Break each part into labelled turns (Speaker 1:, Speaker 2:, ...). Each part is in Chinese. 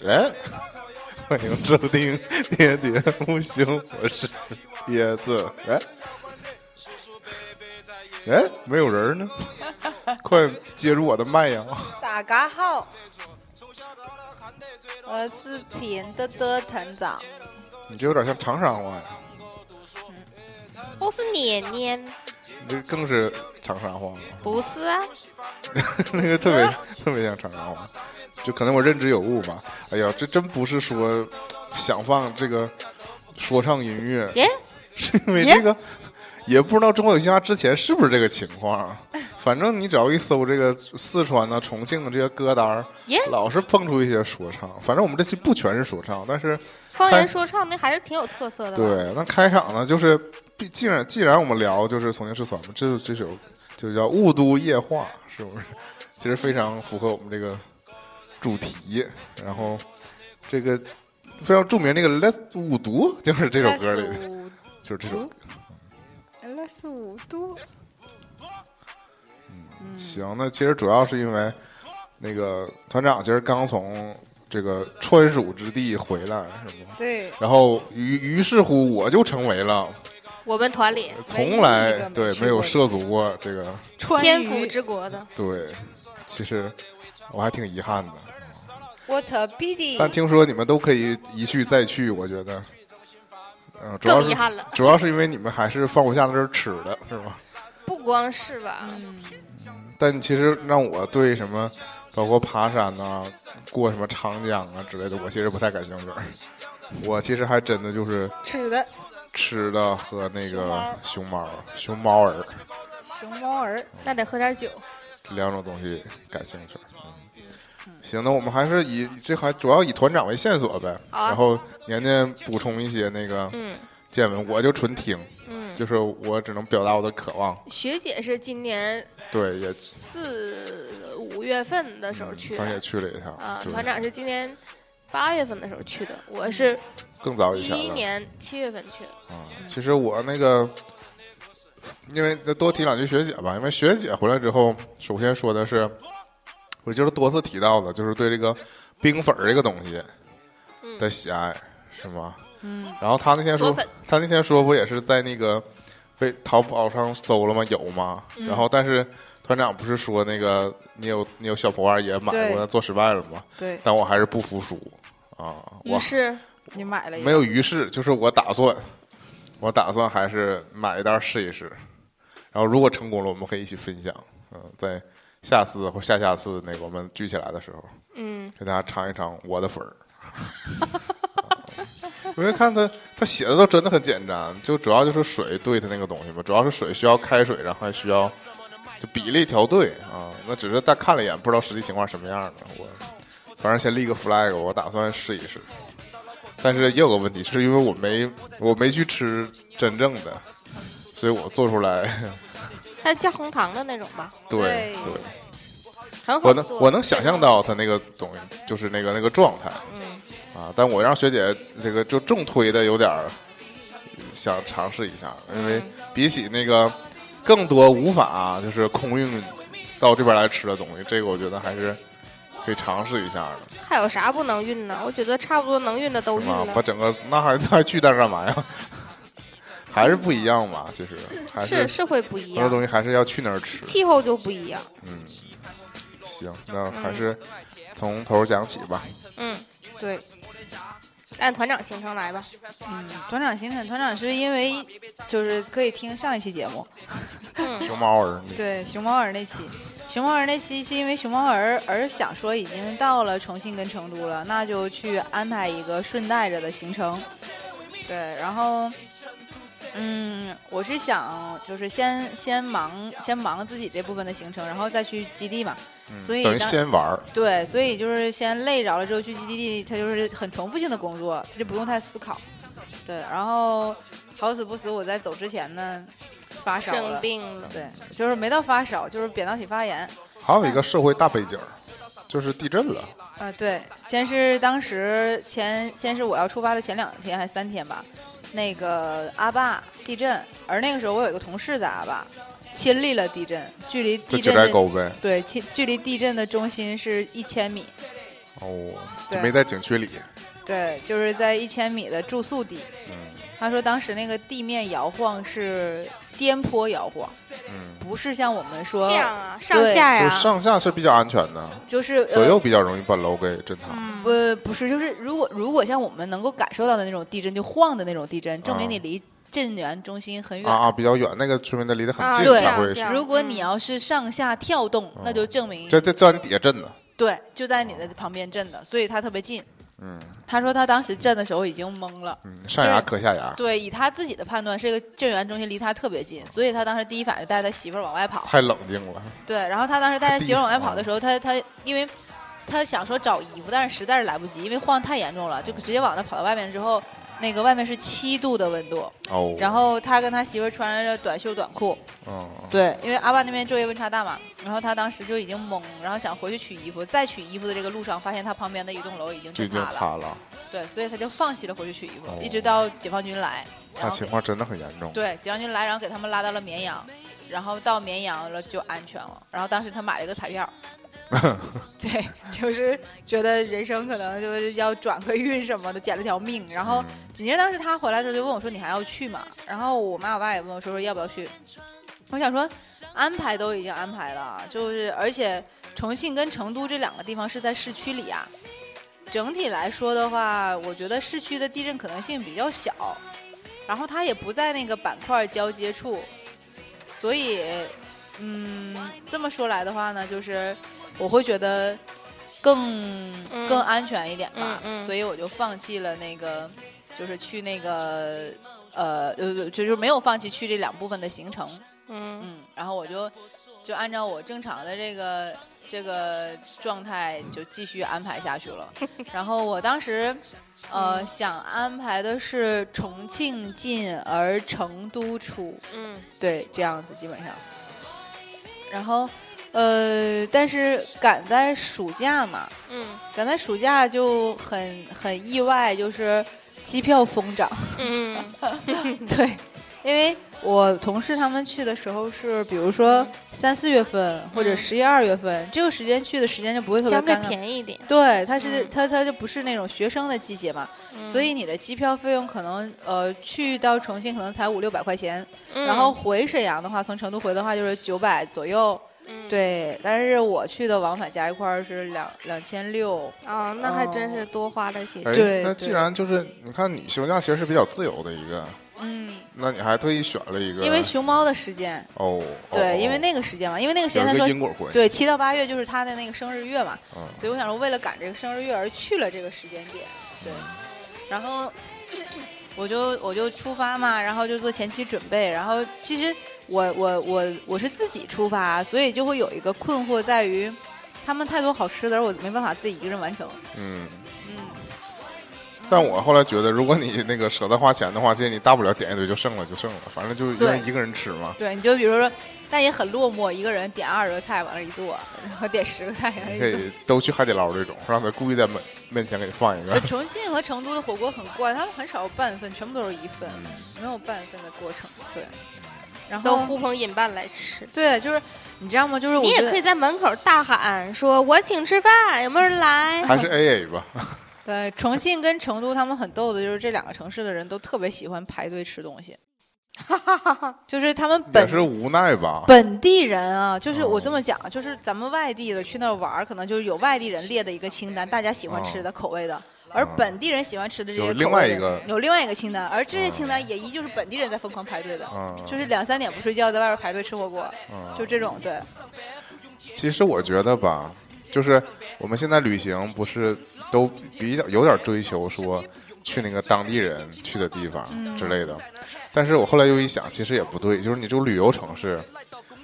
Speaker 1: 人
Speaker 2: 哎欢迎收听《喋喋不休》，我是椰子。
Speaker 1: 人
Speaker 2: 哎，没有人呢，快接住我的麦呀！
Speaker 3: 大家好，我是甜呃的的团长，
Speaker 2: 你这有点像长沙话呀，
Speaker 4: 我是年年，
Speaker 2: 你这更是长沙话了，
Speaker 4: 不是啊，
Speaker 2: 那个特别特别像长沙话，就可能我认知有误吧。哎呀，这真不是说想放这个说唱音乐，
Speaker 4: 耶，
Speaker 2: 是因为这个也不知道《中国有嘻哈》之前是不是这个情况。反正你只要一搜这个四川呐、重庆的这些歌单儿
Speaker 4: 耶，
Speaker 2: 老是蹦出一些说唱。反正我们这期不全是说唱，但是
Speaker 4: 方言说唱那还是挺有特色的吧？
Speaker 2: 对，那开场呢，就是毕既然既然我们聊就是《从前是咱们这这首就叫《雾都夜话》，是不是？ 其实非常符合我们这个主题。然后这个非常著名那个《Let's 五毒》，就是这首歌里的，就是这首。
Speaker 3: 那是哎五度，嗯
Speaker 2: 行，那其实主要是因为那个团长其实刚从这个川蜀之地回来，是吗？
Speaker 3: 对，
Speaker 2: 然后于于是乎我就成为了
Speaker 4: 我们团里
Speaker 2: 从来
Speaker 3: 唯一一个没
Speaker 2: 对
Speaker 3: 去
Speaker 2: 没有
Speaker 3: 过的
Speaker 2: 涉足过这个
Speaker 3: 川
Speaker 4: 天
Speaker 3: 渝
Speaker 4: 府之国的，
Speaker 2: 对，其实我还挺遗憾的，
Speaker 3: water b d
Speaker 2: 但听说你们都可以一去再去，我觉得，嗯、主
Speaker 4: 更
Speaker 2: 要是
Speaker 4: 遗憾了
Speaker 2: 主要是因为你们还是放不下那阵儿吃的，是吗？
Speaker 4: 不光是吧？
Speaker 2: 但其实让我对什么，包括爬山呐、过什么长江啊之类的，我其实不太感兴趣儿。我其实还真的就是
Speaker 3: 吃的
Speaker 2: 吃的和那个熊猫、熊猫儿
Speaker 3: 熊猫儿，
Speaker 4: 那得喝点酒，
Speaker 2: 两种东西感兴趣。嗯，行，那我们还是以这还主要以团长为线索呗，
Speaker 4: 好啊
Speaker 2: 然后年年补充一些那个
Speaker 4: 嗯
Speaker 2: 见闻，我就纯听，
Speaker 4: 嗯。
Speaker 2: 就是我只能表达我的渴望。
Speaker 4: 学姐是今年
Speaker 2: 对，也
Speaker 4: 四五月份的时候去
Speaker 2: 嗯团也
Speaker 4: 的，
Speaker 2: 去了一趟，
Speaker 4: 啊，
Speaker 2: 就是嗯
Speaker 4: 团长是今年八月份的时候去的，我是
Speaker 2: 更早以
Speaker 4: 一
Speaker 2: 前
Speaker 4: 一
Speaker 2: 了。
Speaker 4: 年七月份去的，
Speaker 2: 哦其实我那个，因为再多提两句学姐吧，因为学姐回来之后，首先说的是，我就是多次提到的，就是对这个冰粉儿这个东西的喜爱，是吗？嗯。然后她那天说
Speaker 4: 嗦粉，
Speaker 2: 她那天说不也是在那个被淘宝上搜了吗？有吗？然后但是团长不是说那个你有你有小伙伴也买过，
Speaker 3: 对
Speaker 2: 做失败了吗？
Speaker 3: 对
Speaker 2: 但我还是不服输啊！我
Speaker 4: 于是
Speaker 3: 你买了一个
Speaker 2: 没有于是，就是我打算，我打算还是买一袋试一试，然后如果成功了，我们可以一起分享。嗯，在下次或下下次那个我们聚起来的时候，
Speaker 4: 嗯，
Speaker 2: 给大家尝一尝我的粉儿。 因为看他他写的都真的很简单，就主要就是水兑的那个东西嘛，主要是水需要开水，然后还需要就比例调对啊。那只是大看了一眼，不知道实际情况什么样的。我反正先立个 flag，我打算试一试。但是也有个问题，是因为我没我没去吃真正的，所以我做出来，
Speaker 4: 它加红糖的那种吧，
Speaker 2: 对
Speaker 3: 对
Speaker 2: 对，
Speaker 4: 很
Speaker 2: 我
Speaker 4: 好
Speaker 2: 能
Speaker 4: 做。
Speaker 2: 我能想象到他那个东西，就是那个那个状态，啊，但我让学姐这个就重推的有点儿想尝试一下，因为比起那个更多无法就是空运到这边来吃的东西，这个我觉得还是可以尝试一下的，
Speaker 4: 还有啥不能运呢？我觉得差不多能运的都
Speaker 2: 是
Speaker 4: 运
Speaker 2: 吗？
Speaker 4: 了
Speaker 2: 把。整个那还那还巨蛋干嘛呀？ 还是不一样嘛，其实还
Speaker 4: 是是会不一
Speaker 2: 很多
Speaker 4: 样，
Speaker 2: 东西还是要去那儿吃。
Speaker 4: 气候就不一样。
Speaker 2: 行，
Speaker 3: 嗯
Speaker 2: 那还是从头讲起吧。
Speaker 4: 嗯，
Speaker 3: 对，
Speaker 4: 按团长行程来吧。
Speaker 3: 嗯，团长行程，团长是因为就是可以听上一期节目，
Speaker 2: 熊猫儿，你
Speaker 3: 嗯对熊猫儿那期，熊猫儿那期是因为熊猫儿而想说已经到了重庆跟成都了，那就去安排一个顺带着的行程。对，然后，嗯，我是想就是先先忙先忙自己这部分的行程，然后再去基地嘛。所以
Speaker 2: 嗯等于
Speaker 3: 当
Speaker 2: 先玩儿，
Speaker 3: 对，所以就是先累着了之后去基地地，它就是很重复性的工作，它就不用太思考。对，然后好死不死我在走之前呢发烧
Speaker 4: 生
Speaker 3: 了。
Speaker 4: 病了，
Speaker 3: 对，就是没到发烧，就是扁桃体发炎。
Speaker 2: 还有一个社会大背景儿，就是地震了。
Speaker 3: 呃啊，对，先是当时前先是我要出发的前两天还是三天吧，那个阿坝地震，而那个时候我有一个同事在阿坝，亲历了地震，距离
Speaker 2: 就
Speaker 3: 地
Speaker 2: 九
Speaker 3: 震
Speaker 2: 寨
Speaker 3: 的
Speaker 2: 沟呗。
Speaker 3: 对，距距离地震的中心是一千米，
Speaker 2: 哦，
Speaker 3: 对
Speaker 2: 就没在景区里。
Speaker 3: 对，就是在一千米的住宿地。
Speaker 2: 嗯
Speaker 3: 他说当时那个地面摇晃是颠簸摇晃，
Speaker 2: 嗯，
Speaker 3: 不是像我们说
Speaker 4: 这样啊，上下
Speaker 2: 就
Speaker 4: 呀，
Speaker 2: 是上下是比较安全的，
Speaker 3: 就是
Speaker 2: 左
Speaker 3: 呃
Speaker 2: 右比较容易把楼给震塌。啊
Speaker 4: 嗯，
Speaker 3: 不呃不是，就是如果如果像我们能够感受到的那种地震，就晃的那种地震，证明
Speaker 2: 啊
Speaker 3: 你离震源中心很远。
Speaker 2: 啊啊，比较远，那个村民的离得
Speaker 4: 啊
Speaker 2: 很近
Speaker 3: 对
Speaker 2: 才会
Speaker 4: 这。样
Speaker 3: 如果你
Speaker 4: 嗯
Speaker 3: 要是上下跳动，那就证明
Speaker 2: 哦这这叫你底下震的，
Speaker 3: 对就在你的旁边震的，所以他特别近。
Speaker 2: 嗯
Speaker 3: 他说他当时震的时候已经懵了。
Speaker 2: 嗯，上牙磕下牙，
Speaker 3: 对，以他自己的判断，这个震源中心离他特别近，所以他当时第一反应就带他媳妇儿往外跑。
Speaker 2: 太冷静了。
Speaker 3: 对，然后他当时带
Speaker 2: 他
Speaker 3: 着
Speaker 2: 第
Speaker 3: 媳妇
Speaker 2: 一
Speaker 3: 儿往外跑的时候，他他因为他想说找衣服，但是实在是来不及，因为晃得太严重了，就直接往那跑到外面之后，那个外面是七度的温度，
Speaker 2: 哦，
Speaker 3: 然后他跟他媳妇儿穿着短袖短裤，
Speaker 2: 嗯，嗯
Speaker 3: 对，因为阿爸那边昼夜温差大嘛，然后他当时就已经懵，然后想回去取衣服，在取衣服的这个路上，发现他旁边的一栋楼已经
Speaker 2: 就
Speaker 3: 震
Speaker 2: 已经
Speaker 3: 塌了，
Speaker 2: 塌了，
Speaker 3: 对，所以他就放弃了回去取衣服，
Speaker 2: 哦
Speaker 3: 一直到解放军来，
Speaker 2: 那
Speaker 3: 然后
Speaker 2: 情
Speaker 3: 给
Speaker 2: 况真的很严重。
Speaker 3: 对，解放军来，然后给他们拉到了绵阳，然后到绵阳了就安全了。然后当时他买了一个彩票，对，就是觉得人生可能就是要转个运什么的，捡了条命。然后
Speaker 2: 嗯
Speaker 3: 紧接着当时他回来的时候就问我说：“你还要去吗？”然后我妈我爸也问我说：“说要不要去？”我想说，安排都已经安排了，就是而且重庆跟成都这两个地方是在市区里啊。整体来说的话，我觉得市区的地震可能性比较小，然后它也不在那个板块交接处，所以，嗯，这么说来的话呢，就是我会觉得更
Speaker 4: 嗯
Speaker 3: 更安全一点吧，
Speaker 4: 嗯嗯
Speaker 3: 所以我就放弃了那个，就是去那个，呃，呃，就是没有放弃去这两部分的行程，
Speaker 4: 嗯，
Speaker 3: 嗯，然后我就就按照我正常的这个这个状态就继续安排下去 了。然后我当时呃
Speaker 4: 嗯
Speaker 3: 想安排的是重庆进而成都出，
Speaker 4: 嗯，
Speaker 3: 对，这样子基本上。然后呃，但是赶在暑假嘛，
Speaker 4: 嗯，
Speaker 3: 赶在暑假就很很意外，就是机票疯涨。
Speaker 4: 嗯，
Speaker 3: 对，因为我同事他们去的时候是，比如说三四月份或者
Speaker 4: 嗯
Speaker 3: 十一二月份，这个时间去的时间就不会特别啊
Speaker 4: 相对
Speaker 3: 尴尬。
Speaker 4: 便宜一点，
Speaker 3: 对，它是、
Speaker 4: 嗯
Speaker 3: 它它就不是那种学生的季节嘛，
Speaker 4: 嗯
Speaker 3: 所以你的机票费用可能呃去到重庆可能才五六百块钱，
Speaker 4: 嗯
Speaker 3: 然后回沈阳的话，从成都回的话就是九百左右。
Speaker 4: 嗯
Speaker 3: 对，但是我去的往返加一块儿是两两千六。
Speaker 4: 啊，那还真是多花了些
Speaker 2: 哎
Speaker 4: 钱，
Speaker 3: 对
Speaker 2: 那
Speaker 3: 对
Speaker 2: 既然就是你看你休假其实是比较自由的一个，
Speaker 3: 嗯，
Speaker 2: 那你还特意选了一个，
Speaker 3: 因为熊猫的时间，
Speaker 2: 哦，
Speaker 3: 对，
Speaker 2: 哦
Speaker 3: 因为那个时间嘛，因为那个时
Speaker 2: 有
Speaker 3: 间他
Speaker 2: 一
Speaker 3: 说
Speaker 2: 个因果关系，
Speaker 3: 对，七到八月就是他的那个生日月嘛，
Speaker 2: 嗯
Speaker 3: 所以我想说，为了赶这个生日月而去了这个时间点，对，
Speaker 2: 嗯
Speaker 3: 然后我就我就出发嘛，然后就做前期准备，然后其实我我我我是自己出发，啊所以就会有一个困惑在于，他们太多好吃的，而我没办法自己一个人完成，
Speaker 2: 嗯。
Speaker 3: 嗯，
Speaker 2: 但我后来觉得，如果你那个舍得花钱的话，其实你大不了点一堆就剩了就剩了，反正就是
Speaker 3: 对
Speaker 2: 愿意一个人吃嘛，
Speaker 3: 对，你就比如说。但也很落寞，一个人点二十个菜往那一坐，然后点十个菜往那
Speaker 2: 你
Speaker 3: 一
Speaker 2: 可
Speaker 3: 坐。
Speaker 2: 以都去海底捞这种，让他故意在门面前给你放一个
Speaker 3: 呃，重庆和成都的火锅很怪，他们很少有半份，全部都是一份，没有半份的过程。对，然
Speaker 4: 嗯都
Speaker 3: 后
Speaker 4: 呼朋引伴来吃。
Speaker 3: 对，就是你知道吗？就是我
Speaker 4: 你也
Speaker 3: 觉得
Speaker 4: 可以在门口大喊说：“我请吃饭，有没有人来
Speaker 2: 还是 A A 吧，
Speaker 3: 对重庆跟成都，他们很逗的，就是这两个城市的人都特别喜欢排队吃东西，就是他们
Speaker 2: 也
Speaker 3: 本
Speaker 2: 是无奈吧。
Speaker 3: 本地人啊，就是我
Speaker 2: 哦
Speaker 3: 这么讲，就是咱们外地的去那儿玩儿，可能就是有外地人列的一个清单，大家喜欢吃的口味的。而本地人喜欢吃的这些
Speaker 2: 哦有
Speaker 3: 口味
Speaker 2: 另外
Speaker 3: 的
Speaker 2: 一个
Speaker 3: 有另外一个清单，而这些清单也依旧是本地人在疯狂排队的，
Speaker 2: 嗯
Speaker 3: 就是两三点不睡觉，在外边排队吃火锅，
Speaker 2: 嗯
Speaker 3: 就这种对，
Speaker 2: 其实我觉得吧，就是我们现在旅行不是都比较有点追求说去那个当地人去的地方之类的，但是我后来又一想，其实也不对，就是你这种旅游城市。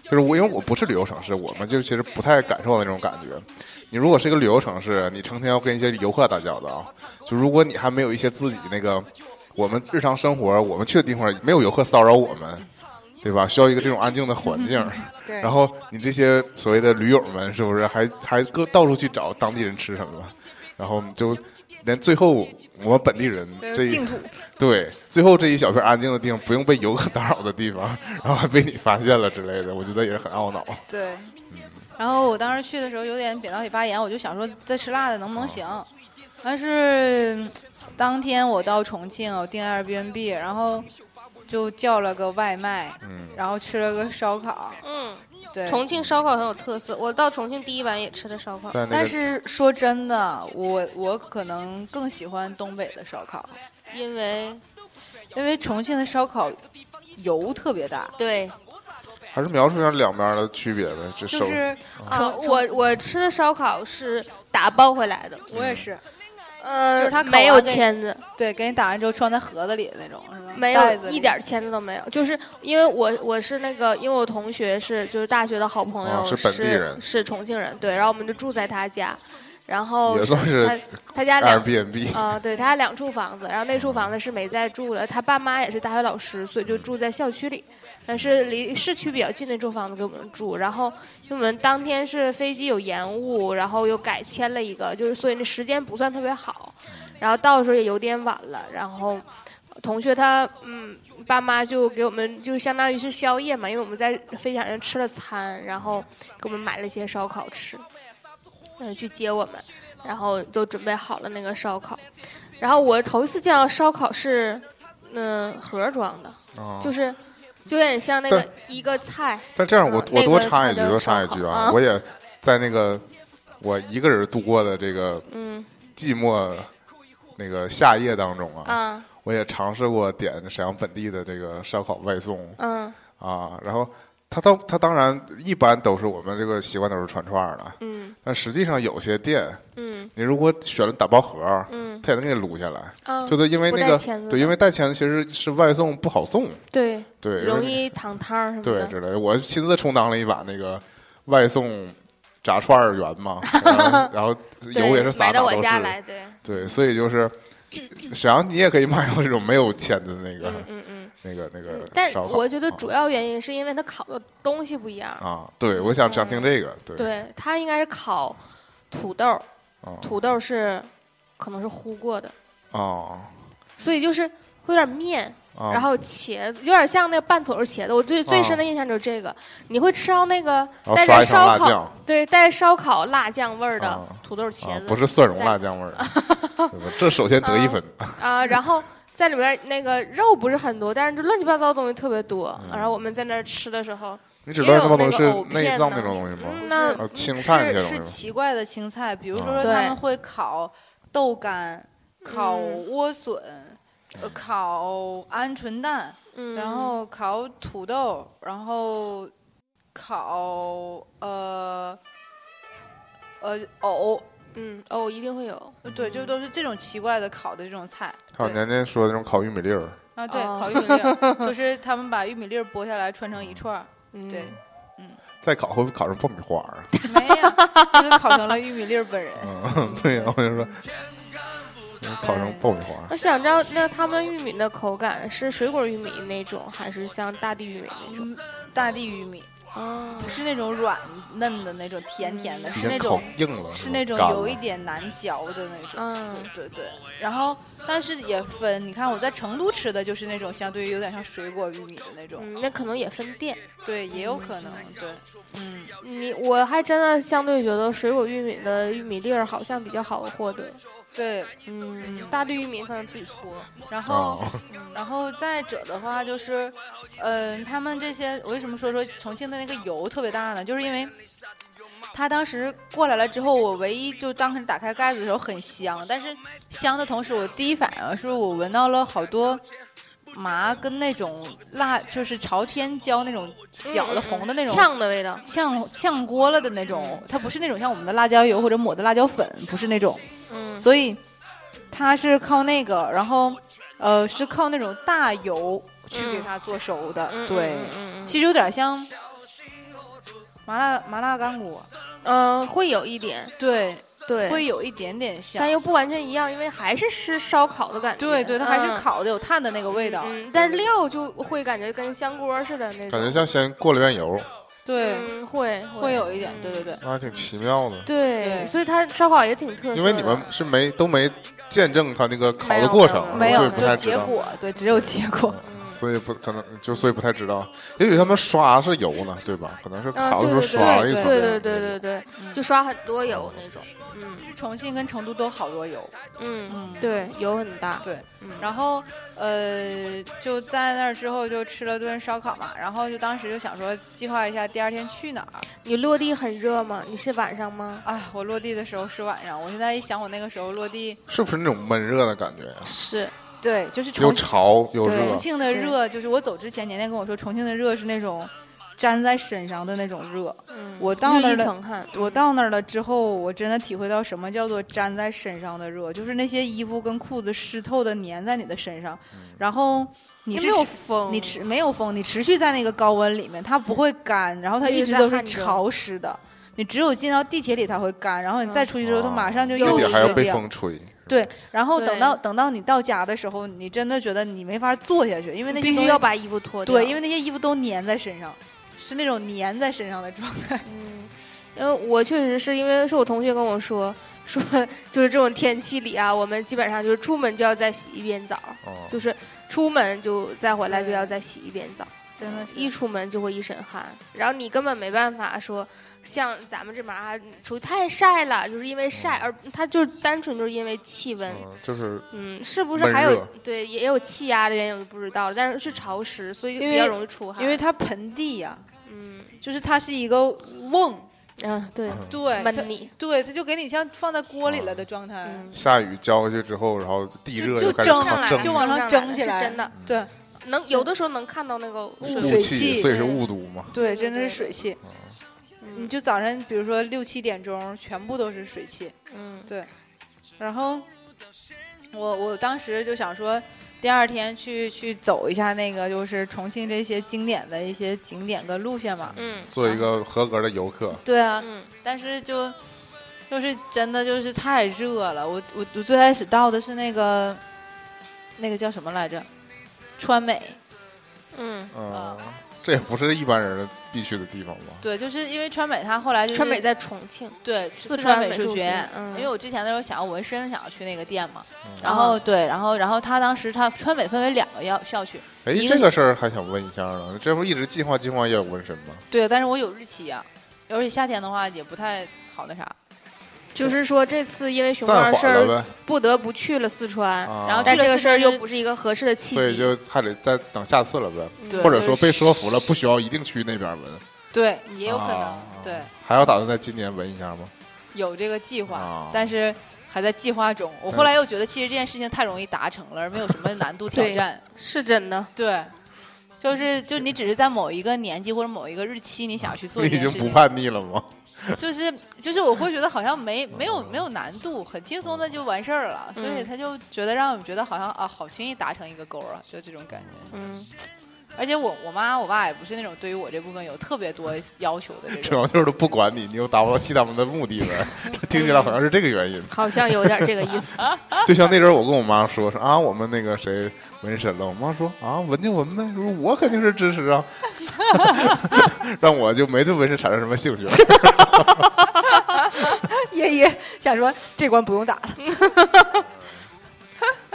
Speaker 2: 就是我，因为我不是旅游城市，我们就其实不太感受那种感觉。你如果是一个旅游城市，你成天要跟一些游客打交道，就如果你还没有一些自己那个我们日常生活我们去的地方没有游客骚扰我们，对吧？需要一个这种安静的环境。
Speaker 3: 嗯对
Speaker 2: 然后你这些所谓的驴友们，是不是还还各到处去找当地人吃什么？然后就连最后我们本地人
Speaker 3: 这
Speaker 2: 这
Speaker 3: 个
Speaker 2: 一
Speaker 3: 净土，
Speaker 2: 对最后这一小片安静的地方，不用被游客打扰的地 方，然后还被你发现了之类的，我觉得也是很懊恼。
Speaker 3: 对。
Speaker 2: 嗯
Speaker 3: 然后我当时去的时候有点扁桃体发炎，我就想说再吃辣的能不能行？
Speaker 2: 哦
Speaker 3: 但是嗯当天我到重庆，我订 Airbnb，然后就叫了个外卖，
Speaker 2: 嗯
Speaker 3: 然后吃了个烧烤。
Speaker 4: 嗯，
Speaker 3: 对，
Speaker 4: 重庆烧烤很有特色，我到重庆第一晚也吃的烧烤。
Speaker 2: 在那
Speaker 3: 但
Speaker 2: 个
Speaker 3: 是说真的，我我可能更喜欢东北的烧烤，
Speaker 4: 因为
Speaker 3: 因为重庆的烧烤油特别大，
Speaker 4: 对，
Speaker 2: 还是描述一下两边的区别呗，这
Speaker 3: 就
Speaker 2: 手
Speaker 3: 是
Speaker 4: 啊，
Speaker 3: 重
Speaker 4: 我我吃的烧烤是打包回来的，
Speaker 3: 我也是，
Speaker 2: 嗯
Speaker 4: 呃，
Speaker 3: 就是它烤
Speaker 4: 没有
Speaker 3: 完得
Speaker 4: 签子，
Speaker 3: 对，给你打完之后装在盒子里的那种，是吗？
Speaker 4: 没
Speaker 3: 袋子
Speaker 4: 有
Speaker 3: 里
Speaker 4: 一点儿签子都没有，就是因为我我是那个，因为我同学是就是大学的好朋友，
Speaker 2: 哦是本地人
Speaker 4: 是，是重庆人，对，然后我们就住在他家，然后
Speaker 2: 也算是
Speaker 4: 他他家两。
Speaker 2: Airbnb，
Speaker 3: 哦
Speaker 4: 呃，对他两处房子，然后那处房子是没在住的，他爸妈也是大学老师，所以就住在校区里。但是离市区比较近那处房子给我们住，然后因为我们当天是飞机有延误，然后又改签了一个，就是所以那时间不算特别好，然后到的时候也有点晚了，然后。同学他嗯，爸妈就给我们就相当于是宵夜嘛，因为我们在飞机场上吃了餐，然后给我们买了一些烧烤吃，嗯，去接我们，然后都准备好了那个烧烤。然后我头一次见到烧烤是，嗯、盒装的，
Speaker 2: 啊
Speaker 4: 就是就有点像那个
Speaker 2: 对
Speaker 4: 一个菜，
Speaker 2: 但这样我
Speaker 4: 嗯
Speaker 2: 我
Speaker 4: 那
Speaker 2: 多
Speaker 4: 个
Speaker 2: 插
Speaker 4: 菜
Speaker 2: 一句，
Speaker 4: 的
Speaker 2: 多插一
Speaker 4: 烧烤
Speaker 2: 句
Speaker 4: 啊
Speaker 2: 我也在那个我一个人度过的这个
Speaker 4: 嗯
Speaker 2: 寂寞那个夏夜当中啊，
Speaker 4: 啊
Speaker 2: 我也尝试过点沈阳本地的这个烧烤外送
Speaker 4: 嗯
Speaker 2: 啊，然后它当它当然一般都是我们这个习惯都是串串儿的，
Speaker 4: 嗯
Speaker 2: 但实际上有些店
Speaker 4: 嗯
Speaker 2: 你如果选了打包盒儿，
Speaker 4: 嗯
Speaker 2: 它也能给你撸下来，
Speaker 4: 啊，
Speaker 2: 就是因为
Speaker 4: 不
Speaker 2: 那
Speaker 4: 带
Speaker 2: 个
Speaker 4: 签子
Speaker 2: 对，因
Speaker 4: 的
Speaker 2: 为带签子其实是外送不好送，
Speaker 4: 对
Speaker 2: 对，
Speaker 4: 容
Speaker 2: 易。
Speaker 4: 易嗯淌汤什么
Speaker 2: 对
Speaker 4: 的，
Speaker 2: 之类的。我亲自充当了一把那个外送炸串儿员嘛，然后然后
Speaker 4: 对
Speaker 2: 油也是撒
Speaker 4: 买
Speaker 2: 哪
Speaker 4: 到
Speaker 2: 都
Speaker 4: 我家
Speaker 2: 是。
Speaker 4: 来，对，
Speaker 2: 对，所以就是沈阳，你也可以买到这种没有签的那个、
Speaker 4: 嗯嗯嗯。
Speaker 2: 那个那个
Speaker 4: 嗯但
Speaker 2: 烧烤
Speaker 4: 我觉得主要原因是因为它烤的东西不一样，
Speaker 2: 啊，对，我想想听这个，对，
Speaker 4: 对，它应该是烤土豆，
Speaker 2: 啊
Speaker 4: 土豆是可能是烀过的，
Speaker 2: 啊
Speaker 4: 所以就是会有点面，
Speaker 2: 啊，
Speaker 4: 然后茄子有点像那个拌土豆茄子，我最最深的印象就是这个，你会吃到那个
Speaker 2: 啊然后
Speaker 4: 但
Speaker 2: 刷一
Speaker 4: 是
Speaker 2: 层辣
Speaker 4: 烧烤
Speaker 2: 酱，
Speaker 4: 对带烧烤辣酱味儿的
Speaker 2: 啊
Speaker 4: 土豆
Speaker 2: 啊
Speaker 4: 茄，子，
Speaker 2: 不是蒜蓉
Speaker 4: 在
Speaker 2: 辣酱 味儿的，对吧这首先得一分
Speaker 4: 啊，然后在里边那个肉不是很多，但是就乱七八糟的东西特别多。
Speaker 2: 嗯
Speaker 4: 然后我们在那儿吃的时候，
Speaker 2: 你只
Speaker 4: 也
Speaker 2: 知道
Speaker 4: 有
Speaker 2: 那帮东西
Speaker 4: 那个
Speaker 2: 是
Speaker 4: 藕片
Speaker 2: 内脏
Speaker 4: 呢
Speaker 2: 那种东西吗？
Speaker 4: 嗯那
Speaker 2: 啊，清淡
Speaker 3: 是
Speaker 2: 这种
Speaker 3: 是
Speaker 2: 东西
Speaker 3: 奇怪的青菜，比如说
Speaker 2: 啊
Speaker 3: 他
Speaker 4: 对
Speaker 3: 们会烤豆干、烤
Speaker 4: 嗯
Speaker 3: 莴笋、呃烤鹌鹑蛋，
Speaker 4: 嗯，
Speaker 3: 然后烤土豆，然后烤呃呃藕，呃
Speaker 4: 嗯哦，一定会有
Speaker 3: 对，就都是这种奇怪的烤的这种菜。
Speaker 2: 还有
Speaker 3: 对
Speaker 2: 年年嗯说的那种烤玉米粒儿，
Speaker 3: 啊，对，
Speaker 4: 哦
Speaker 3: 烤玉米粒 儿，就是他们把玉米粒儿剥下来穿成一串儿，
Speaker 4: 嗯
Speaker 3: 对，
Speaker 2: 再烤会不会烤成爆米花儿啊？
Speaker 3: 没有，就是烤成了玉米粒儿本人。
Speaker 2: 嗯， 对呀、我就说，烤成爆米花
Speaker 4: 我想知道，那他们玉米的口感是水果玉米那种，还是像大地玉米那种？
Speaker 3: 嗯大地玉米
Speaker 4: 哦，
Speaker 3: 不是那种软嫩的那种甜甜的，
Speaker 4: 嗯
Speaker 2: 已
Speaker 3: 是
Speaker 2: 经
Speaker 3: 那
Speaker 2: 烤
Speaker 3: 种
Speaker 2: 硬了，
Speaker 3: 是那种
Speaker 2: 干
Speaker 3: 有
Speaker 2: 了
Speaker 3: 一点难嚼的那种。
Speaker 4: 嗯
Speaker 3: 对对对。然后，但是也分，你看我在成都吃的就是那种相对于有点像水果玉米的那种，
Speaker 4: 嗯，那可能也分店。
Speaker 3: 对，也有可能，对，嗯，
Speaker 4: 你我还真的相对觉得水果玉米的玉米粒儿好像比较好获得，
Speaker 3: 对。
Speaker 4: 嗯，大地玉米可能自己搓。
Speaker 3: 然后，
Speaker 2: 啊，
Speaker 3: 然后再者的话就是，嗯、他们这些我为什么说说重庆的那个油特别大呢？就是因为他当时过来了之后，我唯一就当时打开盖子的时候很香，但是香的同时，我第一反应是我闻到了好多麻跟那种辣，就是朝天椒那种嗯小的红的那种。
Speaker 4: 呛的味道，
Speaker 3: 呛呛锅了的那种，它不是那种像我们的辣椒油或者抹的辣椒粉，不是那种，
Speaker 4: 嗯
Speaker 3: 所以它是靠那个，然后呃是靠那种大油去给它做熟的，
Speaker 4: 嗯，
Speaker 3: 对，
Speaker 4: 嗯嗯
Speaker 3: 其实有点像麻辣麻辣干锅，
Speaker 4: 嗯，嗯会有一点，
Speaker 3: 对，
Speaker 4: 对，
Speaker 3: 会有一点点像
Speaker 4: 但，又不完全一样，因为还是吃烧烤的感觉。
Speaker 3: 对对，它还是
Speaker 4: 嗯
Speaker 3: 烤的，有炭的那个味道，
Speaker 4: 嗯，但是料就会感觉跟香锅似的那种。
Speaker 2: 感觉像先过了一遍油，
Speaker 3: 对，
Speaker 4: 嗯，会
Speaker 3: 会有一点，对对对。
Speaker 2: 那还挺奇妙的。
Speaker 4: 对
Speaker 3: 对
Speaker 4: 所以它烧烤也挺特色的。
Speaker 2: 因为你们是没都没见证他那个考的过程，
Speaker 3: 没
Speaker 2: 所
Speaker 3: 有
Speaker 2: 以不
Speaker 3: 就
Speaker 2: 太知
Speaker 3: 结
Speaker 2: 道，
Speaker 3: 果，对，只有结果。
Speaker 4: 嗯
Speaker 2: 所以不可能就所以不太知道，也许他们刷是油呢，对吧？可能是
Speaker 4: 啊，
Speaker 2: 考的
Speaker 4: 对
Speaker 2: 时候
Speaker 4: 对
Speaker 2: 刷了一
Speaker 4: 对
Speaker 2: 层，
Speaker 4: 对对对对对，就刷很多油那种，
Speaker 3: 重庆跟成都都好多油，
Speaker 4: 嗯，
Speaker 3: 嗯，
Speaker 4: 对，油很大，
Speaker 3: 对
Speaker 4: 嗯，
Speaker 3: 然后呃就在那儿之后就吃了顿烧烤嘛，然后就当时就想说计划一下第二天去哪儿。
Speaker 4: 你落地很热吗？你是晚上吗？
Speaker 3: 哎，我落地的时候是晚上，我现在一想我那个时候落地，
Speaker 2: 是不是那种闷热的感觉呀？
Speaker 4: 是，
Speaker 3: 对，就是
Speaker 2: 又
Speaker 3: 重庆
Speaker 2: 潮又
Speaker 4: 对
Speaker 2: 热啊
Speaker 3: 重，庆的
Speaker 4: 对
Speaker 3: 热，就是我走之前，年年跟我说重庆的热是那种粘在身上的那种热。
Speaker 4: 嗯
Speaker 3: 我到那儿
Speaker 4: 一
Speaker 3: 了
Speaker 4: 层汗，
Speaker 3: 我到那儿了之后，我真的体会到什么叫做粘在身上的热，就是那些衣服跟裤子湿透的粘在你的身上，然后你
Speaker 4: 因
Speaker 3: 是
Speaker 4: 嗯为没有
Speaker 3: 持
Speaker 4: 风，
Speaker 3: 你持没有风，你持续在那个高温里面，它不会干，然后它一
Speaker 4: 一直
Speaker 3: 直
Speaker 4: 在
Speaker 3: 都是
Speaker 4: 汗蒸
Speaker 3: 潮湿的。你只有进到地铁里它会干，然后你再
Speaker 4: 嗯
Speaker 3: 出去之后，它
Speaker 2: 哦
Speaker 3: 马上就
Speaker 4: 又
Speaker 2: 而
Speaker 3: 又
Speaker 2: 且
Speaker 3: 湿
Speaker 2: 还要被
Speaker 3: 掉
Speaker 2: 风吹，
Speaker 3: 对，然后等
Speaker 4: 对
Speaker 3: 到等到你到家的时候，你真的觉得你没法坐下去，因为那些
Speaker 4: 必
Speaker 3: 东
Speaker 4: 须
Speaker 3: 西
Speaker 4: 要把衣服脱掉，
Speaker 3: 对，因为那些衣服都粘在身上，是那种粘在身上的状态。
Speaker 4: 嗯，因为我确实是因为是我同学跟我说说，就是这种天气里啊，我们基本上就是出门就要再洗一遍澡，
Speaker 2: 哦
Speaker 4: 就是出门就再回来就
Speaker 3: 对
Speaker 4: 要再洗一遍澡，
Speaker 3: 真的是
Speaker 4: 一出门就会一身汗，然后你根本没办法说像咱们这边啊，出去太晒了，就是因为晒，而它就是单纯就是因为气温。
Speaker 2: 嗯，就是
Speaker 4: 嗯，是不是
Speaker 2: 闷
Speaker 4: 还有
Speaker 2: 热
Speaker 4: 对也有气压的原因我就不知道了，但是是潮湿，所以
Speaker 3: 因
Speaker 4: 比较
Speaker 3: 为
Speaker 4: 容易出汗。
Speaker 3: 因为它盆地呀、
Speaker 4: 嗯
Speaker 3: 就是它是一个瓮，
Speaker 4: 嗯对，
Speaker 2: 嗯
Speaker 3: 对，它
Speaker 4: 闷你
Speaker 3: 对，它就给你像放在锅里
Speaker 2: 啊
Speaker 3: 了的状态。
Speaker 4: 嗯。
Speaker 2: 下雨浇过去之后，然后地热
Speaker 3: 就
Speaker 2: 开始
Speaker 3: 蒸
Speaker 2: 抗
Speaker 4: 上嗯来
Speaker 2: 蒸
Speaker 3: 就往上
Speaker 4: 蒸
Speaker 3: 蒸起来
Speaker 4: 是真的，
Speaker 3: 对
Speaker 4: 能有的时候能看到那个水
Speaker 3: 雾
Speaker 2: 雾
Speaker 4: 水
Speaker 2: 气，
Speaker 3: 气
Speaker 2: 所以是雾都嘛。
Speaker 3: 对，
Speaker 4: 对
Speaker 3: 真的
Speaker 4: 对
Speaker 3: 是水汽。你
Speaker 4: 嗯
Speaker 3: 就早上，比如说六七点钟，全部都是水汽。
Speaker 4: 嗯
Speaker 3: 然后我我当时就想说，第二天去去走一下那个就是重庆这些经典的一些景点跟路线嘛。
Speaker 4: 嗯
Speaker 2: 做一个合格的游客，
Speaker 3: 对啊，
Speaker 4: 嗯
Speaker 3: 但是就就是真的就是太热了。我我我最开始到的是那个那个叫什么来着？川美，
Speaker 4: 嗯，
Speaker 2: 嗯，这也不是一般人必去的地方吧？
Speaker 3: 对，就是因为川美它后来就是
Speaker 4: 川美在重庆，
Speaker 3: 对四
Speaker 4: 川
Speaker 3: 川美
Speaker 4: 美
Speaker 3: 术
Speaker 4: 术
Speaker 3: 学
Speaker 4: 学
Speaker 3: 院
Speaker 4: 院，嗯
Speaker 3: 因为我之前的时候想要纹身，想要去那个店嘛，
Speaker 2: 嗯
Speaker 3: 然后对，然后然后他当时他川美分为两个校校区，
Speaker 2: 哎，
Speaker 3: 一个
Speaker 2: 这个事儿还想问一下呢，这不一直计划计划也有纹身吗？
Speaker 3: 对，但是我有日期啊，而且夏天的话也不太好那啥，
Speaker 4: 就是说这次因为熊
Speaker 2: 暂
Speaker 4: 猫事
Speaker 2: 缓了
Speaker 4: 儿
Speaker 2: 呗，
Speaker 4: 不得不去了四川，
Speaker 2: 啊
Speaker 3: 然后
Speaker 4: 但
Speaker 3: 去了
Speaker 4: 这个
Speaker 3: 四
Speaker 4: 事儿
Speaker 3: 川
Speaker 4: 又
Speaker 3: 就
Speaker 4: 不是一个合适的契
Speaker 2: 所以
Speaker 4: 机，
Speaker 2: 就还得再等下次了呗，
Speaker 4: 嗯
Speaker 3: 对
Speaker 2: 或者说
Speaker 4: 就是
Speaker 2: 被说服了，不需要一定去那边纹，
Speaker 3: 对，哦也有可能，
Speaker 2: 啊
Speaker 3: 对，
Speaker 2: 还要打算在今年纹一下吗？
Speaker 3: 有这个计划，
Speaker 2: 啊
Speaker 3: 但是还在计划中。我后来又觉得，其实这件事情太容易达成了，而没有什么难 度挑
Speaker 4: 对
Speaker 3: 战。
Speaker 4: 是真的，
Speaker 3: 对，就是就你只是在某一个年纪或者某一个日期，你想去 做
Speaker 2: 你
Speaker 3: 这
Speaker 2: 已
Speaker 3: 件
Speaker 2: 经
Speaker 3: 事
Speaker 2: 不
Speaker 3: 情，
Speaker 2: 叛逆了吗？
Speaker 3: 就是就是我会觉得好像没没有没有难度，很轻松的就完事儿了，所以
Speaker 4: 嗯
Speaker 3: 他就觉得让我们觉得好像啊，好轻易达成一个勾啊，就这种感觉。
Speaker 4: 嗯，
Speaker 3: 而且我我妈我爸也不是那种对于我这部分有特别多要求的这
Speaker 2: 主
Speaker 3: 种。
Speaker 2: 要就是都不管你，你又达不到其他们的目的了， 听起来好像是这个原因。
Speaker 4: 好像有点这个意 思，
Speaker 2: 就像那阵儿，我跟我妈说说啊，我们那个谁纹身了，我妈说啊，纹就纹呗，我说我肯定是支持啊， 让我就没对纹身产生什么兴趣。
Speaker 3: 爷爷想说这关不用打了。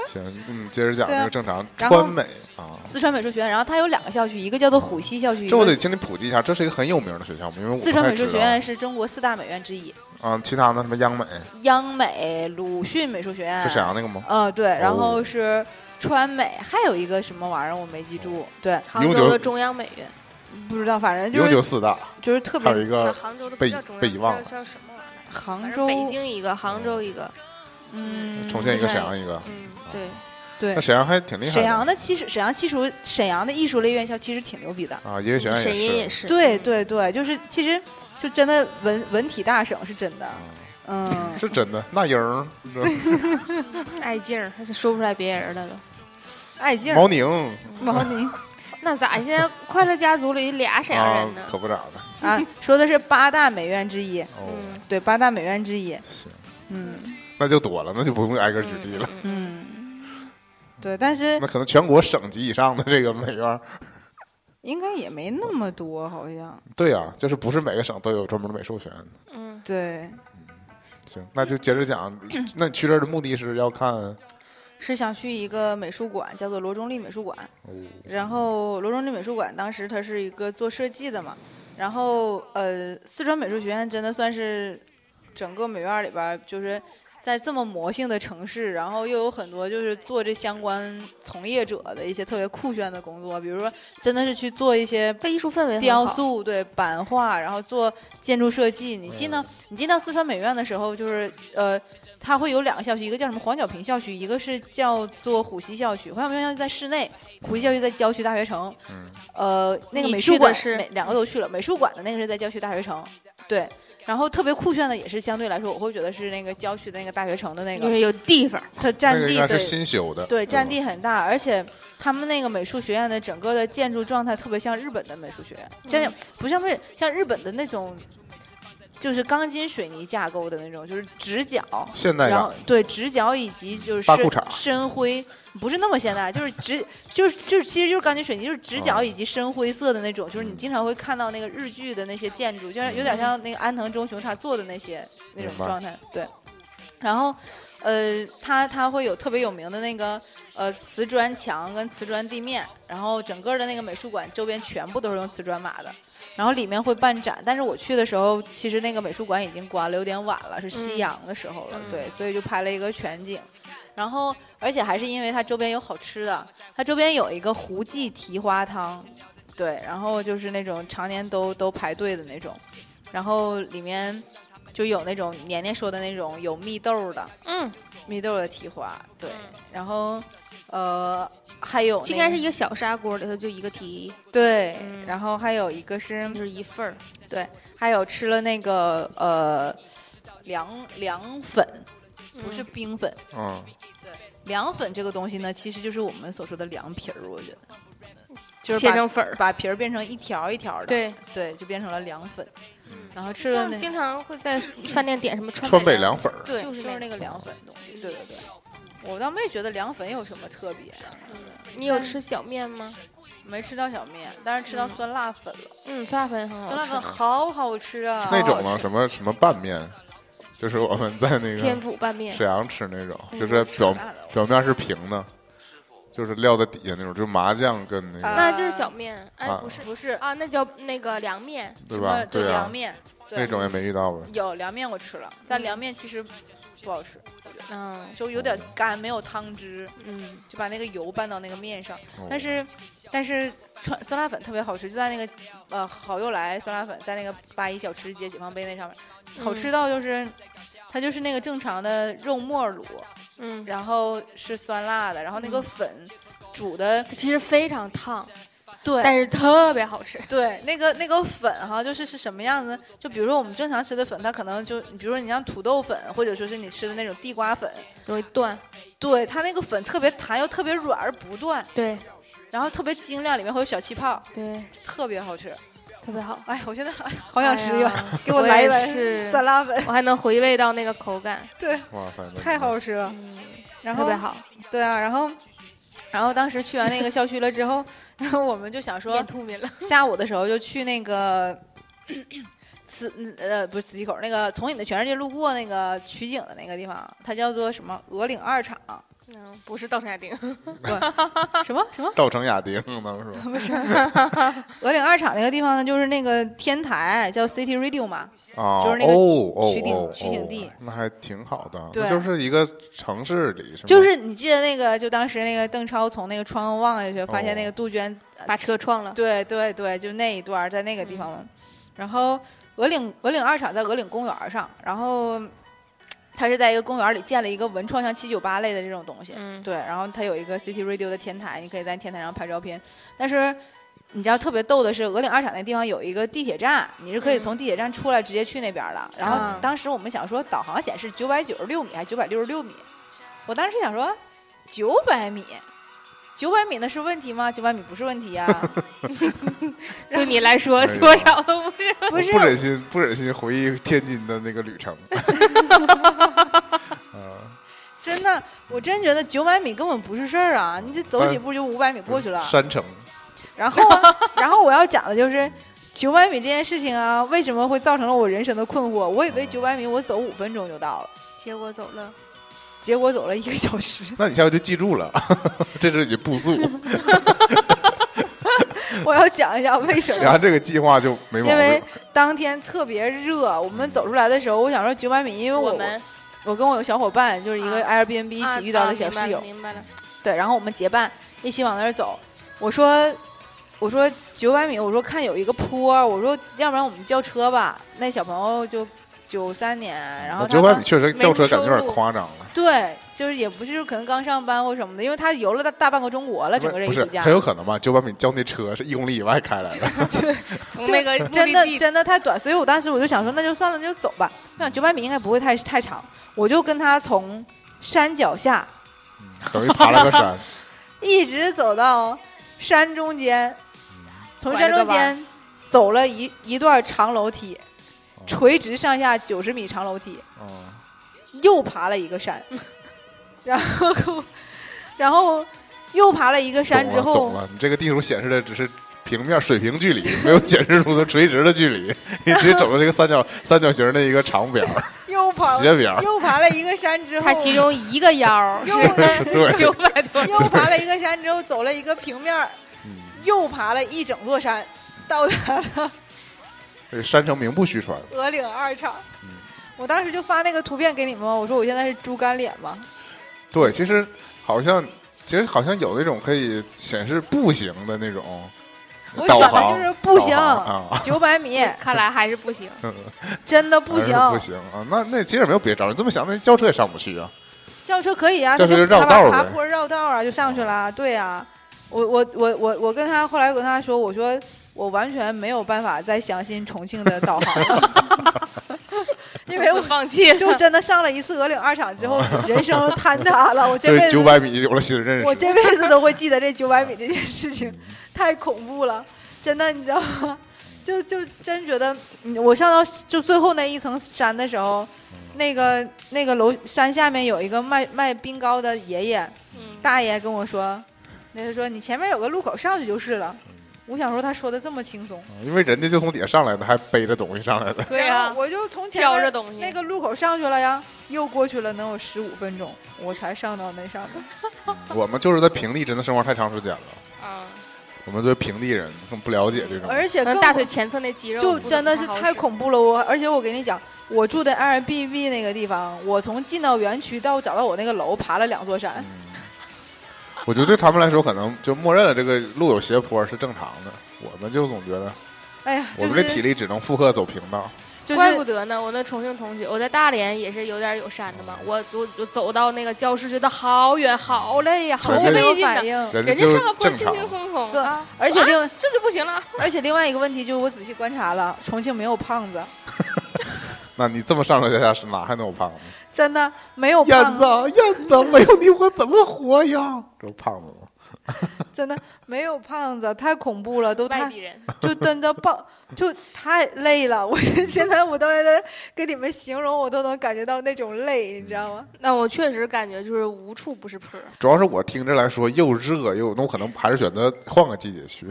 Speaker 2: 行，嗯，接着讲
Speaker 3: 对啊
Speaker 2: 这个正常
Speaker 3: 然后
Speaker 2: 川美啊，
Speaker 3: 四川美术学院，然后它有两个校区，一个叫做虎溪校区，一
Speaker 2: 这我
Speaker 3: 个
Speaker 2: 得请你普及一下，这是一个很有名的学校吗？因为我
Speaker 3: 四
Speaker 2: 不
Speaker 3: 川
Speaker 2: 太
Speaker 3: 美
Speaker 2: 知
Speaker 3: 术
Speaker 2: 道
Speaker 3: 学院是中国四大美院之一，
Speaker 2: 啊，其他的什么央美，
Speaker 3: 央美、鲁迅美术学院，
Speaker 2: 是沈阳那个吗？
Speaker 3: 呃，对，然后
Speaker 2: 哦
Speaker 3: 是川美，还有一个什么玩意儿我没记住，对，
Speaker 4: 杭
Speaker 2: 永久
Speaker 4: 州的中央美院，
Speaker 2: 嗯
Speaker 3: 不知道，反正就
Speaker 2: 永久
Speaker 3: 是
Speaker 2: 四大，
Speaker 3: 就是特
Speaker 2: 还有
Speaker 3: 别
Speaker 2: 一
Speaker 4: 那
Speaker 2: 个
Speaker 4: 杭州的不
Speaker 2: 被
Speaker 4: 叫中央
Speaker 2: 被遗忘
Speaker 4: 叫
Speaker 2: 了
Speaker 4: 叫什么玩意儿？
Speaker 3: 杭
Speaker 4: 反
Speaker 3: 州
Speaker 4: 正，北京一个，杭州一个，
Speaker 3: 嗯，
Speaker 2: 重庆一个，
Speaker 4: 四
Speaker 2: 沈
Speaker 4: 川
Speaker 2: 阳一个。
Speaker 4: 嗯，对，
Speaker 3: 对
Speaker 2: 那，沈阳还挺厉害的，
Speaker 3: 沈阳的其实沈阳西厨沈阳的艺术类院校其实挺牛逼的，
Speaker 2: 啊，音乐学院
Speaker 4: 沈音也
Speaker 2: 是。
Speaker 4: 是，
Speaker 3: 对
Speaker 4: 嗯，
Speaker 3: 对对，就是其实就真的文文体大省是真的，嗯，
Speaker 2: 是真的，那英儿、你知道
Speaker 4: 爱静儿，还是说不出来别人的了。
Speaker 3: 爱静儿
Speaker 2: 毛宁
Speaker 3: 毛宁
Speaker 4: 那咋？现在《快乐家族》里俩沈阳
Speaker 2: 啊
Speaker 4: 人，呢
Speaker 2: 可。不咋的。
Speaker 3: 啊，说的是八大美院之一，
Speaker 2: 哦，
Speaker 4: 嗯，
Speaker 3: 对，八大美院之一，
Speaker 2: 行，
Speaker 3: 嗯。
Speaker 2: 那就多了，那就不用挨个举例了。
Speaker 4: 嗯。嗯嗯
Speaker 3: 嗯，对，但是
Speaker 2: 那可能全国省级以上的这个美院儿，
Speaker 3: 应该也没那么多，好像
Speaker 2: 啊对呀、就是不是每个省都有专门的美术学院的。
Speaker 4: 嗯
Speaker 3: 对。
Speaker 2: 行，那就接着讲。那你去这儿的目的是要看，
Speaker 3: 是想去一个美术馆，叫做罗中立美术馆。
Speaker 2: 哦
Speaker 3: 然后罗中立美术馆当时它是一个做设计的嘛，然后呃，四川美术学院真的算是整个美院里边儿就是。在这么魔性的城市，然后又有很多就是做这相关从业者的一些特别酷炫的工作，比如说真的是去做一些
Speaker 4: 被艺术氛围很
Speaker 3: 雕
Speaker 4: 好，
Speaker 3: 塑，对版画，然后做建筑设计。你进到、你进到四川美院的时候，就是呃，它会有两个校区，一个叫什么黄角坪校区，一个是叫做虎溪校区。黄角坪校区在室内，虎溪校区在郊区大学城。
Speaker 2: 嗯，
Speaker 3: 呃，那个
Speaker 4: 你
Speaker 3: 美
Speaker 4: 去
Speaker 3: 术
Speaker 4: 的
Speaker 3: 馆
Speaker 4: 是
Speaker 3: 美两个都去了，美术馆的那个是在郊区大学城，对。然后特别酷炫的也是相对来说，我会觉得是那个郊区的那个大学城的那
Speaker 4: 就
Speaker 3: 个，
Speaker 4: 是有地方。
Speaker 3: 它占
Speaker 2: 那个
Speaker 3: 地
Speaker 2: 应该
Speaker 3: 对
Speaker 2: 是新修的，
Speaker 3: 对，占
Speaker 2: 吧
Speaker 3: 地很大，而且他们那个美术学院的整个的建筑状态特别像日本的美术学院，像、不像日像日本的那种，就是钢筋水泥架构的那种，就是直角，
Speaker 2: 现代
Speaker 3: 然
Speaker 2: 感
Speaker 3: 后。对直角以及就是
Speaker 2: 大裤衩
Speaker 3: 深深灰，不是那么现代，就是直就是就是其实就是钢筋水泥，就是直角
Speaker 2: 哦
Speaker 3: 以及深灰色的那种，就是你
Speaker 2: 嗯
Speaker 3: 经常会看到那个日剧的那些建筑，就是有点像那个安藤忠雄他做的那些那种
Speaker 2: 明白
Speaker 3: 状态，对。然后，呃，它它会有特别有名的那个呃瓷砖墙跟瓷砖地面，然后整个的那个美术馆周边全部都是用瓷砖瓦的，然后里面会办展。但是我去的时候，其实那个美术馆已经关了，有点晚了，是夕
Speaker 4: 嗯
Speaker 3: 阳的时候了，
Speaker 4: 嗯
Speaker 3: 对，所以就拍了一个全景。然后，而且还是因为它周边有好吃的，它周边有一个胡记蹄花汤，对，然后就是那种常年都都排队的那种，然后里面就有那种年年说的那种有蜜豆的
Speaker 4: 嗯，
Speaker 3: 蜜豆的蹄花，对，然后呃还有、那
Speaker 4: 应该是
Speaker 3: 个
Speaker 4: 一个小砂锅里头就一个蹄，
Speaker 3: 对，
Speaker 4: 嗯
Speaker 3: 然后还有一个是
Speaker 4: 就是一份儿。
Speaker 3: 还有吃了那个呃凉凉粉，不
Speaker 4: 嗯
Speaker 3: 是冰粉，
Speaker 2: 嗯，
Speaker 3: 凉粉这个东西呢，其实就是我们所说的凉皮儿，我觉得就是
Speaker 4: 切
Speaker 3: 把
Speaker 4: 成粉儿。
Speaker 3: 把皮儿变成一条一条的，
Speaker 4: 对，
Speaker 3: 对，就变成了凉粉，
Speaker 2: 嗯
Speaker 3: 然后吃了
Speaker 4: 像
Speaker 3: 那
Speaker 4: 经常会在饭店点什 么
Speaker 2: 川北
Speaker 4: 凉
Speaker 2: 凉粉儿，
Speaker 3: 对，
Speaker 4: 就是那
Speaker 3: 那个凉粉东西，对对对。我倒没觉得凉粉有什么特别，啊
Speaker 4: 你有吃小面吗？
Speaker 3: 没吃到小面，但是吃到
Speaker 4: 嗯
Speaker 3: 酸辣粉了。
Speaker 4: 嗯，酸辣粉很
Speaker 3: 酸辣粉
Speaker 4: 好吃。
Speaker 3: 好好吃啊！
Speaker 2: 那种
Speaker 4: 好好
Speaker 2: 呢
Speaker 4: 吃
Speaker 2: 什么什么拌面，就是我们在那个
Speaker 4: 天府拌面
Speaker 2: 沈阳吃那种，就是表
Speaker 3: 大的
Speaker 2: 表面是平的，就是料在底下那种，就是麻酱跟那个
Speaker 3: 啊
Speaker 4: 那就是小面，哎，
Speaker 2: 啊
Speaker 4: 不是
Speaker 3: 不是
Speaker 4: 啊，那叫那个凉面，
Speaker 2: 对
Speaker 3: 什
Speaker 2: 吧
Speaker 3: 么？
Speaker 2: 对啊
Speaker 3: 凉，面，对嗯
Speaker 2: 那种也没遇到吧？
Speaker 3: 有凉面我吃了，但凉面其实不好吃，
Speaker 4: 嗯
Speaker 3: 就有点干，没有汤汁，
Speaker 4: 嗯，
Speaker 3: 就把那个油拌到那个面上。
Speaker 2: 哦
Speaker 3: 但是，但是川酸辣粉特别好吃，就在那个呃好又来酸辣粉在那个八一小吃街解放碑那上面，好吃到就是、它就是那个正常的肉沫卤，
Speaker 4: 嗯，
Speaker 3: 然后是酸辣的，然后那个
Speaker 4: 嗯
Speaker 3: 粉煮的、
Speaker 4: 其实非常烫，
Speaker 3: 对。
Speaker 4: 但是特别好吃。
Speaker 3: 对，那个那个粉哈，就是是什么样子？就比如说我们正常吃的粉，它可能就，比如说你像土豆粉，或者说是你吃的那种地瓜粉，
Speaker 4: 容易断，
Speaker 3: 对它那个粉特别弹又特别软而不断，
Speaker 4: 对
Speaker 3: 然后特别晶亮，里面会有小气泡，
Speaker 4: 对，
Speaker 3: 特别好吃。
Speaker 4: 特别好。
Speaker 3: 哎，我现在哎好想吃一碗，
Speaker 4: 呀
Speaker 3: 给我来一
Speaker 4: 我也
Speaker 3: 碗
Speaker 4: 是
Speaker 3: 酸辣粉，
Speaker 4: 我还能回味到那个口感，
Speaker 3: 对，
Speaker 2: 哇塞，那
Speaker 3: 太好吃了。
Speaker 4: 嗯，
Speaker 3: 然
Speaker 4: 特
Speaker 3: 后
Speaker 4: 别好，
Speaker 3: 对啊，然后然后当时去完那个校区了之后， 然后我们就想说
Speaker 4: 咽，吐民了。
Speaker 3: 下午的时候就去那个 磁呃不是磁器口，那个从你的全世界路过那个取景的那个地方，它叫做什么鹅岭 二厂，
Speaker 4: 嗯，不是稻城亚丁，
Speaker 3: 什么什么
Speaker 2: 稻城亚丁可能 是吧？
Speaker 3: 鹅岭二厂那个地方呢，就是那个天台叫 City Radio 嘛，
Speaker 2: 啊，
Speaker 3: 就是那个
Speaker 2: 哦哦
Speaker 3: 取景
Speaker 2: 哦
Speaker 3: 取景地
Speaker 2: 哦那还挺好的，
Speaker 3: 对
Speaker 2: 那就是一个城市里是吗？
Speaker 3: 就是你记得那个，就当时那个邓超从那个窗户望下去，发现那个杜鹃呃
Speaker 4: 把车撞了。
Speaker 3: 对对对，就那一段儿在那个地
Speaker 4: 嗯
Speaker 3: 方嘛。然后鹅岭鹅岭二厂在鹅岭公园儿上，然后它是在一个公园儿里建了一个文创像七九八类的这种东西，
Speaker 4: 嗯
Speaker 3: 对，然后它有一个 City Radio 的天台，你可以在天台上拍照片。但是你知道特别逗的是，鹅岭二厂那地方有一个地铁站，你是可以
Speaker 4: 嗯
Speaker 3: 从地铁站出来直接去那边儿的。然
Speaker 4: 啊
Speaker 3: 后当时我们想说，导航显示九百九十六米还是九百六十六米，我当时想说九百米。九百米那是问题吗？九百米不是问题 呀、
Speaker 4: 对你来说
Speaker 2: 哎呀
Speaker 4: 多少都不是。
Speaker 3: 不是
Speaker 2: 我不忍心不忍心回忆天津的那个旅 程。啊，
Speaker 3: 真的，我真觉得九百米根本不是事儿啊！
Speaker 2: 嗯
Speaker 3: 你这走几步就五百米过去了。
Speaker 2: 山城，。
Speaker 3: 然后啊，然后我要讲的就是九百米这件事情啊，为什么会造成了我人生的困惑？我以为九百米我走五分钟就到了，
Speaker 4: 结果走了。
Speaker 3: 结果走了一个小时
Speaker 2: 那你下回就记住了， 这是你步速，
Speaker 3: 我要讲一下为什么
Speaker 2: 然。后这个计划就没毛
Speaker 3: 因为
Speaker 2: 病。
Speaker 3: 当天特别热，我们走出来的时候，我想说九百米，因为我
Speaker 4: 们
Speaker 3: 我跟我有小伙伴，就是一个 Airbnb 一
Speaker 4: 啊
Speaker 3: 起遇到
Speaker 4: 啊
Speaker 3: 的小
Speaker 4: 明白
Speaker 3: 室
Speaker 4: 了
Speaker 3: 友，
Speaker 4: 明白 了，
Speaker 3: 对，然后我们结伴一起往那儿走。我说我说九百米，我说看有一个坡，我说要不然我们叫车吧。那小朋友就九三年，然后他
Speaker 2: 九百
Speaker 3: 刚
Speaker 2: 米确实
Speaker 4: 没
Speaker 2: 轿车
Speaker 4: 收
Speaker 2: 感觉有点
Speaker 4: 入
Speaker 2: 夸张了，
Speaker 3: 对，就是也不是可能刚上班或什么的，因为他游了大大半个中国了，整个这
Speaker 2: 不
Speaker 3: 一
Speaker 2: 是
Speaker 3: 暑假
Speaker 2: 很。有可能吧？九百米叫那车是一公里以外开来的，
Speaker 4: 从那个目
Speaker 3: 真
Speaker 4: 的
Speaker 3: 的
Speaker 4: 地
Speaker 3: 真的太短，所以我当时我就想说，那就算了，那就走吧。我想九百米应该不会太太长，我就跟他从山脚下
Speaker 2: 等于爬了个山。
Speaker 3: 一直走到山中间，
Speaker 2: 嗯
Speaker 3: 从山中
Speaker 4: 拐了个弯
Speaker 3: 间走了一一段长楼梯，
Speaker 2: 哦
Speaker 3: 垂直上下九十米长楼梯，
Speaker 2: 嗯
Speaker 3: 又爬了一个 山，然后然后又爬了一个山
Speaker 2: 懂
Speaker 3: 之
Speaker 2: 了
Speaker 3: 后
Speaker 2: 懂。了，你这个地图显示的只是平面水平距离，没有显示出的垂直的距离，你直接整了这个三角三角形的一个长表，
Speaker 3: 又跑
Speaker 2: 斜表
Speaker 3: 又爬了一个山之后，
Speaker 1: 它其中一 个腰儿
Speaker 3: 又
Speaker 2: 对
Speaker 1: 九百多，
Speaker 3: 又爬了一个山之后，走了一个平面儿，
Speaker 2: 嗯
Speaker 3: 又爬了一整座山，到达了
Speaker 2: 这山城名不虚传。
Speaker 3: 鹅岭二厂。
Speaker 2: 嗯
Speaker 3: 我当时就发那个图片给你们，我说我现在是猪肝脸嘛，
Speaker 2: 对，其实好像其实好像有那种可以显示步行的那种
Speaker 3: 我
Speaker 2: 导
Speaker 3: 选
Speaker 2: 航，
Speaker 3: 的就是步行
Speaker 2: 导航啊，
Speaker 3: 九百米，
Speaker 1: 看来还是不行。
Speaker 4: 嗯
Speaker 3: 真的不
Speaker 2: 还是
Speaker 3: 行。
Speaker 2: 不行啊！那那其实也没有别的招儿，你这么想，那轿车也上不去啊。
Speaker 3: 轿车可以啊，
Speaker 2: 轿车
Speaker 3: 他
Speaker 2: 就绕
Speaker 3: 他
Speaker 2: 道儿
Speaker 3: 把爬
Speaker 2: 呗
Speaker 3: 坡绕道啊，就上去了。对啊，我我我我我跟他后来我跟他说，我说我完全没有办法再相信重庆的导航了， 因 为我
Speaker 1: 我放弃了，
Speaker 3: 就真的上了一次鹅岭二厂之后，人生 坍塌了。我这辈
Speaker 2: 这
Speaker 3: 子
Speaker 2: 九百米有了新认
Speaker 3: 我
Speaker 2: 识，
Speaker 3: 这辈子都会记得这九百米这件事情，太恐怖了，真的，你知道吗？就就真觉得，嗯我上到就最后那一层山的时候，那个那个楼山下面有一个卖卖冰糕的爷爷
Speaker 4: 嗯，
Speaker 3: 大爷跟我说，那他说你前面有个路口上去就是了。我想说他说的这么轻松，
Speaker 2: 因为人家就从底下上来的，还背着东西上来的。
Speaker 4: 啊
Speaker 1: 对
Speaker 3: 然
Speaker 1: 呀
Speaker 3: 后，我就从前
Speaker 1: 叼
Speaker 3: 面
Speaker 1: 着东西
Speaker 3: 那，个路口上去了呀，又过去了能有十五分钟，我才上到那上面。
Speaker 2: 我们就是在平地真的生活太长时间了，
Speaker 4: 嗯
Speaker 1: 啊，
Speaker 2: 我们作为平地人更不了解这种。
Speaker 3: 而且
Speaker 4: 可
Speaker 3: 更
Speaker 4: 能大腿前侧那肌肉
Speaker 3: 就
Speaker 4: 不
Speaker 3: 真的
Speaker 4: 不
Speaker 3: 是
Speaker 4: 好
Speaker 3: 太
Speaker 4: 使
Speaker 3: 恐怖了。我而且我给你讲，我住的 Airbnb 那个地方，我从进到园区到找到我那个楼，爬了两座山。
Speaker 2: 我觉得对他们来说，可能就默认了这个路有斜坡是正常的。我们就总觉得
Speaker 3: 哎呀，
Speaker 2: 我
Speaker 3: 就
Speaker 2: 们这
Speaker 3: 是
Speaker 2: 体力只能负荷走平道，
Speaker 4: 哦
Speaker 3: 就
Speaker 4: 怪不
Speaker 3: 是
Speaker 4: 得呢，我那重庆同学，我在大连也是有点有山的嘛，我走就走到那个教室，觉得好远，好累呀，好
Speaker 2: 对
Speaker 3: 没有
Speaker 4: 费劲
Speaker 3: 反
Speaker 4: 呐。
Speaker 3: 应。
Speaker 2: 家
Speaker 4: 人家
Speaker 2: 就
Speaker 4: 上个坡
Speaker 2: 正
Speaker 4: 轻
Speaker 2: 常。
Speaker 4: 轻松松
Speaker 3: 这
Speaker 4: 啊，
Speaker 3: 而且
Speaker 4: 啊
Speaker 3: 另
Speaker 4: 这就不行了，
Speaker 3: 而且另外一个问题就是，我仔细观察了，重庆没有胖子，
Speaker 2: 那你这么上上下下，是哪还能有胖子？
Speaker 3: 真的没有
Speaker 2: 燕
Speaker 3: 胖
Speaker 2: 子
Speaker 3: 子，
Speaker 2: 啊，燕子啊，没有你我怎么活呀？这不胖子吗？
Speaker 3: 真的没有胖子，太恐怖了，都
Speaker 4: 外
Speaker 3: 太
Speaker 4: 地人，
Speaker 3: 就真的棒，就太累了。我 现在我到现在给你们形容，我都能感觉到那种累，你知道吗？
Speaker 4: 那我确实感觉就是无处不是坡儿，
Speaker 2: 主要是我听着来说又热又，那我可能还是选择换个季节去。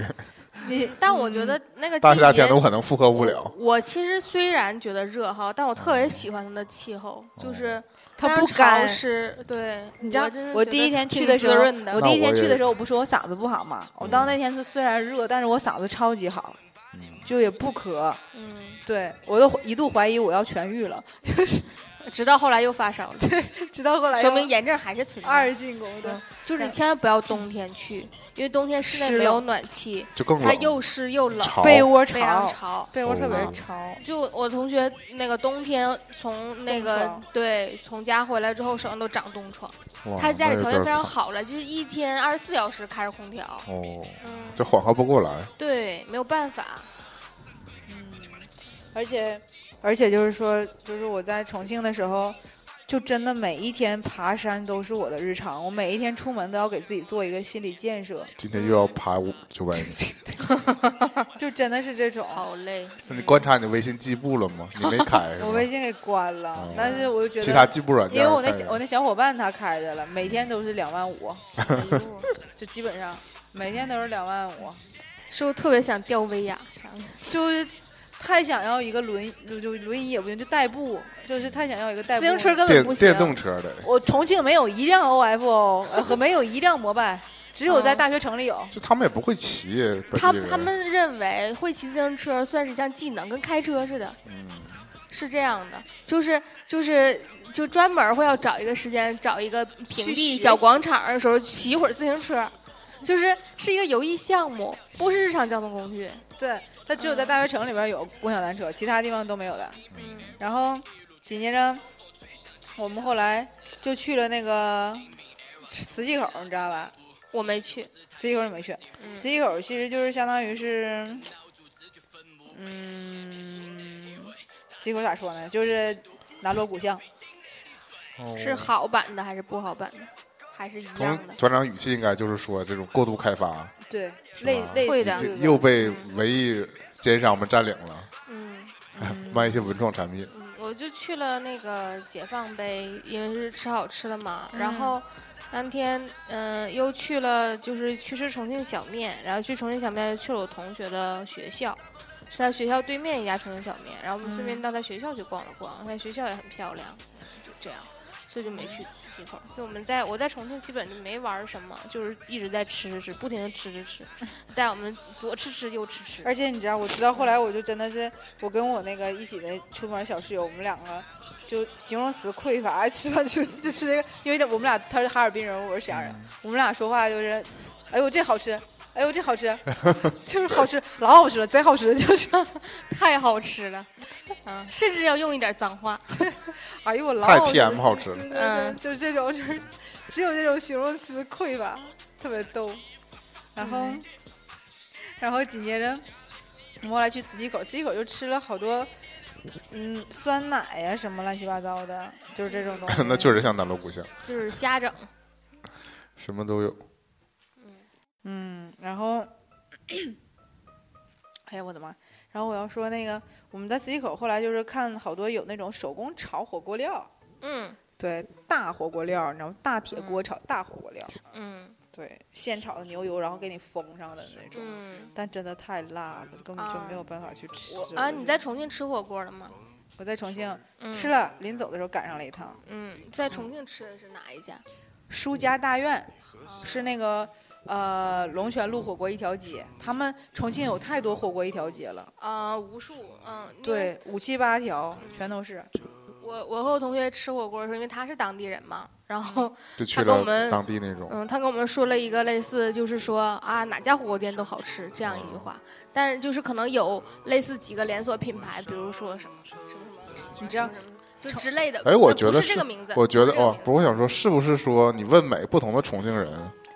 Speaker 3: 你
Speaker 4: 但我觉得那个
Speaker 2: 大
Speaker 4: 季
Speaker 2: 夏
Speaker 4: 节
Speaker 2: 天的我可能负荷不了。
Speaker 4: 我我其实虽然觉得热哈，但我特别喜欢它的气候，
Speaker 2: 哦
Speaker 4: 就是
Speaker 3: 它
Speaker 4: 非常
Speaker 3: 不干
Speaker 4: 潮湿。对，
Speaker 3: 你知道
Speaker 4: 真是
Speaker 3: 我
Speaker 4: 觉
Speaker 3: 第一
Speaker 4: 得
Speaker 3: 天去
Speaker 4: 挺
Speaker 3: 的时
Speaker 4: 滋
Speaker 3: 候
Speaker 4: 润，的
Speaker 3: 我
Speaker 2: 那
Speaker 3: 第一
Speaker 2: 我
Speaker 3: 天去
Speaker 2: 也嗯
Speaker 3: 的时候，我不说我嗓子不好嘛，我到那天是虽然热，但是我嗓子超级好，就也不咳，
Speaker 4: 嗯，
Speaker 3: 对我都一度怀疑我要痊愈了，
Speaker 4: 直到后来又发烧了，
Speaker 3: 直到后来
Speaker 4: 说
Speaker 3: 又
Speaker 4: 明炎症还是存在。
Speaker 3: 二进宫的
Speaker 4: 嗯，就是你千万不要冬天去，因为冬天室
Speaker 3: 湿
Speaker 4: 内没有
Speaker 3: 冷
Speaker 4: 暖气，
Speaker 2: 就更
Speaker 4: 它
Speaker 2: 冷，
Speaker 4: 又湿又冷，
Speaker 2: 潮
Speaker 3: 被窝
Speaker 4: 非常
Speaker 3: 潮，
Speaker 4: 潮。
Speaker 3: 被窝特别
Speaker 2: 哦
Speaker 3: 潮，
Speaker 4: 就我同学那个冬天从那个
Speaker 3: 冻疮
Speaker 4: 对从家回来之后手上都长冻疮，
Speaker 2: 哇
Speaker 4: 他家里
Speaker 2: 哦那有
Speaker 4: 条
Speaker 2: 点
Speaker 4: 件非常
Speaker 2: 惨
Speaker 4: 好了，就是一天二十四小时开着空调，
Speaker 2: 哦，
Speaker 4: 嗯，
Speaker 2: 就缓和不过来。
Speaker 4: 对，没有办法，
Speaker 3: 嗯而且而且就是说，就是我在重庆的时候。就真的每一天爬山都是我的日常，我每一天出门都要给自己做一个心理建设，
Speaker 2: 今天又要爬五九百米，
Speaker 3: 就真的是这种。
Speaker 4: 好累。嗯
Speaker 2: 那你观察你的微信计步了 吗？你没开是
Speaker 3: 我
Speaker 2: 吗
Speaker 3: 微？信给关了
Speaker 2: 哦，
Speaker 3: 但是我就觉得
Speaker 2: 其他计步软件
Speaker 3: 因为我那
Speaker 2: 带
Speaker 3: 小
Speaker 2: 着
Speaker 3: 我那小伙伴他开的了，
Speaker 4: 哎
Speaker 3: 每天都是两万五，就基本上每天都是两万五。
Speaker 4: 是不是特别想吊威亚啥的？
Speaker 3: 就是太想要一个轮椅，就轮椅也不行，就代步，就是太想要一个代步。
Speaker 4: 自行车根本
Speaker 2: 电
Speaker 4: 哎不行。
Speaker 2: 电动车的，
Speaker 3: 我重庆没有一辆 OFO，呃和没有一辆摩拜，只有
Speaker 4: 嗯
Speaker 3: 在大学城里有。
Speaker 2: 就他们也不会骑。本
Speaker 4: 他
Speaker 2: 地人
Speaker 4: 他们认为会骑自行车算是一项技能，跟开车似的，
Speaker 2: 嗯
Speaker 4: 是这样的，就是就是就专门会要找一个时间，找一个平
Speaker 3: 去
Speaker 4: 地
Speaker 3: 学
Speaker 4: 小
Speaker 3: 习
Speaker 4: 广场的时候骑一会儿自行车，就是是一个游艺项目，不是日常交通工具。
Speaker 3: 对，它只有在大学城里边有共享单车，其他地方都没有的。
Speaker 4: 嗯，
Speaker 3: 然后紧接着，我们后来就去了那个磁器口，你知道吧？
Speaker 4: 我没去。
Speaker 3: 磁器口你没去？磁
Speaker 4: 嗯，
Speaker 3: 器口其实就是相当于是，嗯，磁器口咋说呢？就是南锣鼓巷。
Speaker 2: 哦
Speaker 4: 是好版的还是不好版的？还是一样
Speaker 2: 从
Speaker 4: 的？
Speaker 2: 团长语气应该就是说这种过度开发，
Speaker 3: 对，类
Speaker 2: 吧
Speaker 3: 类似
Speaker 4: 会
Speaker 3: 于
Speaker 4: 的
Speaker 3: 这个
Speaker 2: 又被文艺奸商们占领了，
Speaker 4: 嗯。
Speaker 3: 嗯
Speaker 2: 卖一些文创产品。
Speaker 4: 嗯，我就去了那个解放碑，因为是吃好吃的嘛。然
Speaker 3: 嗯
Speaker 4: 后当天，嗯、又去了就是去吃重庆小面，然后去重庆小面又去了我同学的学校，是他学校对面一家重庆小面，然后我们顺便
Speaker 3: 嗯
Speaker 4: 到他学校去逛了逛，他学校也很漂亮，就这样，所以就没去西口。就我们在我在重庆基本就没玩什么，就是一直在吃吃吃，不停的吃吃 吃，带我们左吃吃右吃吃。
Speaker 3: 而且你知道，我知道后来我就真的是，我跟我那个一起的出门小室友，我们两个就形容词匮乏， 吃饭就就吃那个，因为我们俩他是哈尔滨人，我是沈阳人，
Speaker 4: 嗯
Speaker 3: 我们俩说话就是，哎呦这好吃，哎呦这好吃， 就是好吃，老好吃了，贼好吃，就是，
Speaker 4: 太好吃了，嗯，甚至要用一点脏话。
Speaker 3: 哎呦我老
Speaker 2: 太
Speaker 3: 好吃
Speaker 2: TM
Speaker 3: 了，
Speaker 2: 好吃了，
Speaker 3: 对对对，就是这种，就是只有这种形容词匮乏，特别逗。然后，
Speaker 4: 嗯
Speaker 3: 然后紧接着我们后来去磁器口，磁器口就吃了好多，嗯，酸奶呀、什么乱七八糟的，就是这种东西。
Speaker 2: 那确实像南锣鼓巷，
Speaker 4: 就是瞎整。
Speaker 2: 什么都有。
Speaker 3: 嗯，然后， 哎呀，我的妈！然后我要说那个，我们在磁器口后来就是看好多有那种手工炒火锅料，
Speaker 4: 嗯
Speaker 3: 对，大火锅料，你知道吗大铁锅炒大火锅料，
Speaker 4: 嗯
Speaker 3: 对，现炒的牛油，然后给你封上的那种。
Speaker 4: 嗯。
Speaker 3: 但真的太辣了，根本就没有
Speaker 4: 啊
Speaker 3: 办法去吃。
Speaker 4: 啊，你在重庆吃火锅了吗？
Speaker 3: 我在重庆
Speaker 4: 嗯、
Speaker 3: 吃。了，临走的时候赶上了一趟。
Speaker 4: 嗯，在重庆吃的是哪一家？
Speaker 3: 舒家大院
Speaker 4: 嗯
Speaker 3: 是那个呃龙泉路火锅一条街，他们重庆有太多火锅一条街了，
Speaker 4: 啊、无数。嗯，因
Speaker 3: 对，
Speaker 4: 为
Speaker 3: 五七八条全都是。
Speaker 4: 我我和我同学吃火锅的时候，因为他是当地人嘛，然后
Speaker 2: 就去
Speaker 4: 他跟
Speaker 2: 了
Speaker 4: 我们
Speaker 2: 当地那种，
Speaker 4: 嗯，他跟我们说了一个类似，就是说啊哪家火锅店都好吃这样一句话，但是就是可能有类似几个连锁品牌，比如说什么什么什么，
Speaker 3: 你知道
Speaker 4: 什么什么就之类的。
Speaker 2: 哎我觉
Speaker 4: 就不
Speaker 2: 得
Speaker 4: 是这
Speaker 2: 是
Speaker 4: 个名字，
Speaker 2: 我觉得
Speaker 4: 不是这个
Speaker 2: 哦
Speaker 4: 名，字
Speaker 2: 不过我想说，是不是说你问每不同的重庆人，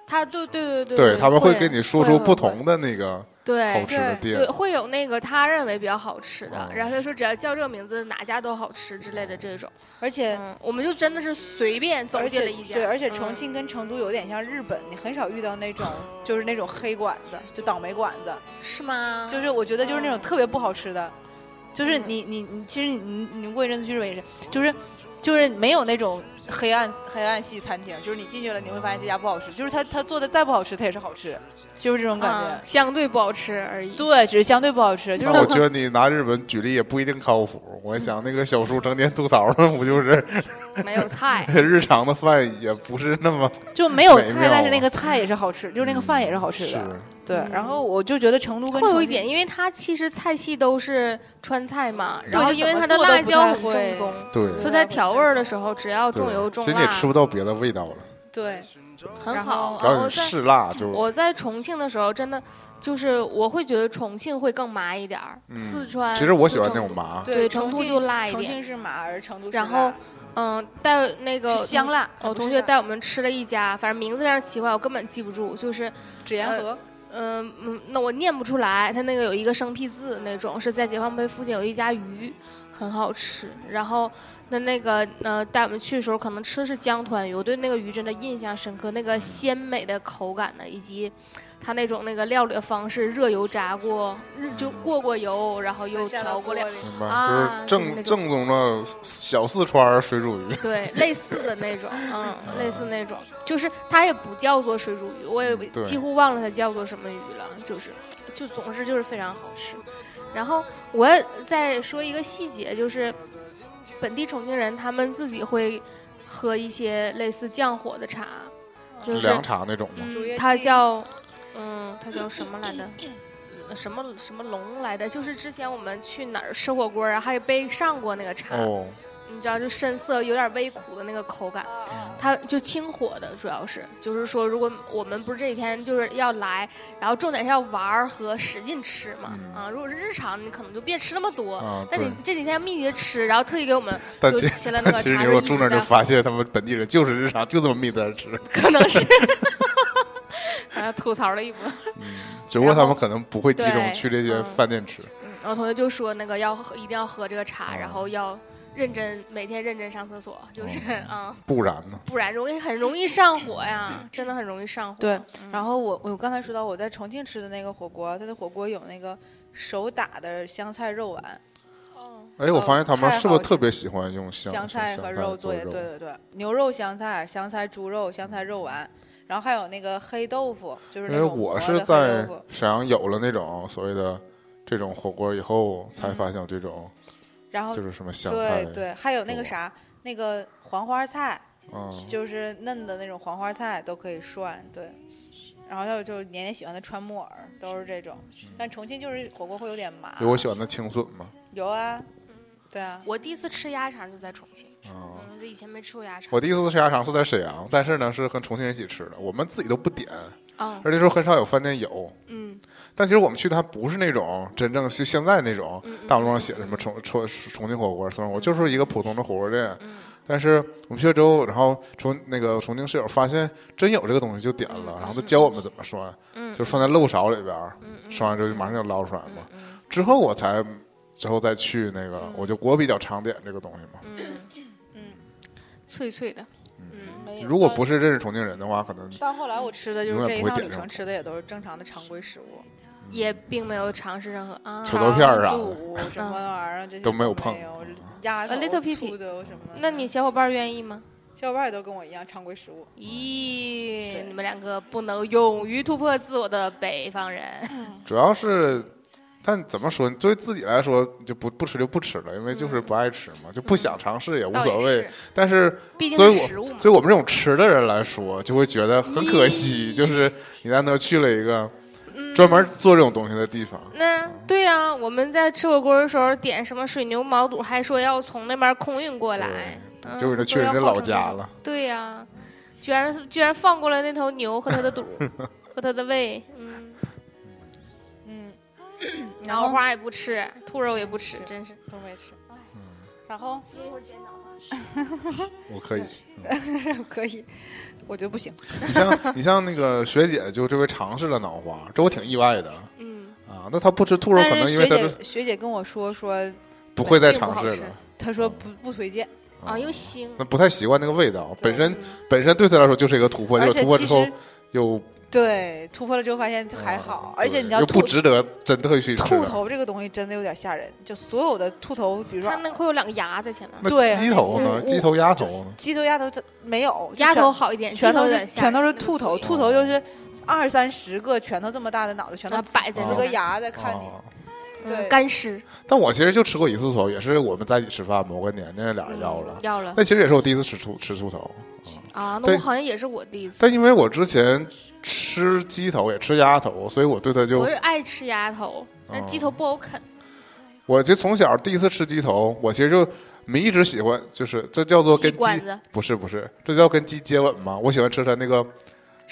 Speaker 4: 他对对对对
Speaker 2: 对他们
Speaker 4: 会
Speaker 2: 会跟你说
Speaker 4: 会
Speaker 2: 出
Speaker 4: 会
Speaker 2: 不同的那个
Speaker 4: 对
Speaker 2: 好吃的
Speaker 4: 对，
Speaker 2: 店？
Speaker 4: 会有那个他认为比较好吃的
Speaker 2: 哦，
Speaker 4: 然后他说只要叫这个名字，哪家都好吃之类的这种。
Speaker 3: 而且
Speaker 4: 嗯，我们就真的是随便走
Speaker 3: 而
Speaker 4: 进了
Speaker 3: 且
Speaker 4: 一家。
Speaker 3: 对，而且
Speaker 4: 嗯
Speaker 3: 重庆跟成都有点像日本，你很少遇到那种就是那种黑馆子，就倒霉馆子。
Speaker 4: 是吗？
Speaker 3: 就是我觉得就是那种特别不好吃的，就是
Speaker 4: 嗯
Speaker 3: 你你你，其实你你你过一阵子去日本也是，就是就是没有那种黑暗黑暗系餐厅，就是你进去了你会发现这家不好吃，就是他他做的再不好吃，他也是好吃，就是这种感
Speaker 4: 啊
Speaker 3: 觉。
Speaker 4: 相对不好吃而已。
Speaker 3: 对，只是相对不好吃，就
Speaker 2: 那我
Speaker 3: 是
Speaker 2: 觉得你拿日本举例也不一定靠谱。我想那个小叔整天吐槽的，不就是。
Speaker 4: 没有菜
Speaker 2: 日常的饭也不是那 么
Speaker 3: 就没有
Speaker 2: 美
Speaker 3: 菜
Speaker 2: 妙，
Speaker 3: 但是
Speaker 2: 啊
Speaker 3: 那个菜也是好吃，就是那个饭也是好吃的。
Speaker 2: 是
Speaker 3: 对，
Speaker 4: 嗯
Speaker 3: 然后我就觉得成都跟
Speaker 4: 会有
Speaker 3: 重
Speaker 4: 一
Speaker 3: 庆
Speaker 4: 点，因为它其实菜系都是川菜嘛，
Speaker 3: 对
Speaker 4: 然后
Speaker 3: 就
Speaker 4: 因为
Speaker 3: 怎么
Speaker 4: 它的
Speaker 3: 做都
Speaker 4: 辣
Speaker 3: 不
Speaker 4: 椒
Speaker 3: 太
Speaker 4: 很正
Speaker 3: 会
Speaker 4: 宗，
Speaker 2: 对
Speaker 4: 所以在调味儿的时候，只要重
Speaker 2: 对，
Speaker 4: 油重
Speaker 2: 其实你
Speaker 4: 辣
Speaker 2: 也，吃不到别的味道了，
Speaker 3: 对，
Speaker 4: 很
Speaker 3: 然
Speaker 4: 好。
Speaker 3: 后
Speaker 2: 然后
Speaker 4: 然后
Speaker 2: 你
Speaker 4: 哦在
Speaker 2: 试辣就
Speaker 4: 我在重庆的时候，真的就是我会觉得重庆会更麻一点儿，
Speaker 2: 嗯
Speaker 4: 四川。
Speaker 2: 其实我喜欢那种。麻，
Speaker 4: 对
Speaker 3: 重
Speaker 4: 成都
Speaker 3: 庆
Speaker 4: 就辣一
Speaker 3: 重
Speaker 4: 点
Speaker 3: 庆是麻，而成都是
Speaker 4: 然
Speaker 3: 辣
Speaker 4: 后嗯，带那个
Speaker 3: 是香。辣。
Speaker 4: 我
Speaker 3: 不
Speaker 4: 同
Speaker 3: 是
Speaker 4: 学
Speaker 3: 辣
Speaker 4: 带我们吃了一家，反正名字上奇怪，我根本记不住，就是
Speaker 3: 脂盐
Speaker 4: 呃
Speaker 3: 河，
Speaker 4: 嗯嗯，那我念不出来，它那个有一个生僻字那种，是在解放碑附近有一家鱼，很好吃。然后那那个呃，带我们去的时候可能吃的是江团鱼，我对那个鱼真的印象深刻，那个鲜美的口感呢，以及它那种那个料理的方式，热油炸过，日就过过油，然后又
Speaker 3: 下
Speaker 4: 调
Speaker 3: 到
Speaker 4: 过
Speaker 3: 锅
Speaker 4: 料，
Speaker 3: 里
Speaker 2: 明白？
Speaker 4: 啊
Speaker 2: 就是
Speaker 4: 就是那
Speaker 2: 正
Speaker 4: 种
Speaker 2: 正宗的小四川水煮鱼，
Speaker 4: 对，类似的那种，嗯，类似那种，就是它也不叫做水煮鱼，我也
Speaker 2: 嗯对
Speaker 4: 几乎忘了它叫做什么鱼了，就是就总之就是非常好吃。然后我再说一个细节，就是本地重庆人他们自己会喝一些类似降火的茶，就是
Speaker 2: 凉茶那种吗？
Speaker 3: 竹叶
Speaker 4: 嗯，它
Speaker 3: 青
Speaker 4: 叫嗯，它叫什么来着？呃什么什么龙来着？就是之前我们去哪儿吃火锅啊，还被上过那个茶，
Speaker 2: 哦，
Speaker 4: 你知道，就深色有点微苦的那个口感，
Speaker 2: 嗯
Speaker 4: 它就清火的，主要是就是说，如果我们不是这几天就是要来，然后重点是要玩儿和使劲吃嘛，
Speaker 2: 嗯
Speaker 4: 啊，如果是日常，你可能就别吃那么多。
Speaker 2: 啊，
Speaker 4: 但
Speaker 2: 对
Speaker 4: 你。这几天密集地吃，然后特意给我们
Speaker 2: 但
Speaker 4: 就
Speaker 2: 其实
Speaker 4: 切了那
Speaker 2: 但
Speaker 4: 个
Speaker 2: 其实
Speaker 4: 茶
Speaker 2: 你
Speaker 4: 叶
Speaker 2: 如果
Speaker 4: 一
Speaker 2: 住
Speaker 4: 直
Speaker 2: 那儿就
Speaker 4: 在
Speaker 2: 发现他们本地人就是日常就这么密在那儿吃，
Speaker 4: 可能 是，然后吐槽了一波。
Speaker 2: 只不过他
Speaker 4: 然后
Speaker 2: 们可能不会集中
Speaker 4: 对
Speaker 2: 去这些
Speaker 4: 嗯
Speaker 2: 饭店吃。
Speaker 4: 嗯然后同学就说那个要喝，一定要喝这个茶，
Speaker 2: 哦
Speaker 4: 然后要认真每天认真上厕所，就是啊、
Speaker 2: 不然呢？
Speaker 4: 不然容易很容易上火呀，真的很容易上火。
Speaker 3: 对
Speaker 4: 嗯
Speaker 3: 然后我我刚才说到我在重庆吃的那个火锅，它的火锅有那个手打的香菜肉丸，
Speaker 4: 哦
Speaker 2: 哎，我
Speaker 3: 哦
Speaker 2: 发现他们
Speaker 3: 太
Speaker 2: 是不是
Speaker 3: 好
Speaker 2: 特别喜欢用香
Speaker 3: 香菜和肉
Speaker 2: 做
Speaker 3: 做的，对对对，牛肉香菜、香菜猪肉、香菜肉丸，然后还有那个黑豆腐，就是
Speaker 2: 因
Speaker 3: 那
Speaker 2: 为嗯
Speaker 3: 种
Speaker 2: 哎我
Speaker 3: 磨
Speaker 2: 是
Speaker 3: 的黑
Speaker 2: 在
Speaker 3: 豆腐。
Speaker 2: 沈阳有了那种所谓的这种火锅以后，才发现有这种
Speaker 3: 然后
Speaker 2: 就是什么香菜
Speaker 3: 嗯哦对，对，还有那个
Speaker 2: 多
Speaker 3: 啥，那个黄花菜，
Speaker 2: 嗯，
Speaker 3: 就是嫩的那种黄花菜都可以涮，对。然后还有就是年年喜欢的川木耳，都是这种。但重庆就是火锅会有点麻。
Speaker 2: 有我喜欢的青笋嘛，
Speaker 3: 有啊，对啊，
Speaker 4: 嗯我第一次吃鸭肠就在重庆，
Speaker 2: 嗯。
Speaker 4: 嗯，就以前没吃过鸭肠。
Speaker 2: 我第一次吃鸭肠是在沈阳，但是呢是跟重庆人一起吃的，我们自己都不点，
Speaker 4: 嗯
Speaker 2: 而且说很少有饭店有。
Speaker 4: 嗯
Speaker 2: 但其实我们去它不是那种真正就现在那种
Speaker 4: 嗯嗯
Speaker 2: 大红上写的什么重重重庆火锅，虽然我就是一个普通的火锅店，
Speaker 4: 嗯
Speaker 2: 但是我们去了之后，然后重那个重庆室友发现真有这个东西就点了，然后就教我们怎么涮，
Speaker 4: 嗯
Speaker 2: 就涮在漏勺里边儿，
Speaker 4: 嗯嗯
Speaker 2: 涮完之后就马上就捞出来嘛。
Speaker 4: 嗯
Speaker 2: 之后我才之后再去那个，我就我比较常点这个东西嘛。
Speaker 4: 嗯，
Speaker 3: 嗯，
Speaker 4: 脆脆的，嗯
Speaker 3: 没有啊
Speaker 2: 如果
Speaker 3: 到
Speaker 2: 不是认识重庆人的话，可能
Speaker 3: 到后来我吃的就
Speaker 2: 永
Speaker 3: 是
Speaker 2: 远
Speaker 3: 这一
Speaker 2: 不会
Speaker 3: 趟
Speaker 2: 点
Speaker 3: 旅
Speaker 2: 上
Speaker 3: 程吃的也都是正常的常规食物，
Speaker 4: 也并没有尝试任何啊。
Speaker 2: 土豆片儿啥
Speaker 3: 糖
Speaker 2: 的
Speaker 3: 肚什么玩意儿这些
Speaker 2: 都没有
Speaker 3: 有
Speaker 2: 碰嗯
Speaker 3: 鸭
Speaker 4: 呃
Speaker 3: 头、
Speaker 4: little pity
Speaker 3: 兔头什么的。
Speaker 4: 那你小伙伴愿意吗？
Speaker 3: 小伙伴也都跟我一样常规食物，
Speaker 4: 咦
Speaker 3: 对，
Speaker 4: 你们两个不能勇于突破自我的北方人。
Speaker 2: 主要是，但怎么说，作为自己来说，就不不吃就不吃了，因为就是不爱吃嘛，就不想尝试也无
Speaker 4: 嗯倒
Speaker 2: 所
Speaker 4: 也
Speaker 2: 谓
Speaker 4: 是。，
Speaker 2: 但是，
Speaker 4: 毕竟
Speaker 2: 所
Speaker 4: 是
Speaker 2: 以
Speaker 4: 食物
Speaker 2: 我
Speaker 4: 嘛。
Speaker 2: 所以我们这种吃的人来说，就会觉得很可惜，就是你难得去了一个
Speaker 4: 嗯
Speaker 2: 专门做这种东西的地方，
Speaker 4: 那对呀、我们在吃火锅的时候点什么水牛毛肚，还说要从那边空运过来，嗯
Speaker 2: 结果就去人家老家。了。
Speaker 4: 都要号称这个对呀、居然居然放过了那头牛和它 的肚和它的胃，嗯，
Speaker 3: 嗯， 然
Speaker 4: 脑
Speaker 3: 后
Speaker 4: 花也哎不吃，兔肉也不吃，真是。
Speaker 3: 都没吃，然后
Speaker 2: 我可以，
Speaker 3: 可以，我觉得不行。
Speaker 2: 你像 你像那个学姐，就这回尝试了脑花，这我挺意外的
Speaker 4: 嗯，
Speaker 2: 啊。那她不吃兔肉，可
Speaker 3: 但
Speaker 2: 能
Speaker 3: 是
Speaker 2: 因为
Speaker 3: 学
Speaker 2: 她是
Speaker 3: 姐学姐跟我说说，
Speaker 2: 不会再
Speaker 4: 并不
Speaker 2: 尝
Speaker 4: 好
Speaker 2: 试
Speaker 4: 吃
Speaker 2: 了，
Speaker 3: 她说不不推荐，
Speaker 4: 啊，因为腥。
Speaker 2: 嗯那不太习惯那个味道，本身
Speaker 4: 嗯
Speaker 2: 本身对他来说就是一个突破，结
Speaker 3: 而
Speaker 2: 果
Speaker 3: 且
Speaker 2: 突破之
Speaker 3: 其
Speaker 2: 后
Speaker 3: 实
Speaker 2: 又
Speaker 3: 对突破了之后发现就还好，而且你知道
Speaker 2: 嗯又
Speaker 3: 兔
Speaker 2: 不值得真的去吃的
Speaker 3: 兔，头这个东西真的有点吓人，就所有的兔头，比如
Speaker 4: 它
Speaker 3: 说
Speaker 4: 那会有两个牙在前面，
Speaker 2: 那
Speaker 3: 对
Speaker 2: 鸡头呢？
Speaker 3: 嗯
Speaker 2: 鸡头、鸭头呢？
Speaker 3: 鸡头、鸭头它没有，就
Speaker 4: 鸭
Speaker 3: 全
Speaker 4: 头好一点，
Speaker 3: 全
Speaker 4: 鸡头
Speaker 3: 都
Speaker 4: 有
Speaker 3: 是
Speaker 4: 点吓
Speaker 3: 全都
Speaker 4: 人
Speaker 3: 是兔头，
Speaker 4: 那个
Speaker 3: 兔头就是二三十个拳头这么大的脑袋，全
Speaker 4: 啊
Speaker 3: 都
Speaker 4: 摆在
Speaker 3: 四
Speaker 2: 那
Speaker 3: 个
Speaker 4: 边
Speaker 3: 牙在看你。
Speaker 2: 啊！
Speaker 3: 对
Speaker 4: 嘴嗯干尸
Speaker 2: 但我其实就吃过一次兔头，也是我们在一起吃饭嘛，我跟年年俩人要了
Speaker 4: 嗯。要了
Speaker 2: 那其实也是我第一次吃兔吃兔头，
Speaker 4: 啊！那
Speaker 2: 对
Speaker 4: 我好像也是我第一次，
Speaker 2: 但因为我之前吃鸡头也吃鸭头，所以我对它就
Speaker 4: 我是爱吃鸭头，但鸡头不好啃。
Speaker 2: 我就从小第一次吃鸡头，我其实就没一直喜欢，就是这叫做
Speaker 4: 鸡
Speaker 2: 跟
Speaker 4: 管
Speaker 2: 鸡
Speaker 4: 子、
Speaker 2: 不是不是，这叫跟鸡接吻吗？我喜欢吃它那个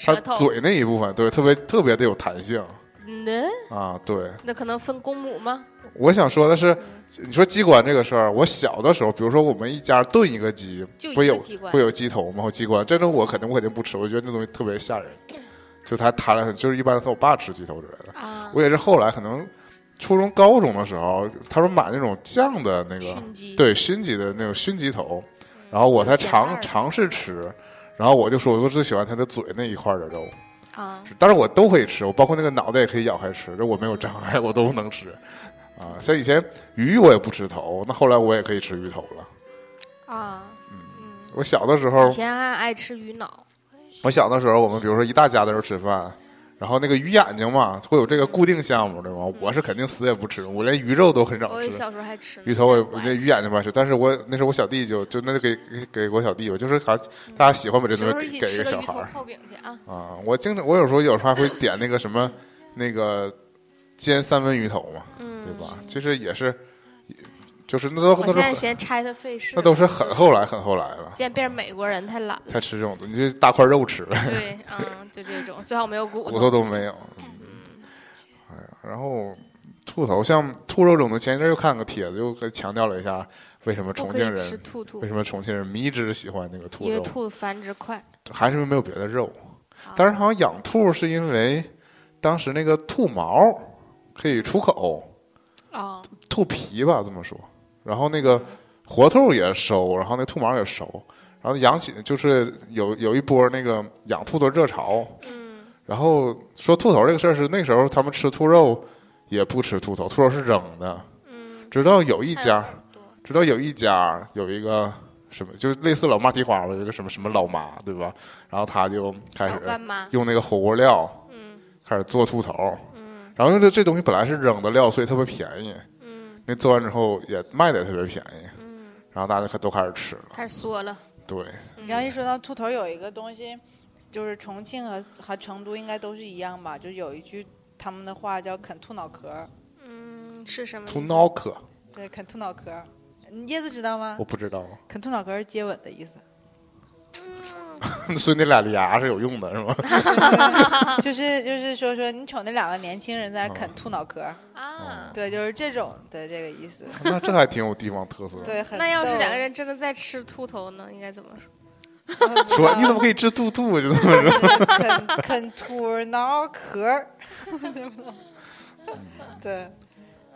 Speaker 2: 它
Speaker 4: 舌头，
Speaker 2: 嘴那一部分，对，特别特别的有弹性
Speaker 4: 嗯，
Speaker 2: 啊。对，
Speaker 4: 那可能分公母吗？
Speaker 2: 我想说的是，你说鸡冠这个事儿，我小的时候，比如说我们一家炖一个鸡，
Speaker 4: 就一
Speaker 2: 不
Speaker 4: 个
Speaker 2: 有
Speaker 4: 鸡冠
Speaker 2: 会有鸡头吗？或鸡冠，这种我肯定我肯定不吃，我觉得那东西特别吓人。就他谈了，就是一般和我爸吃鸡头之类的。
Speaker 4: 啊，
Speaker 2: 我也是后来可能初中、高中的时候，他说买那种酱的那个，
Speaker 4: 熏鸡，
Speaker 2: 对熏鸡的那种熏鸡头，
Speaker 4: 嗯
Speaker 2: 然后我才
Speaker 4: 有咸淡
Speaker 2: 尝
Speaker 4: 的啊
Speaker 2: 尝试吃，然后我就说，我说只喜欢它的嘴那一块儿的肉。
Speaker 4: 啊，
Speaker 2: 但是我都可以吃，我包括那个脑袋也可以咬开吃，这我没有障碍，我都能吃。啊，像以前鱼我也不吃头，那后来我也可以吃鱼头了。
Speaker 4: 啊，嗯，
Speaker 2: 我小的时候
Speaker 4: 以，前还爱吃鱼脑，
Speaker 2: 我小的时候，我们比如说一大家子人吃饭，然后那个鱼眼睛嘛，会有这个固定项目对吗？我是肯定死也不吃，我连鱼肉都很少
Speaker 4: 我
Speaker 2: 吃。
Speaker 4: 小时候还吃呢
Speaker 2: 鱼头我也
Speaker 4: 现在不爱
Speaker 2: 那鱼眼睛不爱吃，但是我那时候我小弟就就那就给给给我小弟吧，就是好像大家喜欢把这
Speaker 4: 什么时候
Speaker 2: 东
Speaker 4: 一
Speaker 2: 西
Speaker 4: 起
Speaker 2: 给给一
Speaker 4: 吃
Speaker 2: 个
Speaker 4: 个
Speaker 2: 小
Speaker 4: 鱼
Speaker 2: 孩
Speaker 4: 头
Speaker 2: 儿。
Speaker 4: 泡饼去啊？
Speaker 2: 啊，我经常我有时候有时候还会点那个什么那个煎三文鱼头嘛，
Speaker 4: 嗯
Speaker 2: 对吧？其实也是，就是那都
Speaker 4: 我
Speaker 2: 那
Speaker 4: 现
Speaker 2: 都
Speaker 4: 在
Speaker 2: 是很
Speaker 4: 嫌拆的费事
Speaker 2: 那，都是很后来很后来了，
Speaker 4: 现在变成美国人太 懒了。
Speaker 2: 才吃这种东西，你就大块肉吃呗，
Speaker 4: 对，嗯，就这种，最好没有骨
Speaker 2: 骨头都没有。嗯，哎呀，然后兔头像兔肉这种东西，前一阵又看个帖子，又给强调了一下为什么
Speaker 4: 不
Speaker 2: 重
Speaker 4: 可
Speaker 2: 庆
Speaker 4: 以吃
Speaker 2: 人
Speaker 4: 兔兔
Speaker 2: 为，什么重庆人迷之喜欢那个兔
Speaker 4: 因为
Speaker 2: 肉，
Speaker 4: 兔繁殖快。
Speaker 2: 还是因为没有别的肉。
Speaker 4: 啊
Speaker 2: 当时好像养兔是因为当时那个兔毛可以出口，
Speaker 4: 啊，
Speaker 2: 兔皮吧这么说，然后那个活兔也收，然后那兔毛也收，然后养起就是有有一波那个养兔的热潮，
Speaker 4: 嗯，
Speaker 2: 然后说兔头这个事儿是那时候他们吃兔肉也不吃兔头，兔肉是扔的，
Speaker 4: 嗯，
Speaker 2: 直到有一
Speaker 4: 看
Speaker 2: 家
Speaker 4: 着耳朵
Speaker 2: 直到有一家有一个什么，就类似老妈蹄花吧，有一个什么什么老妈对吧，然后他就开
Speaker 4: 老
Speaker 2: 始
Speaker 4: 干妈，
Speaker 2: 用那个火锅料。
Speaker 4: 嗯
Speaker 2: 开始做兔头，
Speaker 4: 嗯
Speaker 2: 然后这这东西本来是扔的料，所以特别便宜。
Speaker 4: 嗯
Speaker 2: 那做完之后也卖的也特别便宜，
Speaker 4: 嗯，
Speaker 2: 然后大家就都开始吃了。
Speaker 4: 开始缩了。
Speaker 2: 对，
Speaker 3: 你刚才一说到兔头，有一个东西，就是重庆和和成都应该都是一样吧？就有一句他们的话叫“啃兔脑壳儿
Speaker 4: 嗯，是什么意思？
Speaker 2: 兔脑壳”，
Speaker 3: 对，啃兔脑壳儿。你叶子知道吗
Speaker 2: 我？不知道，
Speaker 3: 啃兔脑壳儿是接吻的意思，
Speaker 2: 所以那俩牙是有用的，是吗？
Speaker 4: 啊
Speaker 3: 就是就是说说你瞅那两个年轻人
Speaker 2: 哦
Speaker 3: 在那啃兔脑壳儿，
Speaker 4: 啊。
Speaker 3: 对，就是这种的这个意思。
Speaker 2: 那这还挺有地方特色。
Speaker 3: 对，很
Speaker 4: 那要是
Speaker 3: 逗
Speaker 4: 两 个，人真的在吃兔头呢，应该怎么说？
Speaker 2: 说你怎么可以吃兔兔？啊就这么 说。
Speaker 3: 啃啃兔脑壳 儿，对，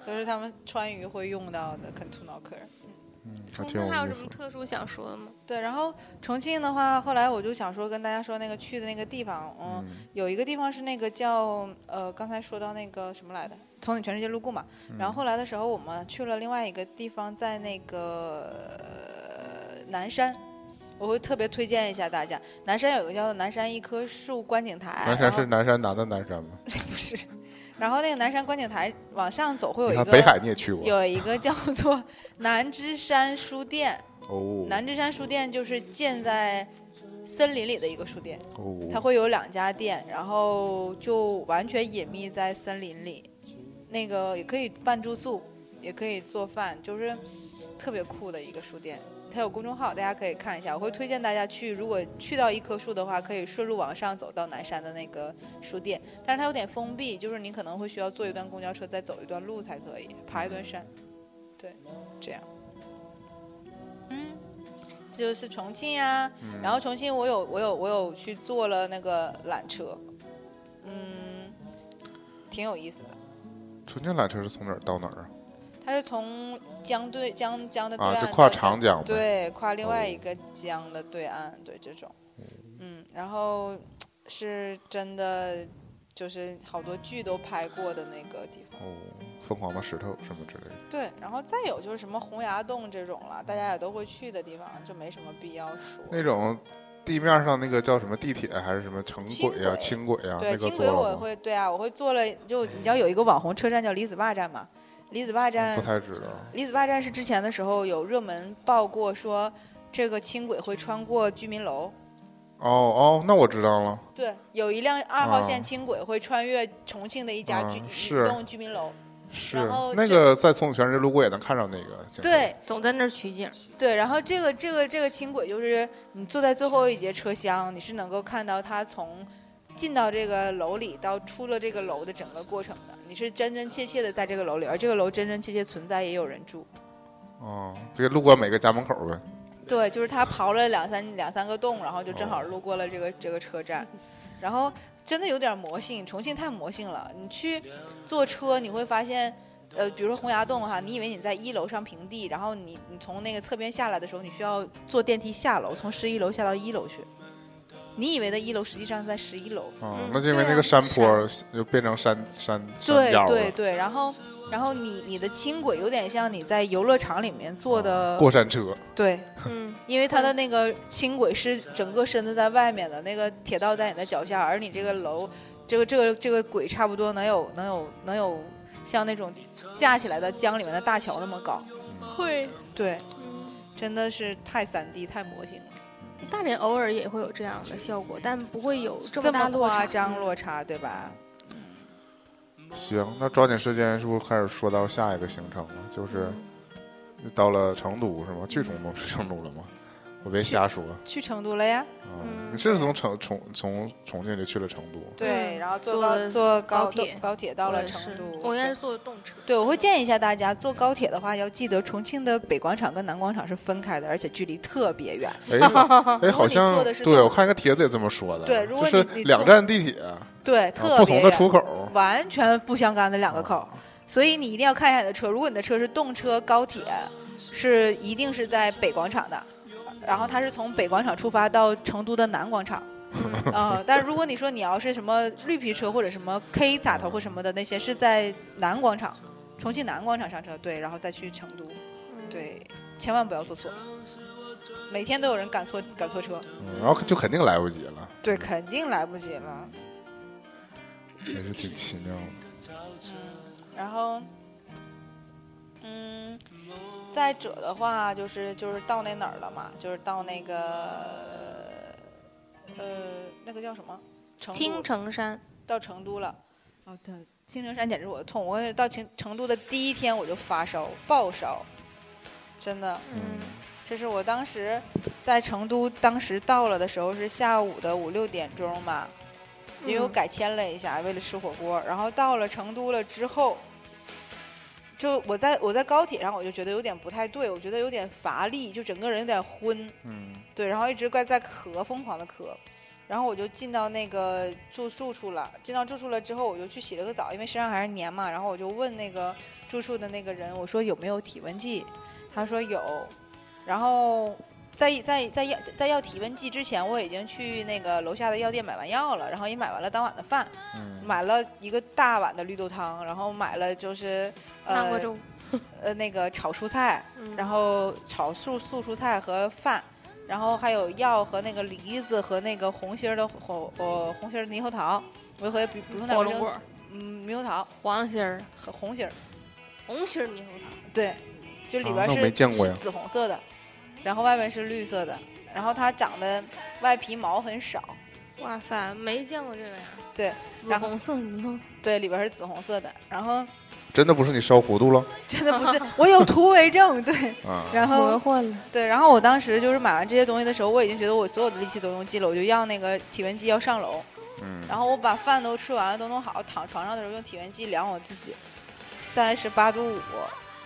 Speaker 3: 就是他们川渝会用到的啃兔脑壳儿。
Speaker 2: 还
Speaker 4: 重
Speaker 2: 挺有
Speaker 4: 庆还有
Speaker 2: 意
Speaker 4: 什
Speaker 2: 思
Speaker 4: 么。特殊想说的吗？
Speaker 3: 对，然后重庆的话，后来我就想说跟大家说那个去的那个地方，嗯，
Speaker 2: 嗯，
Speaker 3: 有一个地方是那个叫呃，刚才说到那个什么来的，从你全世界路过嘛。
Speaker 2: 嗯
Speaker 3: 然后后来的时候，我们去了另外一个地方，在那个、呃南山，我会特别推荐一下大家。南山有一个叫做南山一棵树观景台，
Speaker 2: 南
Speaker 3: 然
Speaker 2: 山
Speaker 3: 后
Speaker 2: 是南山南的南山吗？
Speaker 3: 不是？然后那个南山观景台往上走会有
Speaker 2: 你
Speaker 3: 一
Speaker 2: 看
Speaker 3: 个
Speaker 2: 北海啊你也去过
Speaker 3: 有一个叫做 南芝山书店，
Speaker 2: 哦
Speaker 3: 南芝山书店就是建在森林里的一个书店，它
Speaker 2: 哦，
Speaker 3: 会有两家店，然后就完全隐秘在森林里。那个也可以办住宿，也可以做饭，就是特别酷的一个书店。它有公众号，大家可以看一下。我会推荐大家去，如果去到一棵树的话，可以顺路往上走到南山的那个书店，但是它有点封闭，就是你可能会需要坐一段公交车，再走一段路才可以，爬一段山。对，这样。嗯，这就是重庆呀、
Speaker 2: 嗯
Speaker 3: 然后重庆我有我有我有去坐了那个缆车，嗯，挺有意思的。
Speaker 2: 重庆缆车是从哪儿到哪儿啊？
Speaker 3: 它是从江对江江的对
Speaker 2: 啊，
Speaker 3: 岸
Speaker 2: 就跨
Speaker 3: 到
Speaker 2: 长江呗。
Speaker 3: 对跨另外
Speaker 2: 哦
Speaker 3: 一个江的对岸，对这种，嗯，然后是真的就是好多剧都拍过的那个地方，
Speaker 2: 哦，疯狂的石头什么之类的。
Speaker 3: 对，然后再有就是什么洪崖洞这种了，大家也都会去的地方，就没什么必要说。
Speaker 2: 那种地面上那个叫什么地铁还是什么城轨啊、轻
Speaker 3: 轻
Speaker 2: 轨啊，
Speaker 3: 对，
Speaker 2: 那个
Speaker 3: 轻
Speaker 2: 坐
Speaker 3: 轨我
Speaker 2: 了
Speaker 3: 也
Speaker 2: 吗？
Speaker 3: 会，对啊，我会坐了。就你知道有一个网红车站叫李子坝站嘛？李子坝站
Speaker 2: 哎嗯不，太知道。
Speaker 3: 李子坝站是之前的时候有热门报过说这个轻轨会穿过居民楼。
Speaker 2: 哦哦，那我知道了。
Speaker 3: 对，有一辆二号线
Speaker 2: 啊
Speaker 3: 轻轨会穿越重庆的一家居
Speaker 2: 啊
Speaker 3: 一
Speaker 2: 是
Speaker 3: 栋居民楼。
Speaker 2: 是
Speaker 3: 然后
Speaker 2: 那
Speaker 3: 这
Speaker 2: 个在从全世界路过也能看到那个。景色，
Speaker 3: 对
Speaker 1: 总在那儿取景。
Speaker 3: 对，然后这个这个这个轻轨就是你坐在最后一节车厢，你是能够看到它从进到这个楼里到出了这个楼的整个过程的，你是真真切切的在这个楼里，而这个楼真真切切存在，也有人住。
Speaker 2: 哦，这个路过每个家门口呗。
Speaker 3: 对，就是他刨了两三两三个洞，然后就
Speaker 2: 哦
Speaker 3: 正好路过了这个这个车站，然后真的有点魔性，重庆太魔性了。你去坐车，你会发现，呃，比如说洪崖洞哈，你以为你在一楼上平地，然后你你从那个侧边下来的时候，你需要坐电梯下楼，从十一楼下到一楼去。你以为的一楼，实际上在十一楼。
Speaker 2: 啊、
Speaker 4: 嗯
Speaker 2: 那就因为
Speaker 4: 对啊
Speaker 2: 那个山坡就变成山山山
Speaker 3: 对
Speaker 2: 腰
Speaker 3: 对
Speaker 2: 了，哦
Speaker 3: 对，然后然后你你的轻轨有点像你在游乐场里面坐的，
Speaker 2: 过山车。
Speaker 3: 对，
Speaker 4: 嗯，
Speaker 3: 因为它的那个轻轨是整个身子在外面的，那个铁道在你的脚下，而你这个楼。这个这个这个轨差不多能有能有能有像那种架起来的江里面的大桥那么高，
Speaker 1: 会。
Speaker 3: 对，真的是太三 D 太模型了，
Speaker 4: 大连偶尔也会有这样的效果，但不会有
Speaker 3: 这
Speaker 4: 这么大
Speaker 3: 么
Speaker 4: 落
Speaker 3: 夸
Speaker 4: 差。
Speaker 3: 张落差对吧？
Speaker 2: 行，那抓紧时间，是不是开始说到下一个行程了？嗯就是
Speaker 3: 嗯
Speaker 2: 到了成都是吗？去成都是成都了吗？我别瞎说
Speaker 3: 去成都了呀，
Speaker 2: 啊！
Speaker 4: 嗯
Speaker 2: 你是从成重从重庆就去了成 都？
Speaker 3: 对，然后坐
Speaker 4: 嗯坐
Speaker 3: 高
Speaker 4: 了
Speaker 3: 坐高
Speaker 4: 高铁
Speaker 3: 高铁到了
Speaker 4: 我也
Speaker 3: 成
Speaker 4: 是
Speaker 3: 都，
Speaker 4: 我应该
Speaker 3: 对
Speaker 4: 是坐动车。
Speaker 3: 对，我会建议一下大家，坐高铁的话要记得重庆的北广场跟南广场是分开的，而且距离特别远。
Speaker 2: 哎哎，
Speaker 3: 你
Speaker 2: 好像
Speaker 3: 坐的是
Speaker 2: 对
Speaker 3: 高
Speaker 2: 我看一个帖子也这么说的，
Speaker 3: 对如
Speaker 2: 就
Speaker 3: 果
Speaker 2: 是
Speaker 3: 你你
Speaker 2: 两
Speaker 3: 坐
Speaker 2: 站地铁，啊
Speaker 3: 对，特别
Speaker 2: 不
Speaker 3: 啊远、
Speaker 2: 同的出口。
Speaker 3: 完全不相干的两个口，所以你一定要看一下你的车。如果你的车是动车、高铁，是一定是在北广场的，然后它是从北广场出发到成都的南广场。啊、但如果你说你要是什么绿皮车或者什么 K 打头或什么的那些，是在南广场，重庆南广场上车，对，然后再去成都，
Speaker 4: 嗯，
Speaker 3: 对，千万不要坐错。每天都有人赶错赶错车，
Speaker 2: 嗯然后就肯定来不及了，
Speaker 3: 对，肯定来不及了。
Speaker 2: 也是挺奇妙的。
Speaker 4: 嗯
Speaker 3: 嗯然后，嗯，再者的话，就是就是到那哪儿了嘛，就是到那个呃那个叫什么成
Speaker 4: 青
Speaker 3: 都，
Speaker 4: 城山，
Speaker 3: 到成都了。
Speaker 1: 好的，
Speaker 3: 青城山简直我的痛！我也是到成成都的第一天我就发烧，爆烧，真的。
Speaker 4: 嗯，
Speaker 3: 这是我当时在成都，当时到了的时候是下午的五六点钟吧，因为我
Speaker 4: 嗯
Speaker 3: 改签了一下，为了吃火锅。然后到了成都了之后，就我在我在高铁上，我就觉得有点不太对，我觉得有点乏力，就整个人有点昏，
Speaker 2: 嗯
Speaker 3: 对，然后一直怪在咳，疯狂的咳。然后我就进到那个住住处了，进到住处了之后，我就去洗了个澡，因为身上还是黏嘛。然后我就问那个住处的那个人，我说有没有体温计？他说有。然后在在在要在要体温计之前，我已经去那个楼下的药店买完药了，然后也买完了当晚的饭，
Speaker 2: 嗯，
Speaker 3: 买了一个大碗的绿豆汤，然后买了就是
Speaker 4: 南
Speaker 3: 呃
Speaker 4: 瓜粥，
Speaker 3: 呃那个炒蔬菜，
Speaker 4: 嗯
Speaker 3: 然后炒素素蔬菜和饭，然后还有药和那个梨子和那个红心儿的红呃红心儿的猕猴桃，我和比比如那
Speaker 4: 火龙果、
Speaker 3: 嗯猕猴桃
Speaker 4: 黄心儿、
Speaker 3: 和红心儿，
Speaker 4: 红心儿猕猴桃，
Speaker 3: 对，就里
Speaker 2: 啊
Speaker 3: 边
Speaker 2: 那
Speaker 3: 是、
Speaker 2: 我没见过
Speaker 3: 是
Speaker 2: 呀
Speaker 3: 紫红色的，然后外面是绿色的，然后它长得外皮毛很少，
Speaker 4: 哇塞，没见过这个呀！
Speaker 3: 对，
Speaker 4: 紫
Speaker 3: 然后
Speaker 4: 红色猕猴
Speaker 3: 对里边是紫红色的，然后
Speaker 2: 真的不是你烧糊涂了
Speaker 3: 真的不是我有图为证，对，
Speaker 2: 啊？
Speaker 3: 然
Speaker 4: 桃，
Speaker 3: 后
Speaker 4: 魔幻了，
Speaker 3: 对，然后我当时就是买完这些东西的时候，我已经觉得我所有的力气都用尽了，我就让那个体温计要上楼。
Speaker 2: 嗯，
Speaker 3: 然后我把饭都吃完了，都弄好，躺床上的时候用体温计量我自己，三十八度五，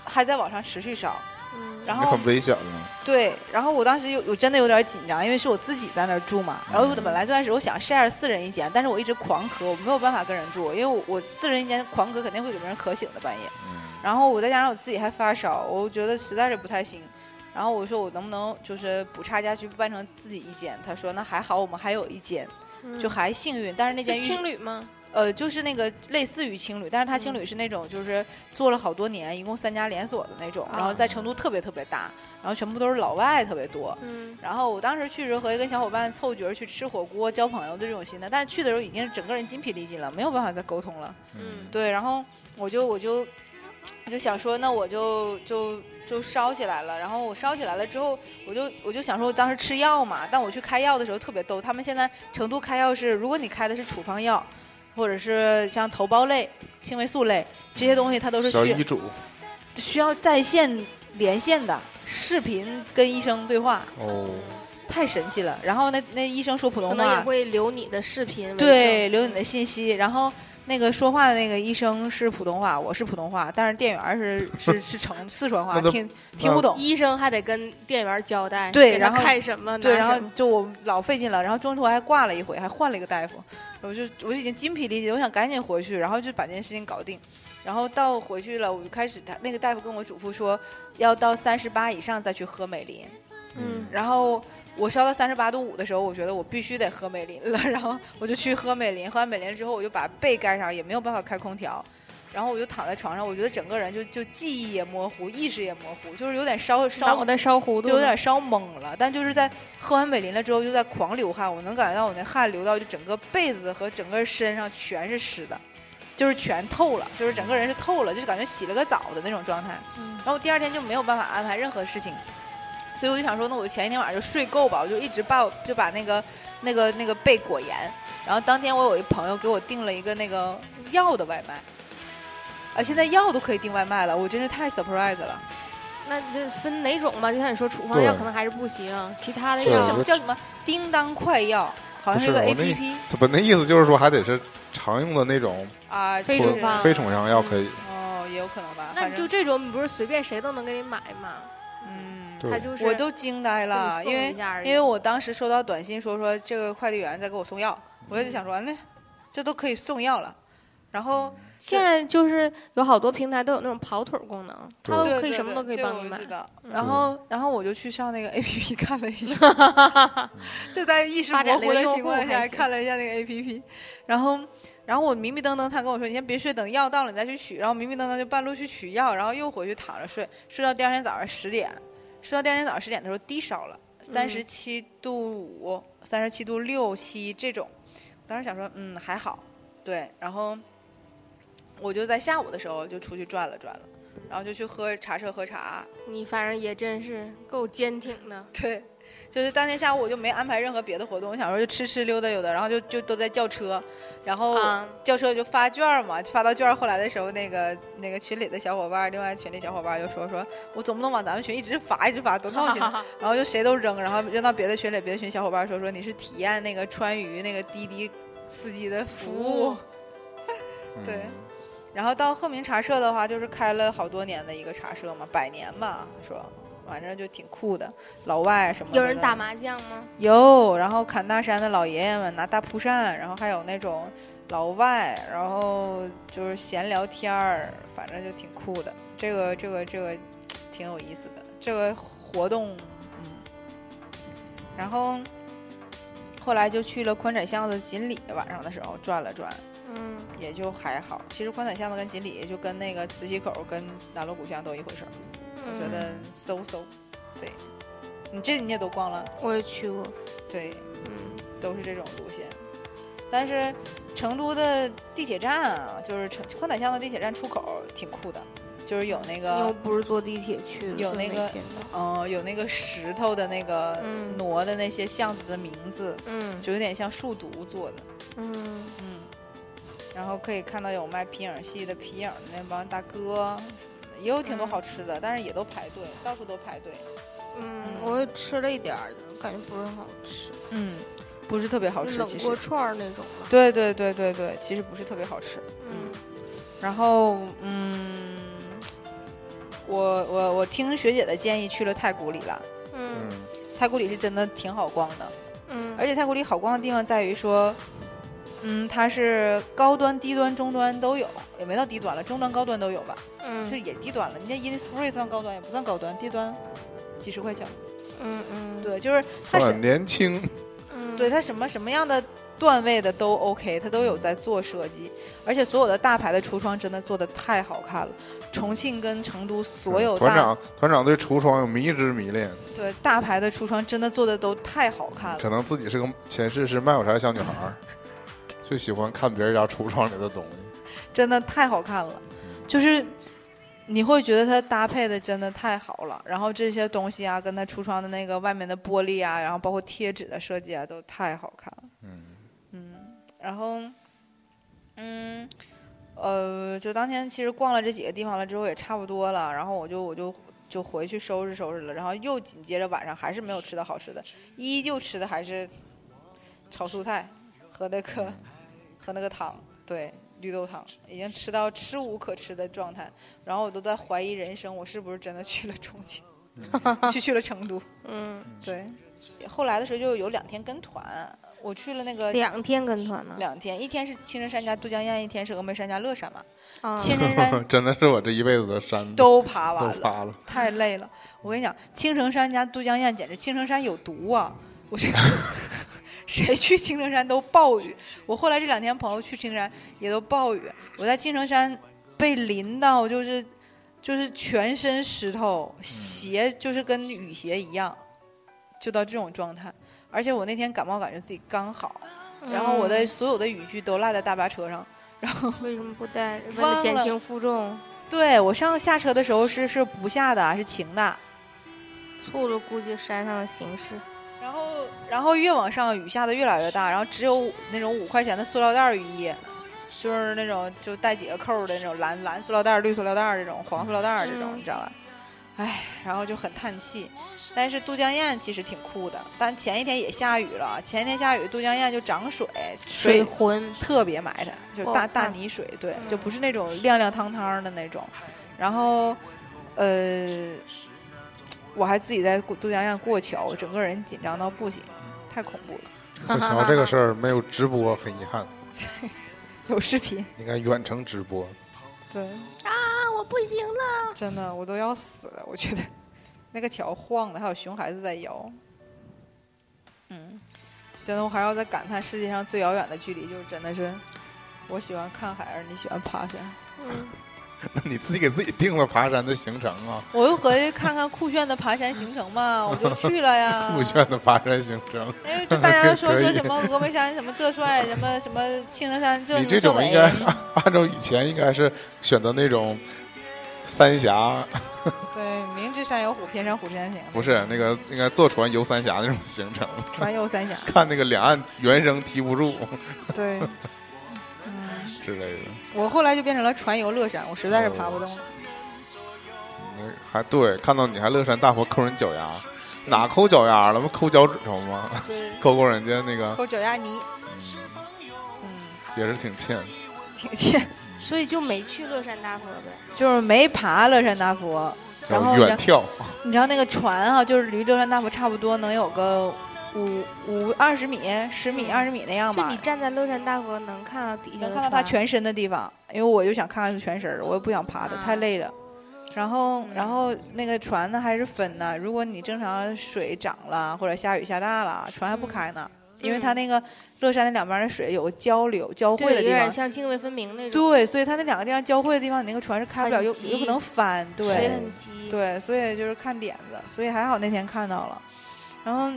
Speaker 3: 还在往上持续烧。
Speaker 4: 嗯，
Speaker 3: 然
Speaker 2: 那
Speaker 3: 后
Speaker 2: 很危险了。
Speaker 3: 对，然后我当时有我真的有点紧张，因为是我自己在那儿住嘛。然后我本来最开始我想 share 四人一间，但是我一直狂咳，我没有办法跟人住，因为我我四人一间狂咳肯定会给别人咳醒的半夜。
Speaker 2: 嗯，
Speaker 3: 然后我再加上我自己还发烧，我觉得实在是不太行。然后我说我能不能就是补差价去办成自己一间？他说那还好，我们还有一间，
Speaker 4: 嗯
Speaker 3: 就还幸运。但是那间
Speaker 4: 是
Speaker 3: 浴
Speaker 4: 青旅吗？
Speaker 3: 呃，就是那个类似于青旅，但是它青旅是那种就是做了好多年，一共三家连锁的那种，然后
Speaker 4: 啊
Speaker 3: 在成都特别特别大，然后全部都是老外特别多。
Speaker 4: 嗯，
Speaker 3: 然后我当时去的时候，和跟小伙伴凑局儿去吃火锅、交朋友的这种心态，但是去的时候已经整个人筋疲力尽了，没有办法再沟通了。
Speaker 4: 嗯
Speaker 3: 对，然后我就我就我就想说，那我就就就烧起来了。然后我烧起来了之后，我就我就想说，我当时吃药嘛，但我去开药的时候特别逗。他们现在成都开药是，如果你开的是处方药，或者是像头孢类、青霉素类这些东西，它都是
Speaker 2: 小
Speaker 3: 需
Speaker 2: 医嘱
Speaker 3: 需要在线连线的，视频跟医生对话，
Speaker 2: 哦，
Speaker 3: 太神奇了。然后那那医生说普
Speaker 4: 可
Speaker 3: 通
Speaker 4: 能也
Speaker 3: 话，
Speaker 4: 会留你的视频，
Speaker 3: 啊对，留你的信息。然后那个说话的那个医生是普通话，我是普通话，但是店员儿是是是成四川话
Speaker 2: 那，都
Speaker 3: 听听不懂。
Speaker 4: 医生还得跟店员交代，
Speaker 3: 对
Speaker 4: 给他
Speaker 3: 然后
Speaker 4: 看什么，
Speaker 3: 对，
Speaker 4: 拿
Speaker 3: 然后
Speaker 4: 什么
Speaker 3: 就我老费劲了，然后中途还挂了一回，还换了一个大夫，我就我就已经筋疲力尽，我想赶紧回去，然后就把这件事情搞定。然后到回去了，我就开始，他那个大夫跟我嘱咐说，要到三十八以上再去喝美林。
Speaker 4: 嗯
Speaker 3: 然后我烧到三十八度五的时候，我觉得我必须得喝 美林了，然后我就去喝美林。喝完美林之后，我就把被盖上，也没有办法开空调。然后我就躺在床上，我觉得整个人就就记忆也模糊，意识也模糊，就是有点烧烧
Speaker 4: 脑袋烧糊涂
Speaker 3: 就
Speaker 4: 了，
Speaker 3: 有点烧懵了，但就是在喝完美林了之后，就在狂流汗，我能感觉到我那汗流到就整个被子和整个身上全是湿的，就是全透了，就是整个人是透了，就是感觉洗了个澡的那种状态。
Speaker 4: 嗯
Speaker 3: 然后我第二天就没有办法安排任何事情，所以我就想说，那我前一天晚上就睡够吧，我就一直把我就把那个那个那个被裹严。然后当天我有一朋友给我订了一个那个药的外卖，啊，现在药都可以订外卖了，我真是太 surprise 了。
Speaker 4: 那你就分哪种吧，就像你说处方药
Speaker 2: 对
Speaker 4: 可能还是不行，其他的
Speaker 2: 对
Speaker 3: 叫
Speaker 2: 我
Speaker 3: 什
Speaker 2: 觉
Speaker 4: 药
Speaker 2: 得
Speaker 3: 么叫什么叮当快药，好
Speaker 2: 不
Speaker 3: 像是一
Speaker 2: 是
Speaker 3: 个
Speaker 2: 我那
Speaker 3: A P P
Speaker 2: 他不，那意思就是说还得是常用的那种
Speaker 3: 啊，
Speaker 4: 非
Speaker 2: 不
Speaker 3: 就是
Speaker 4: 处方
Speaker 2: 非处方药可以。
Speaker 3: 哦，也有可能吧。
Speaker 4: 那
Speaker 3: 反
Speaker 4: 你
Speaker 3: 正
Speaker 4: 就这种，你不是随便谁都能给你买吗？
Speaker 3: 嗯，
Speaker 2: 对
Speaker 4: 他就是
Speaker 3: 我都惊呆了，因为因为我当时收到短信说说这个快递员在给我送药，我就想说那这都可以送药了，然后
Speaker 4: 现在就是有好多平台都有那种跑腿儿功能，它
Speaker 2: 对
Speaker 4: 都
Speaker 3: 对
Speaker 4: 可以
Speaker 3: 对
Speaker 4: 什么
Speaker 3: 对
Speaker 4: 都可以
Speaker 3: 这
Speaker 4: 帮
Speaker 3: 我
Speaker 4: 你买
Speaker 3: 知。道然后然后我就去上那个 A P P 看了一下，就在意识
Speaker 4: 发展
Speaker 3: 模糊
Speaker 4: 了
Speaker 3: 的
Speaker 4: 一个用
Speaker 3: 情
Speaker 4: 户
Speaker 3: 况
Speaker 4: 还
Speaker 3: 下
Speaker 4: 行
Speaker 3: 看了一下那个 A P P，然后然后我迷迷瞪瞪，他跟我说你先别睡，等药到了你再去取，然后迷迷瞪瞪就半路去取药，然后又回去躺着睡，睡到第二天早上十点，睡到第二天早上十点的时候低烧了，三十七度五、三十七度六七这种，当时想说嗯还好，对，然后我就在下午的时候就出去转了转了。然后就去喝茶社喝茶，
Speaker 4: 你反正也真是够坚挺的，
Speaker 3: 对， 就是当天下午我就没安排任何别的活动，我想说就吃吃溜达溜达，然后就就都在叫车，然后
Speaker 4: 啊
Speaker 3: 叫车就发券儿嘛，发到券儿后来的时候，那个那个群里的小伙伴儿，另外群里小伙伴儿就说说，我总不能往啊咱们群一直发一直发，多闹心啊。 然后就谁都扔，然后扔到别的群里，别的群小伙伴说说你是体验那个川渝那个滴滴司机的服务。对
Speaker 2: 嗯
Speaker 3: 然后到鹤鸣茶社的话，就是开了好多年的一个茶社嘛，百年吧，说反正就挺酷的，老外什么的
Speaker 4: 有人打麻将吗？
Speaker 3: 有，然后砍大山的老爷爷们拿大蒲扇，然后还有那种老外，然后就是闲聊天儿，反正就挺酷的。这个这个这个挺有意思的，这个活动，嗯。然后后来就去了宽窄巷子锦里，晚上的时候转了转，
Speaker 4: 嗯，
Speaker 3: 也就还好。其实宽窄巷子跟锦里就跟那个磁器口跟南锣鼓巷都一回事儿，我觉
Speaker 4: 嗯
Speaker 3: 得嗖嗖。对，你这你也都逛了，
Speaker 4: 我也去过，
Speaker 3: 对。
Speaker 4: 嗯，
Speaker 3: 都是这种路线。但是成都的地铁站啊，就是成宽窄巷的地铁站出口挺酷的，就是有那
Speaker 4: 你又
Speaker 3: 个
Speaker 4: 不是坐地铁去的，
Speaker 3: 呃有
Speaker 4: 所以
Speaker 3: 那
Speaker 4: 没
Speaker 3: 个
Speaker 4: 见到
Speaker 3: 嗯、有那个石头的那个
Speaker 4: 嗯
Speaker 3: 挪的那些巷子的名字，
Speaker 4: 嗯
Speaker 3: 就有点像数独做的，
Speaker 4: 嗯，
Speaker 3: 嗯。然后可以看到有卖皮影戏的皮影的那帮大哥，也有挺多
Speaker 4: 嗯
Speaker 3: 好吃的，但是也都排队，到处都排队。
Speaker 4: 嗯，我也吃了一点儿，感觉不是很好吃，
Speaker 3: 嗯，不是特别好
Speaker 4: 就
Speaker 3: 吃，
Speaker 4: 冷
Speaker 3: 其
Speaker 4: 锅
Speaker 3: 实。
Speaker 4: 串儿那种吧。
Speaker 3: 对对对对对，其实不是特别好吃。
Speaker 4: 嗯，
Speaker 3: 然后，嗯，我我我听学姐的建议去了太古里了。
Speaker 4: 嗯
Speaker 2: 嗯，
Speaker 3: 太古里是真的挺好逛的，
Speaker 4: 嗯
Speaker 3: 而且太古里好逛的地方在于说，嗯，它是高端、低端、中端都有，也没到低端了，中端、高端都有吧，其实
Speaker 4: 嗯
Speaker 3: 也低端了。你像 Innisfree 算高端也不算高端，低端几十块钱。
Speaker 4: 嗯嗯，
Speaker 3: 对，就是它
Speaker 2: 算
Speaker 3: 是
Speaker 2: 年轻，
Speaker 4: 嗯
Speaker 3: 对它什么什么样的段位的都 OK，它都有在做设计，而且所有的大牌的橱窗真的做的太好看了。重庆跟成都所有
Speaker 2: 嗯团
Speaker 3: 大
Speaker 2: 长团长对橱窗有迷之迷恋，
Speaker 3: 对，大牌的橱窗真的做的都太好看了。
Speaker 2: 可能自己是个前世是卖火柴的小女孩 儿，就喜欢看别人家橱窗里的东西。
Speaker 3: 真的太好看
Speaker 2: 嗯
Speaker 3: 了，就是你会觉得它搭配的真的太好了，然后这些东西啊，跟它橱窗的那个外面的玻璃啊，然后包括贴纸的设计啊，都太好看了。
Speaker 2: 嗯，
Speaker 3: 嗯，然后，嗯，呃，就当天其实逛了这几个地方了之后也差不多了，然后我就我就就回去收拾收拾了，然后又紧接着晚上还是没有吃到好吃的，依旧吃的还是炒蔬菜和那个和那个汤，对，绿豆汤，已经吃到吃无可吃的状态，然后我都在怀疑人生，我是不是真的去了重庆，去去了成都，
Speaker 4: 嗯，
Speaker 3: 对，后来的时候就有两天跟团，我去了那个
Speaker 4: 两天跟团呢，
Speaker 3: 呃两天，一天是青城山家都江堰，一天是峨眉山家乐山嘛。
Speaker 4: 啊，
Speaker 3: 青 城山
Speaker 2: 真的是我这一辈子的山
Speaker 3: 都爬
Speaker 2: 都
Speaker 3: 完了，
Speaker 2: 发了，
Speaker 3: 太累了。我跟你讲，青城山家都江堰简直青城山有毒啊！我觉 得谁去青城山都暴雨。我后来这两天朋友去青城山也都暴雨。我在青城山被淋到，就是就是全身湿透，鞋就是跟雨鞋一样，就到这种状态。而且我那天感冒，感觉自己刚好，然后我的所有的雨具都落在大巴车上。
Speaker 4: 嗯为什么不带？为
Speaker 3: 忘
Speaker 4: 了减
Speaker 3: 了
Speaker 4: 轻负重，
Speaker 3: 对我上下车的时候是是不下的，是晴的。
Speaker 1: 错了估计山上的形势。
Speaker 3: 然后，然后越往上雨下的越来越大，然后只有那种五块钱的塑料袋儿雨衣，就是那种就带几个扣儿的那种蓝蓝塑料袋儿、绿塑料袋儿这种、黄塑料袋儿这种，
Speaker 4: 嗯
Speaker 3: 你知道吧？唉，然后就很叹气。但是都江堰其实挺酷的，但前一天也下雨了，前一天下雨都江堰就涨水，
Speaker 1: 水
Speaker 3: 水
Speaker 1: 浑，
Speaker 3: 特别埋汰，就是大
Speaker 1: 哦
Speaker 3: 大
Speaker 1: 看
Speaker 3: 泥水，对，
Speaker 4: 嗯
Speaker 3: 就不是那种亮亮堂堂的那种。然后，呃，我还自己在过都江堰过桥，整个人紧张到不行，太恐怖了。
Speaker 2: 过 桥这个事儿没有直播，很遗憾，
Speaker 3: 有视频，
Speaker 2: 应该远程直播。
Speaker 3: 对，
Speaker 4: 啊，我不行了。
Speaker 3: 真的我都要死了，我觉得那个桥晃的，还有熊孩子在摇。嗯，真的，我还要再感叹世界上最遥远的距离，就是真的是，我喜欢看海，而你喜欢爬山。
Speaker 4: 嗯，
Speaker 2: 那你自己给自己定了爬山的行程啊，
Speaker 3: 我又回去看看酷炫的爬山行程 嘛，我就去了呀。
Speaker 2: 酷炫的爬山行程。
Speaker 3: 因为大家 都说
Speaker 2: 可以
Speaker 3: 说什么峨眉山什么这帅什么什么青城山这
Speaker 2: 你这
Speaker 3: 什么
Speaker 2: 种
Speaker 3: 美
Speaker 2: 应该 按照以前应该是选择那种三峡，
Speaker 3: 对，明知山有虎，偏向虎山行。
Speaker 2: 不 是那个应该坐船游三峡那种行程，
Speaker 3: 船游三峡，
Speaker 2: 看那个两岸猿声啼不住
Speaker 3: 对。嗯，
Speaker 2: 之类的。
Speaker 3: 我后来就变成了船游乐山，我实在是爬不动了。
Speaker 2: 那还对，看到你还乐山大佛抠人脚丫，哪抠脚丫了？不抠脚趾头吗？
Speaker 3: 对，
Speaker 2: 抠抠人家那个，
Speaker 3: 抠脚丫泥，
Speaker 2: 嗯，
Speaker 3: 嗯，
Speaker 2: 也是挺欠。
Speaker 3: 挺 欠，
Speaker 4: 所以就没去乐山大佛呗。
Speaker 3: 就是没爬乐山大佛。然
Speaker 2: 叫
Speaker 3: 后
Speaker 2: 远眺，
Speaker 3: 你知道那个船啊，就是离乐山大佛差不多能有个五五二十米、十
Speaker 4: 嗯
Speaker 3: 米、二十米那样
Speaker 4: 就
Speaker 3: 吧。
Speaker 4: 你站在乐山大佛能看到底下，
Speaker 3: 能看到他。全身的地方，因为我就想看看他全身儿，我也不想爬的，太
Speaker 4: 啊
Speaker 3: 累了。然后，然
Speaker 4: 嗯
Speaker 3: 后那个船呢还是分呢，如果你正常水涨了或者下雨下大了，船还不
Speaker 4: 嗯
Speaker 3: 开呢，因为
Speaker 4: 嗯
Speaker 3: 它那个乐山那两边儿的水有个交流交汇
Speaker 4: 对，
Speaker 3: 的
Speaker 4: 有
Speaker 3: 地
Speaker 4: 点
Speaker 3: 方，
Speaker 4: 像泾渭分明那种，
Speaker 3: 对，所以它那两个地方交汇的地方，你那个船是开不了，
Speaker 4: 很
Speaker 3: 又又不
Speaker 4: 急
Speaker 3: 能翻，
Speaker 4: 水
Speaker 3: 对
Speaker 4: 很急。
Speaker 3: 对，所以就是看点子，所以还好那天看到了。然后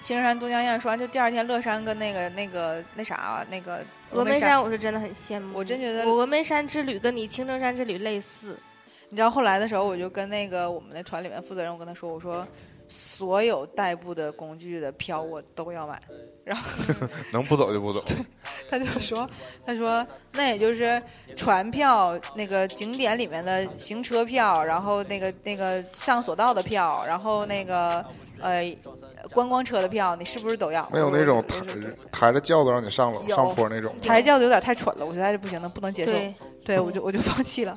Speaker 3: 青城山、都江堰说完，就第二天乐山跟那个那个那啥啊那个
Speaker 4: 峨
Speaker 3: 眉
Speaker 4: 眉山我是真的很羡慕，
Speaker 3: 我真觉得
Speaker 4: 我峨眉山之旅跟你青城山之旅类似，
Speaker 3: 你知道后来的时候，我就跟那个我们那团里面负责人，我跟他说，我说所有代步的工具的票我都要买。
Speaker 2: 能不走就不走。
Speaker 3: 他就说，他说那也就是船票、那个景点里面的行车票，然后那个那个上索道的票，然后那个呃观光车的票，你是不是都要？
Speaker 2: 没有那种
Speaker 3: 我
Speaker 2: 抬
Speaker 3: 说我说
Speaker 2: 抬着轿子让你上楼
Speaker 3: 有
Speaker 2: 上坡那种，
Speaker 3: 抬轿子有点太蠢了，我实在是不行，能不能接受？对
Speaker 4: 对，，
Speaker 3: 我就我就放弃了。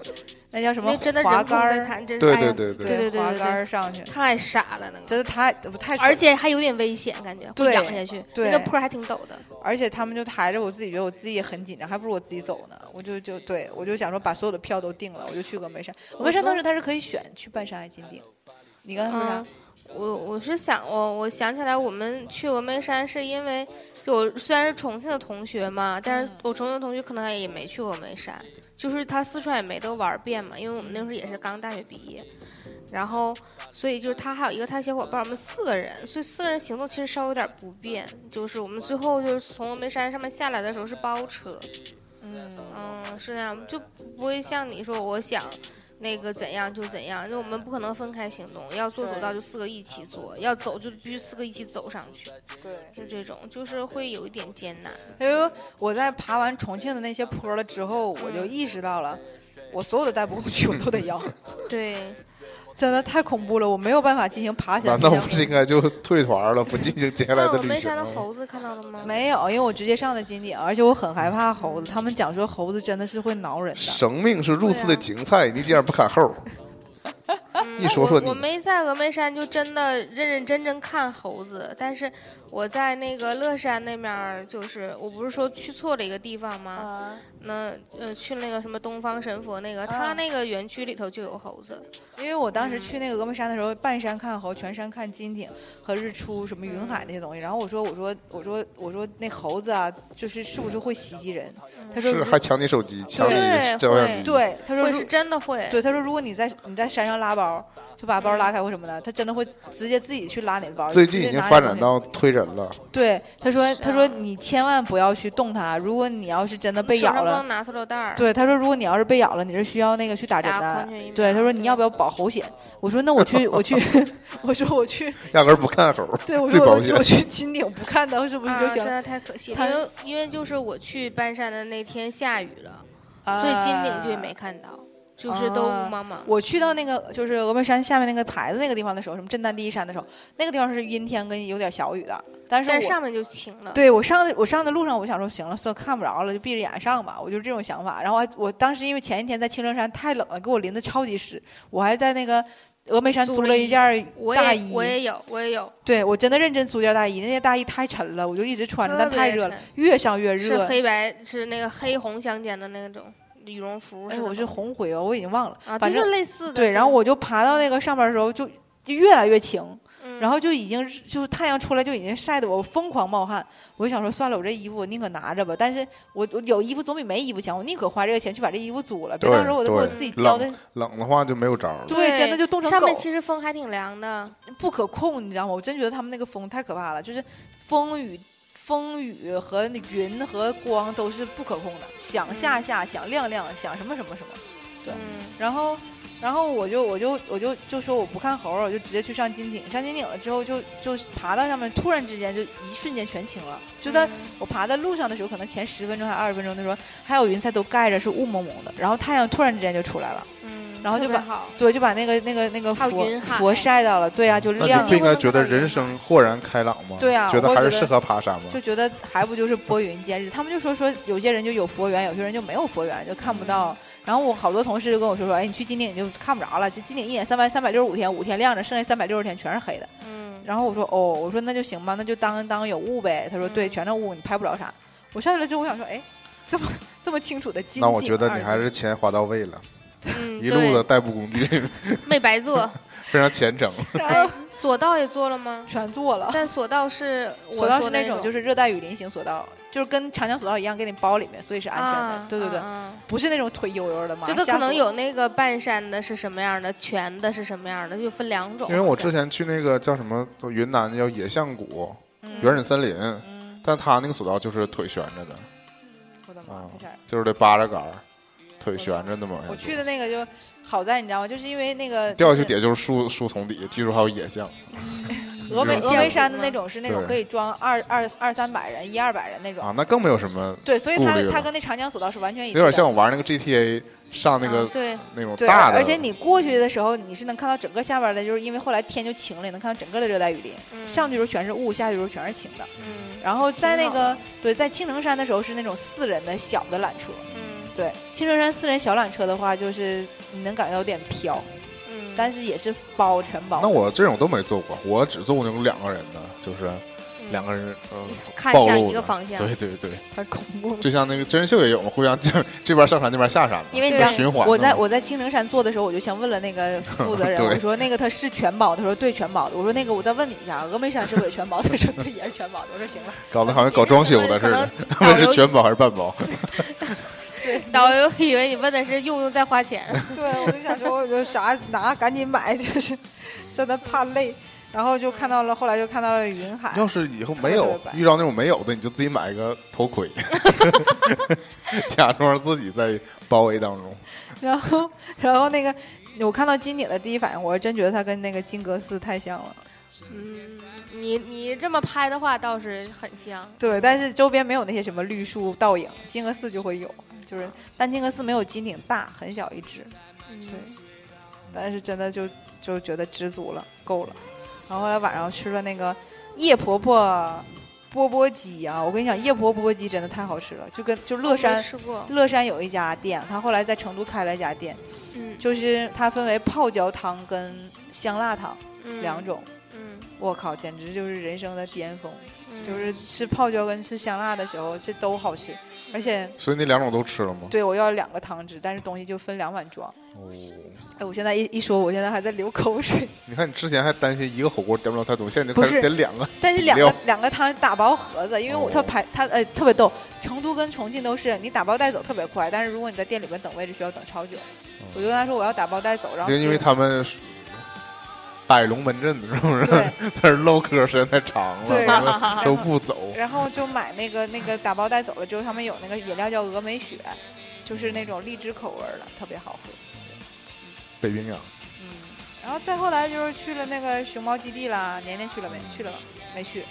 Speaker 3: 那叫什么
Speaker 4: 那真的
Speaker 3: 滑
Speaker 4: 人
Speaker 3: 杆
Speaker 4: 在
Speaker 3: 儿？
Speaker 4: 谈，真是
Speaker 2: 对
Speaker 4: 哎呀
Speaker 2: 对对对
Speaker 4: 对对对
Speaker 3: 滑
Speaker 4: 对
Speaker 3: 杆儿上去，
Speaker 4: 太傻了那个，
Speaker 3: 真的太太蠢了
Speaker 4: 而且还有点危险，感觉会
Speaker 3: 对
Speaker 4: 仰下去，
Speaker 3: 对
Speaker 4: 那个坡还挺陡的。
Speaker 3: 而且他们就抬着我自己，觉得我自己也很紧张，还不如我自己走呢。我就就对我就想说，把所有的票都订了，我就去峨眉山。峨眉山当时他是可以选去半山还是金顶，你刚才说啥？
Speaker 4: 嗯，我我是想我我想起来，我们去峨眉山是因为，就我虽然是重庆的同学嘛，但是
Speaker 3: 嗯
Speaker 4: 我重庆的同学可能也没去峨眉山，就是他四川也没都玩遍嘛，因为我们那时候也是刚大学毕业，然后所以就是他还有一个他小伙伴，我们四个人，所以四个人行动其实稍微有点不便，就是我们最后就是从峨眉山上面下来的时候是包车，
Speaker 3: 嗯，
Speaker 4: 嗯，是那样，就不会像你说我想那个怎样就怎样，就我们不可能分开行动，要做走道就四个一起做，要走就必须四个一起走上去，
Speaker 3: 对。
Speaker 4: 就这种，就是会有一点艰难。
Speaker 3: 因为我在爬完重庆的那些坡了之后，我就意识到了，我所有的代步工具我都得 要，
Speaker 4: 对，
Speaker 3: 真的太恐怖了，我没有办法进行爬山
Speaker 2: 难
Speaker 3: 这
Speaker 2: 道
Speaker 3: 项
Speaker 2: 不
Speaker 3: 目。
Speaker 2: 是应该就退团了，不进行接下来
Speaker 4: 那
Speaker 2: 的
Speaker 4: 峨
Speaker 2: 旅
Speaker 4: 眉
Speaker 2: 行
Speaker 4: 山的
Speaker 2: 了？
Speaker 4: 猴子看到了吗？
Speaker 3: 没有，因为我直接上的金顶，而且我很害怕猴子。他们讲说猴子真的是会挠人的。啊
Speaker 2: 生命是入刺的芹菜，你竟然不砍后，一说说
Speaker 4: 嗯我我
Speaker 2: 你
Speaker 4: 没在峨眉山就真的认认真真看猴子，但是我在那个乐山那面儿，就是我不是说去错了一个地方吗？
Speaker 3: 啊，
Speaker 4: 那呃去那个什么东方神佛那个，
Speaker 3: 啊
Speaker 4: 他那个园区里头就有猴子，
Speaker 3: 因为我当时
Speaker 4: 嗯
Speaker 3: 去那个峨眉山的时候，半山看猴，全山看金顶和日出，什么云海那些东西。然后我说，我说，我说，我说那猴子啊，就是是不是会袭击人？
Speaker 4: 嗯
Speaker 3: 他说
Speaker 2: 是还抢你手机，抢你
Speaker 4: 对
Speaker 2: 照相
Speaker 4: 会
Speaker 2: 机，，
Speaker 3: 对，他说
Speaker 4: 会
Speaker 3: 如
Speaker 4: 是真的会。
Speaker 3: 对，他说如果你在你在山上拉包，就把包拉开或什么的，他真的会直接自己去拉你的包。
Speaker 2: 最
Speaker 3: 直
Speaker 2: 近
Speaker 3: 接
Speaker 2: 已经
Speaker 3: 拿你
Speaker 2: 发
Speaker 3: 东
Speaker 2: 展
Speaker 3: 西
Speaker 2: 到推人了，
Speaker 3: 对，他说他
Speaker 4: 是
Speaker 3: 说
Speaker 4: 啊
Speaker 3: 你千万不要去动它，如果你要是真的被
Speaker 4: 手
Speaker 3: 咬
Speaker 4: 上不
Speaker 3: 了
Speaker 4: 能，拿塑料袋儿。
Speaker 3: 对，他说如果你要是被咬了，你是需要那个去打针
Speaker 4: 打
Speaker 3: 的
Speaker 4: 狂犬疫。
Speaker 3: 对，他
Speaker 4: 苗
Speaker 3: 说你
Speaker 4: 对
Speaker 3: 要不要保猴险？我说那我去我 去，我说我去，
Speaker 2: 压根儿不看猴，
Speaker 3: 对我
Speaker 2: 最
Speaker 3: 说
Speaker 2: 保
Speaker 3: 我
Speaker 2: 险
Speaker 3: 去我去金顶不看它是不是
Speaker 4: 啊，
Speaker 3: 就行
Speaker 4: 真
Speaker 3: 了？
Speaker 4: 的太可惜
Speaker 3: 他
Speaker 4: 了，因为因为就是我去搬山的那天下雨了，
Speaker 3: 啊
Speaker 4: 所以金顶就也没。看到，就是都
Speaker 3: 啊
Speaker 4: 雾茫茫。
Speaker 3: 我去到那个就是峨眉山下面那个牌子那个地方的时候，什么震旦第一山的时候，那个地方是阴天跟有点小雨的，但是
Speaker 4: 但
Speaker 3: 我
Speaker 4: 上面就晴了。
Speaker 3: 对我上我上的路上，我想说行了，算了看不着了，就闭着眼上吧，我就这种想法。然后还我当时因为前一天在青城山太冷了，给我淋得超级湿，我还在那个峨眉山
Speaker 4: 租
Speaker 3: 租
Speaker 4: 了
Speaker 3: 了
Speaker 4: 一
Speaker 3: 一件儿
Speaker 4: 我
Speaker 3: 大
Speaker 4: 也
Speaker 3: 衣，
Speaker 4: 我也有，我也有，
Speaker 3: 对我真的认真租件大衣，那件大衣太沉了，我就一直穿着，但
Speaker 4: 特
Speaker 3: 太
Speaker 4: 别
Speaker 3: 热了
Speaker 4: 沉，
Speaker 3: 越上越
Speaker 4: 是
Speaker 3: 热。
Speaker 4: 黑白是那个黑红相间的那种羽绒服似
Speaker 3: 哎，
Speaker 4: 的吗。
Speaker 3: 我是红灰吧，我已经忘了，
Speaker 4: 啊，
Speaker 3: 反
Speaker 4: 对就
Speaker 3: 正
Speaker 4: 类似的。
Speaker 3: 对。然后我就爬到那个上面的时候就，就越来越晴，
Speaker 4: 嗯，
Speaker 3: 然后就已经就是太阳出来就已经晒得我疯狂冒汗，我就想说算了，我这衣服我宁可拿着吧，但是我我有衣服总比没衣服强，我宁可花这个钱去把这衣服租了，别
Speaker 2: 对
Speaker 3: 到时候我再给我
Speaker 2: 对
Speaker 3: 自己
Speaker 2: 冷
Speaker 3: 浇的，
Speaker 2: 冷的话就没有招儿了。
Speaker 3: 对，真的就冻成
Speaker 4: 上
Speaker 3: 狗
Speaker 4: 面，其实风还挺凉的，
Speaker 3: 不可控，你知道吗？我真觉得他们那个风太可怕了，就是风雨。风雨和云和光都是不可控的，想下下，想亮亮，想什么什么什么。对
Speaker 4: 嗯，
Speaker 3: 然后，然后我就我就我就就说我不看猴儿，我就直接去上金顶。上金顶了之后就，就爬到上面，突然之间就一瞬间全晴了。就在
Speaker 4: 嗯
Speaker 3: 我爬的路上的时候，可能前十分钟还二十分钟的时候，还有云彩都盖着，是雾蒙蒙的。然后太阳突然之间就出来了，
Speaker 4: 嗯，
Speaker 3: 然后就
Speaker 4: 特别
Speaker 3: 把
Speaker 4: 好，
Speaker 3: 对，就把那个那个那个
Speaker 4: 还有
Speaker 3: 佛
Speaker 4: 云海
Speaker 3: 佛晒到了，对呀、啊就
Speaker 2: 那
Speaker 3: 亮
Speaker 2: 你
Speaker 3: 了
Speaker 2: 不应该觉得人生豁然开朗吗？
Speaker 3: 对啊
Speaker 2: 觉得
Speaker 3: 我
Speaker 2: 还
Speaker 3: 觉
Speaker 2: 是
Speaker 3: 得
Speaker 2: 适合爬山吗？
Speaker 3: 就觉得还不就是拨云见日。他们就说说有些人就有佛缘，有些人就没有佛缘，就看不
Speaker 2: 嗯
Speaker 3: 到。然后我好多同事就跟我说说，哎，你去金顶你就看不着了，这金顶一年三百三百六十五天，五天亮着，剩下三百六十天全是黑的。
Speaker 4: 嗯，
Speaker 3: 然后我说哦，我说那就行吧，那就当当有雾呗。他说对，
Speaker 4: 嗯
Speaker 3: 全是雾，你拍不着啥。我上去了之后，我想说，哎，这么 这么清楚的金
Speaker 2: 那
Speaker 3: 顶
Speaker 2: 我觉得
Speaker 3: 二
Speaker 2: 你
Speaker 3: 字
Speaker 2: 还是钱花到位了，
Speaker 4: 嗯
Speaker 2: 一路的代步工具
Speaker 4: 对没白做。
Speaker 2: 非常虔诚。
Speaker 3: 然后
Speaker 4: 索道也做了吗？
Speaker 3: 哎全做了。
Speaker 4: 但索道是
Speaker 3: 索
Speaker 4: 我
Speaker 3: 道
Speaker 4: 说
Speaker 3: 是
Speaker 4: 的
Speaker 3: 那
Speaker 4: 那
Speaker 3: 种就是是热带雨林型索道，就是跟长江索道一样，给你包里面，所以是安全的。
Speaker 4: 啊
Speaker 3: 对对对，
Speaker 4: 啊啊
Speaker 3: 不是那种腿悠悠的嘛。
Speaker 4: 这个
Speaker 3: 吓
Speaker 4: 可
Speaker 3: 死我
Speaker 4: 能有那个半山的是什么样的，全的是什么样的，就分两种。
Speaker 2: 因为我之前去那个叫什么云南叫野象谷
Speaker 3: 嗯
Speaker 2: 原始森林，
Speaker 3: 嗯，
Speaker 2: 但他那个索道就是腿悬着的，
Speaker 3: 我的妈，
Speaker 2: 啊
Speaker 3: 这下儿
Speaker 2: 就是得扒着杆儿，腿悬着那么。
Speaker 3: 我去的那个就好在你知道吗？就是因为那个
Speaker 2: 嗯掉下
Speaker 3: 就
Speaker 2: 去
Speaker 3: 是
Speaker 2: 底下就是树树丛底，据说还有野象。
Speaker 3: 峨眉
Speaker 2: 你知
Speaker 3: 峨
Speaker 2: 道
Speaker 3: 眉
Speaker 2: 吗
Speaker 3: 山的那种是那种
Speaker 2: 嗯对
Speaker 3: 可以装二二二三百人一二百人那种。
Speaker 2: 啊，那更没有什么，
Speaker 3: 对，所以
Speaker 2: 顾
Speaker 3: 它
Speaker 2: 虑
Speaker 3: 它
Speaker 2: 了
Speaker 3: 跟那长江索道是完全一致
Speaker 2: 有
Speaker 3: 的。
Speaker 2: 点像我玩那个 GTA 上那个
Speaker 4: 啊对，
Speaker 2: 那种
Speaker 3: 对，
Speaker 2: 大的，
Speaker 3: 而且你过去的时候，你是能看到整个下边的，就是因为后来天就晴了，也能看到整个的热带雨林。
Speaker 4: 嗯
Speaker 3: 上去的时候全是雾，下去的时候全是晴的。
Speaker 4: 嗯
Speaker 3: 然后在那
Speaker 4: 挺好
Speaker 3: 个对，在青城山的时候是那种四人的小的缆车。
Speaker 4: 嗯
Speaker 3: 对，青城山四人小缆车的话，就是你能感觉到有点飘，
Speaker 4: 嗯，
Speaker 3: 但是也是包全包。
Speaker 2: 那我这种都没做过，我只做过那种两个人的，就是
Speaker 4: 嗯
Speaker 2: 两个人嗯
Speaker 4: 看
Speaker 2: 暴
Speaker 4: 向
Speaker 2: 露
Speaker 4: 一
Speaker 2: 的
Speaker 4: 个方向，
Speaker 2: 对对对，
Speaker 3: 太恐怖了。
Speaker 2: 就像那个真人秀也有嘛，互相这这边上山那边下山嘛，
Speaker 3: 因为你
Speaker 4: 对
Speaker 3: 知
Speaker 4: 知
Speaker 3: 道
Speaker 2: 循
Speaker 4: 道
Speaker 2: 环的嘛。
Speaker 3: 我在我在青城山做的时候，我就先问了那个负责人，
Speaker 2: 对
Speaker 3: 我说那个他是全包的，他说对全包的，我说那个我再问你一下，峨眉山是不是也全包的？他说对，也是全包的。我说行了，
Speaker 2: 搞得好像搞装修的似的，
Speaker 4: 可能
Speaker 2: 问是全包还是半包？
Speaker 4: 导游以为你问的是用不用再花钱，
Speaker 3: 对，我就想说我就啥拿赶紧买，就是真的怕累，然后就看到了，后来就看到了云海，
Speaker 2: 要是以后
Speaker 3: 特
Speaker 2: 没
Speaker 3: 别
Speaker 2: 有
Speaker 3: 白
Speaker 2: 遇到那种没有的，你就自己买一个头盔， 假装自己在包围当中。
Speaker 3: 然后然后那个我看到金顶的第一反应，我是真觉得它跟那个金阁寺太像了，
Speaker 4: 嗯，你你这么拍的话倒是很像，
Speaker 3: 对，但是周边没有那些什么绿树倒影，金阁寺就会有，就是但金阁寺没有金顶大，很小一只。
Speaker 4: 嗯
Speaker 3: 对，但是真的就就觉得知足了，够了。然后后来晚上吃了那个叶婆婆钵钵鸡啊，我跟你讲，夜婆钵钵鸡真的太好吃了，就跟就乐山
Speaker 1: 没吃过，
Speaker 3: 乐山有一家店，他后来在成都开了一家店，
Speaker 1: 嗯
Speaker 3: 就是它分为泡椒汤跟香辣汤
Speaker 4: 嗯
Speaker 3: 两，种。
Speaker 1: 嗯
Speaker 3: 我靠，简直就是人生的巅峰！
Speaker 1: 嗯，
Speaker 3: 就是吃泡椒跟吃香辣的时候，这都好吃，而 且
Speaker 2: 所以那两种都吃了吗？
Speaker 3: 对我要两个汤汁，但是东西就分两碗装。
Speaker 2: 哦，
Speaker 3: 哎，我现在一一说，我现在还在流口水。
Speaker 2: 你看你之前还担心一个火锅点不了太多，现在你就
Speaker 3: 不
Speaker 2: 开
Speaker 3: 是
Speaker 2: 始点两个，
Speaker 3: 但是两
Speaker 2: 料
Speaker 3: 个两个汤打包盒子，因为我特
Speaker 2: 哦
Speaker 3: 排它呃特别逗，成都跟重庆都是你打包带走特别快，但是如果你在店里边等位置需要等超久。我就跟他说我要打包带走，然后
Speaker 2: 就哦因为他们是摆龙门阵是不是？
Speaker 3: 对，
Speaker 2: 但是唠嗑时间太长了，
Speaker 3: 对
Speaker 2: 他 们都不走。
Speaker 3: 然后就买那个那个打包带走了之后，他们有那个饮料叫峨眉雪，就是那种荔枝口味儿的，特别好喝。
Speaker 2: 北冰洋，
Speaker 3: 嗯，然后再后来就是去了那个熊猫基地啦，年年去了没？去了吧？没去。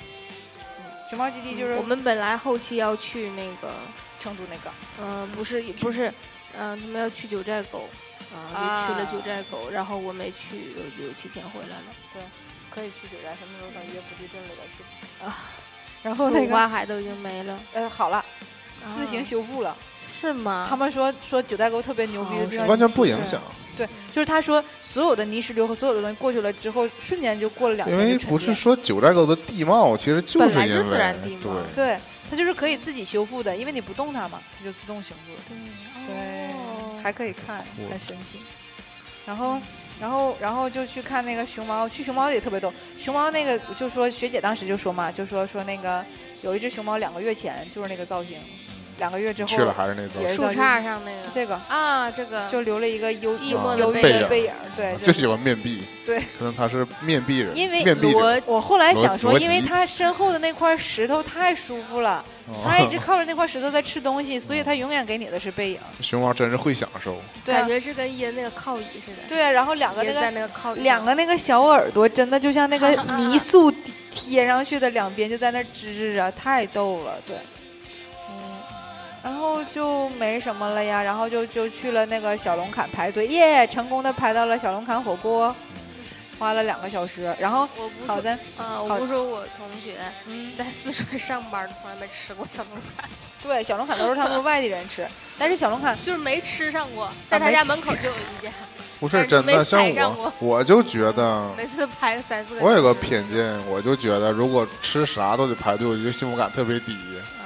Speaker 3: 嗯，熊猫基地就是
Speaker 1: 我们本来后期要去那个，
Speaker 3: 成都那个，
Speaker 1: 嗯，不是不是，嗯，他们要去九寨沟，啊，也去了九
Speaker 3: 嗯
Speaker 1: 寨沟，然后我没去，我就提前回来了。
Speaker 3: 可以去九寨，什么时候等约不地镇里边去
Speaker 1: 啊。
Speaker 3: 然后那
Speaker 1: 五
Speaker 3: 个
Speaker 1: 花海都已经没了，
Speaker 3: 呃，好了，
Speaker 1: 啊
Speaker 3: 自行修复了。
Speaker 1: 是吗？
Speaker 3: 他们说说九寨沟特别牛逼的地方，
Speaker 2: 哦完全不影响，
Speaker 3: 对，就是他说所有的泥石流和所有的东西过去了之后，瞬间就过了两
Speaker 2: 因
Speaker 3: 天
Speaker 2: 为
Speaker 3: 就沉
Speaker 2: 不是
Speaker 3: 淀
Speaker 2: 说九寨沟的地貌，其实就
Speaker 1: 本来
Speaker 2: 因
Speaker 1: 就
Speaker 2: 为
Speaker 1: 是自然地貌
Speaker 2: 对，
Speaker 3: 对，它就是可以自己修复的，因为你不动它嘛，它就自动修复了。对，
Speaker 1: 哦
Speaker 3: 还可以看，
Speaker 2: 我
Speaker 3: 很神奇。然后，然后，然后就去看那个熊猫，去熊猫也特别逗。熊猫那个就说学姐当时就说嘛，就说说那个有一只熊猫两个月前就是那个造型，两个月之后
Speaker 2: 去了还是那
Speaker 3: 也
Speaker 2: 种，
Speaker 3: 是
Speaker 1: 树杈上那个
Speaker 3: 这个
Speaker 1: 啊，这个
Speaker 3: 就留了一个幽
Speaker 1: 寂
Speaker 2: 寞的
Speaker 3: 幽郁
Speaker 2: 背影
Speaker 3: 的背影儿，对，
Speaker 2: 就喜欢面壁。
Speaker 3: 对，
Speaker 2: 可能他是面壁人，
Speaker 3: 因为
Speaker 2: 面壁人，
Speaker 1: 罗
Speaker 3: 我后来
Speaker 2: 罗
Speaker 3: 想说，
Speaker 2: 罗
Speaker 3: 因为
Speaker 2: 辑
Speaker 3: 它身后的那块石头太舒服了，
Speaker 2: 哦
Speaker 3: 它一直靠着那块石头在吃东西，所以它永远给你的是背影。
Speaker 2: 熊猫真是会享受，
Speaker 3: 对
Speaker 1: 感
Speaker 3: 啊，
Speaker 1: 觉是跟爷那个靠椅似的，
Speaker 3: 对啊，然后两个
Speaker 1: 爷
Speaker 3: 那
Speaker 1: 在
Speaker 3: 个
Speaker 1: 那个靠椅上，
Speaker 3: 两个那个小耳朵，真的就像那个泥塑贴上去的，两边就在那吱吱啊，太逗了，对。嗯，然后就没什么了呀，然后就就去了那个小龙坎排队，耶，成功的排到了小龙坎火锅，花了两个小时。然后
Speaker 1: 我不
Speaker 3: 好
Speaker 1: 说
Speaker 3: 的，
Speaker 1: 啊，
Speaker 3: 好
Speaker 1: 我不说我同学
Speaker 3: 嗯，
Speaker 1: 在四川上班，从来没吃过小龙坎，
Speaker 3: 对，小龙坎都是他们外地人吃，但是小龙坎
Speaker 1: 就是没吃上过，
Speaker 3: 啊
Speaker 1: 在他家门口就有一家，
Speaker 2: 不
Speaker 1: 但
Speaker 2: 是
Speaker 1: 是
Speaker 2: 真
Speaker 1: 没
Speaker 2: 的。像
Speaker 1: 踩上
Speaker 2: 我
Speaker 1: 过，
Speaker 2: 我就觉得，
Speaker 1: 每次排个三四个。
Speaker 2: 我有个，偏见，我就觉得如果吃啥都得排队，我觉得幸福感特别低
Speaker 1: 啊，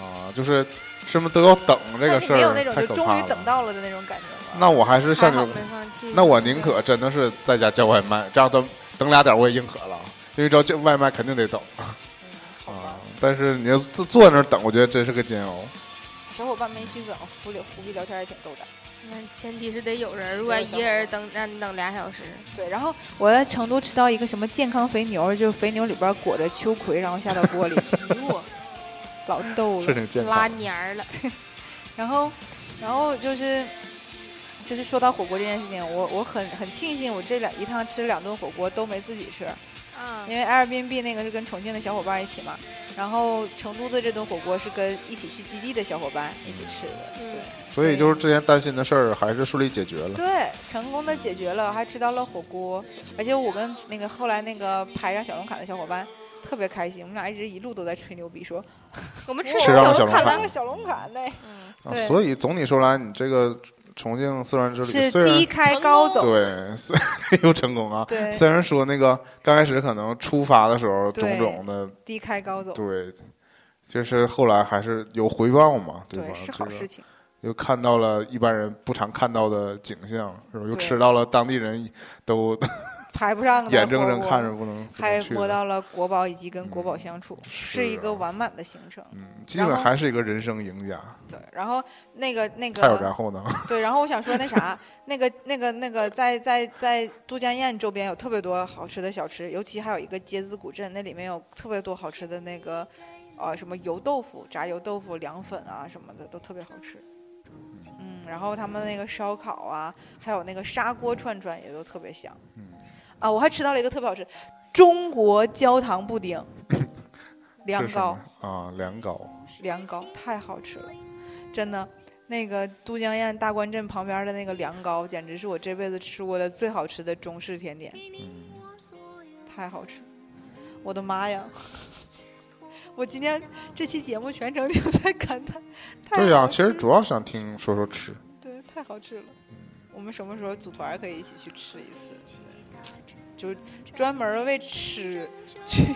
Speaker 2: 啊，就是什么都要等这
Speaker 3: 那
Speaker 2: 个
Speaker 3: 你
Speaker 2: 事
Speaker 3: 没有
Speaker 2: 儿
Speaker 3: 那种
Speaker 2: 太
Speaker 3: 就
Speaker 2: 可
Speaker 3: 终
Speaker 2: 怕
Speaker 3: 于等
Speaker 2: 了。
Speaker 3: 到了的那种感觉吗？
Speaker 2: 那我还是像
Speaker 1: 还
Speaker 2: 你
Speaker 1: 好
Speaker 2: 们
Speaker 1: 没，放弃。
Speaker 2: 那我宁可真的是在家叫外卖，这样等等俩点我也硬渴了，因为知道叫外卖肯定得等
Speaker 3: 嗯，好吧
Speaker 2: 啊。但是你要坐坐那儿等，我觉得真是个煎熬。
Speaker 3: 小伙伴们一起整，胡聊胡逼聊天也挺逗的。
Speaker 1: 那前提是得有人，如果一个人等，让你等俩小时，
Speaker 3: 对，然后我在成都吃到一个什么健康肥牛，就是肥牛里边裹着秋葵，然后下到 锅里，哟，老逗
Speaker 2: 是
Speaker 3: 了。
Speaker 2: 挺健
Speaker 1: 拉
Speaker 2: 康。
Speaker 1: 黏儿了。
Speaker 3: 然后，然后就是，就是说到火锅这件事情，我我很很庆幸，我这两一趟吃两顿火锅都没自己吃，
Speaker 1: 啊，
Speaker 3: 因为 Airbnb 那个是跟重庆的小伙伴一起嘛，然后成都的这顿火锅是跟一起去基地的小伙伴一起吃的，
Speaker 1: 嗯，
Speaker 2: 所以就是之前担心的事儿还是顺利解决了。
Speaker 3: 对，成功的解决了，还吃到了火锅，而且我跟那个后来那个排上小龙坎的小伙伴特别开心，我们俩一直一路都在吹牛逼，说
Speaker 1: 我们吃
Speaker 3: 吃
Speaker 1: 上
Speaker 2: 上了
Speaker 1: 龙
Speaker 2: 小龙
Speaker 1: 坎
Speaker 2: 坎
Speaker 3: 了个小龙坎嘞，
Speaker 1: 嗯，
Speaker 2: 啊
Speaker 3: 对
Speaker 2: 所以总体说来，你这个重庆四川之旅
Speaker 3: 是
Speaker 2: 虽然
Speaker 3: 低开高走，
Speaker 2: 对，虽 又成功啊。
Speaker 3: 对
Speaker 2: 虽然说那个刚开始可能出发的时候
Speaker 3: 对
Speaker 2: 种种的，
Speaker 3: 低开高走，
Speaker 2: 对，就是后来还是有回报嘛，吧
Speaker 3: 对，？是好
Speaker 2: 就是
Speaker 3: 事情，
Speaker 2: 又看到了一般人不常看到的景象，是吧？又
Speaker 3: 对
Speaker 2: 吃到了当地人都
Speaker 3: 排不上的
Speaker 2: 眼睁
Speaker 3: 火
Speaker 2: 睁
Speaker 3: 锅
Speaker 2: 看着不能不
Speaker 3: 还
Speaker 2: 能去
Speaker 3: 摸
Speaker 2: 的。嗯
Speaker 3: 到了国宝以及跟国宝相处，
Speaker 2: 是
Speaker 3: 是一个
Speaker 2: 啊
Speaker 3: 完满的行程，
Speaker 2: 嗯，基本
Speaker 3: 然后
Speaker 2: 还是一个人生赢家。
Speaker 3: 对，然后那个那个
Speaker 2: 还有然后呢？
Speaker 3: 对，然后我想说那啥，那个、那个、那个，在在在都江堰周边有特别多好吃的小吃，尤其还有一个街子古镇，那里面有特别多好吃的那个，呃，什么油豆腐、炸油豆腐、凉粉啊什么的，都特别好吃。嗯，然后他们那个烧烤啊，还有那个砂锅串串也都特别香。
Speaker 2: 嗯
Speaker 3: 啊，我还吃到了一个特别好吃，中国焦糖布丁，
Speaker 2: 嗯
Speaker 3: 凉
Speaker 2: 是什
Speaker 3: 糕
Speaker 2: 么。啊，凉糕。
Speaker 3: 凉糕太好吃了，真的。那个都江堰大关镇旁边的那个凉糕，简直是我这辈子吃过的最好吃的中式甜点，
Speaker 2: 嗯，
Speaker 3: 太好吃了！我的妈呀！ 我今天这期节目全程就在感叹，太
Speaker 2: 对呀、
Speaker 3: 好
Speaker 2: 其实
Speaker 3: 吃
Speaker 2: 主要想听说说吃。
Speaker 3: 对，太好吃了。我们什么时候组团儿可以一起去吃一次？就专门儿为吃去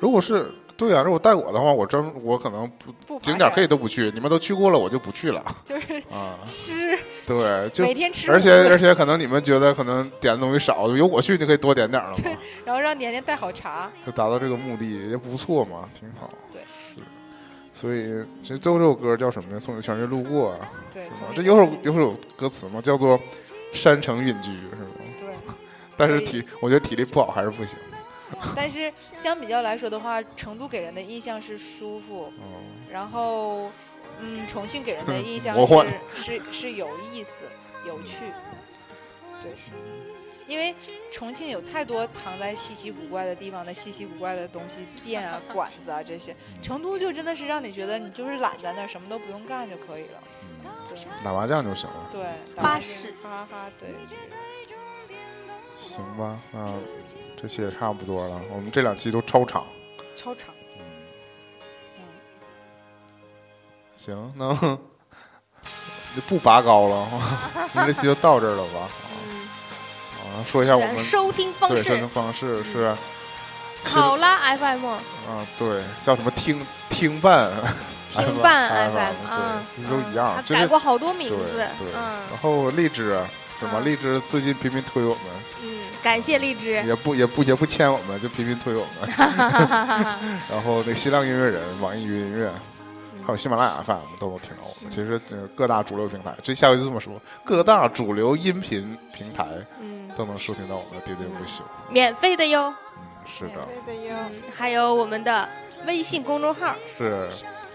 Speaker 2: 如果是对呀、如果带我的话，我专我可能不
Speaker 3: 不
Speaker 2: 景点可
Speaker 3: 以，
Speaker 2: 以都不去，你们都去过了，我就不去了
Speaker 3: 就是
Speaker 2: 啊。
Speaker 3: 吃
Speaker 2: 对，就
Speaker 3: 每天吃，
Speaker 2: 而且而且可能你们觉得可能点的东西少，有我去你可以多点点了嘛，
Speaker 3: 然后让年年带好茶，
Speaker 2: 就达到这个目的也不错嘛，挺好。
Speaker 3: 对，
Speaker 2: 是。所以其实最后这首歌叫什么呀？送你全是路过啊。
Speaker 3: 对，
Speaker 2: 啊
Speaker 3: 从
Speaker 2: 这
Speaker 3: 那
Speaker 2: 有
Speaker 3: 个
Speaker 2: 首有首歌词嘛，叫做“山城隐居”是吗？
Speaker 3: 对，
Speaker 2: 但是
Speaker 3: 可以
Speaker 2: 体我觉得体力不好还是不行。
Speaker 3: 但是相比较来说的话，成都给人的印象是舒服，
Speaker 2: 嗯，
Speaker 3: 然后嗯，重庆给人的印象
Speaker 2: 魔幻
Speaker 3: 是是是有意思、有趣，对，因为重庆有太多藏在稀奇古怪的地方的稀奇古怪的东西，店啊、馆子啊这些，
Speaker 2: 嗯
Speaker 3: 成都就真的是让你觉得你就是懒在那儿，什么都不用干就可以了，对
Speaker 2: 嗯打麻将就行了。
Speaker 3: 对，
Speaker 1: 巴
Speaker 3: 打麻将
Speaker 1: 士
Speaker 3: 哈哈哈，对，
Speaker 2: 行吧，那这期也差不多了。我们这两期都超长。
Speaker 3: 超长，
Speaker 2: 行，那 就不拔高了，我们这期就到这儿了吧？
Speaker 4: 嗯，
Speaker 2: 啊，说一下我们
Speaker 1: 收听方
Speaker 4: 啊
Speaker 2: 对收听
Speaker 1: 式，
Speaker 2: 方式是
Speaker 4: 嗯
Speaker 2: 新
Speaker 4: 考拉 FM
Speaker 2: 啊，对，叫什么听听伴
Speaker 4: 听伴
Speaker 2: FM，
Speaker 4: FM 啊，
Speaker 2: 对，这都一
Speaker 4: 嗯
Speaker 2: 样，
Speaker 4: 它
Speaker 2: 这
Speaker 4: 改
Speaker 2: 是
Speaker 4: 过好多名
Speaker 2: 对
Speaker 4: 字
Speaker 2: 对。，
Speaker 4: 嗯
Speaker 2: 然后荔枝。什么
Speaker 4: 嗯
Speaker 2: 荔枝最近频频推我们，
Speaker 4: 嗯，感谢荔枝，
Speaker 2: 也不也不也不签我们，就频频推我们。然后那个新浪音乐人、网易云音乐，还有喜马拉雅 FM 都能听到我们。其实呃各大主流平台，这下回就这么说，各大主流音频平台
Speaker 4: 嗯，
Speaker 2: 都能收听到我们的喋喋不休。
Speaker 4: 免费的哟。
Speaker 2: 是的，嗯
Speaker 3: 免费的哟，
Speaker 4: 还有我们的微信公众号
Speaker 2: 是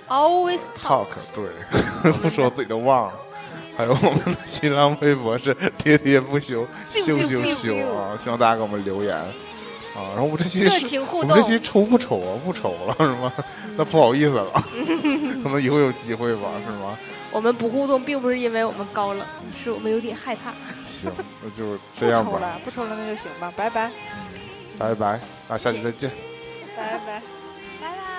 Speaker 4: Always
Speaker 2: Talk，对， 不说我自己都忘了。还有我们的新浪微博是喋喋不休，
Speaker 4: 咻
Speaker 2: 咻
Speaker 4: 咻
Speaker 2: 咻咻啊！希望大家给我们留言啊。然后我们这期
Speaker 4: 热
Speaker 2: 是
Speaker 4: 情互
Speaker 2: 我
Speaker 4: 动
Speaker 2: 们这，期抽不抽啊？不抽了是吗？那不好意思了，可能以后有机会吧，是吗？
Speaker 4: 我们不互动，并不是因为我们高冷，是我们有点害怕。
Speaker 2: 行，那就
Speaker 3: 不
Speaker 2: 这样
Speaker 3: 抽
Speaker 2: 吧，
Speaker 3: 了，不抽了那就行吧，拜拜，
Speaker 2: 拜拜，啊，下期再见。
Speaker 3: 拜拜。
Speaker 4: 拜拜。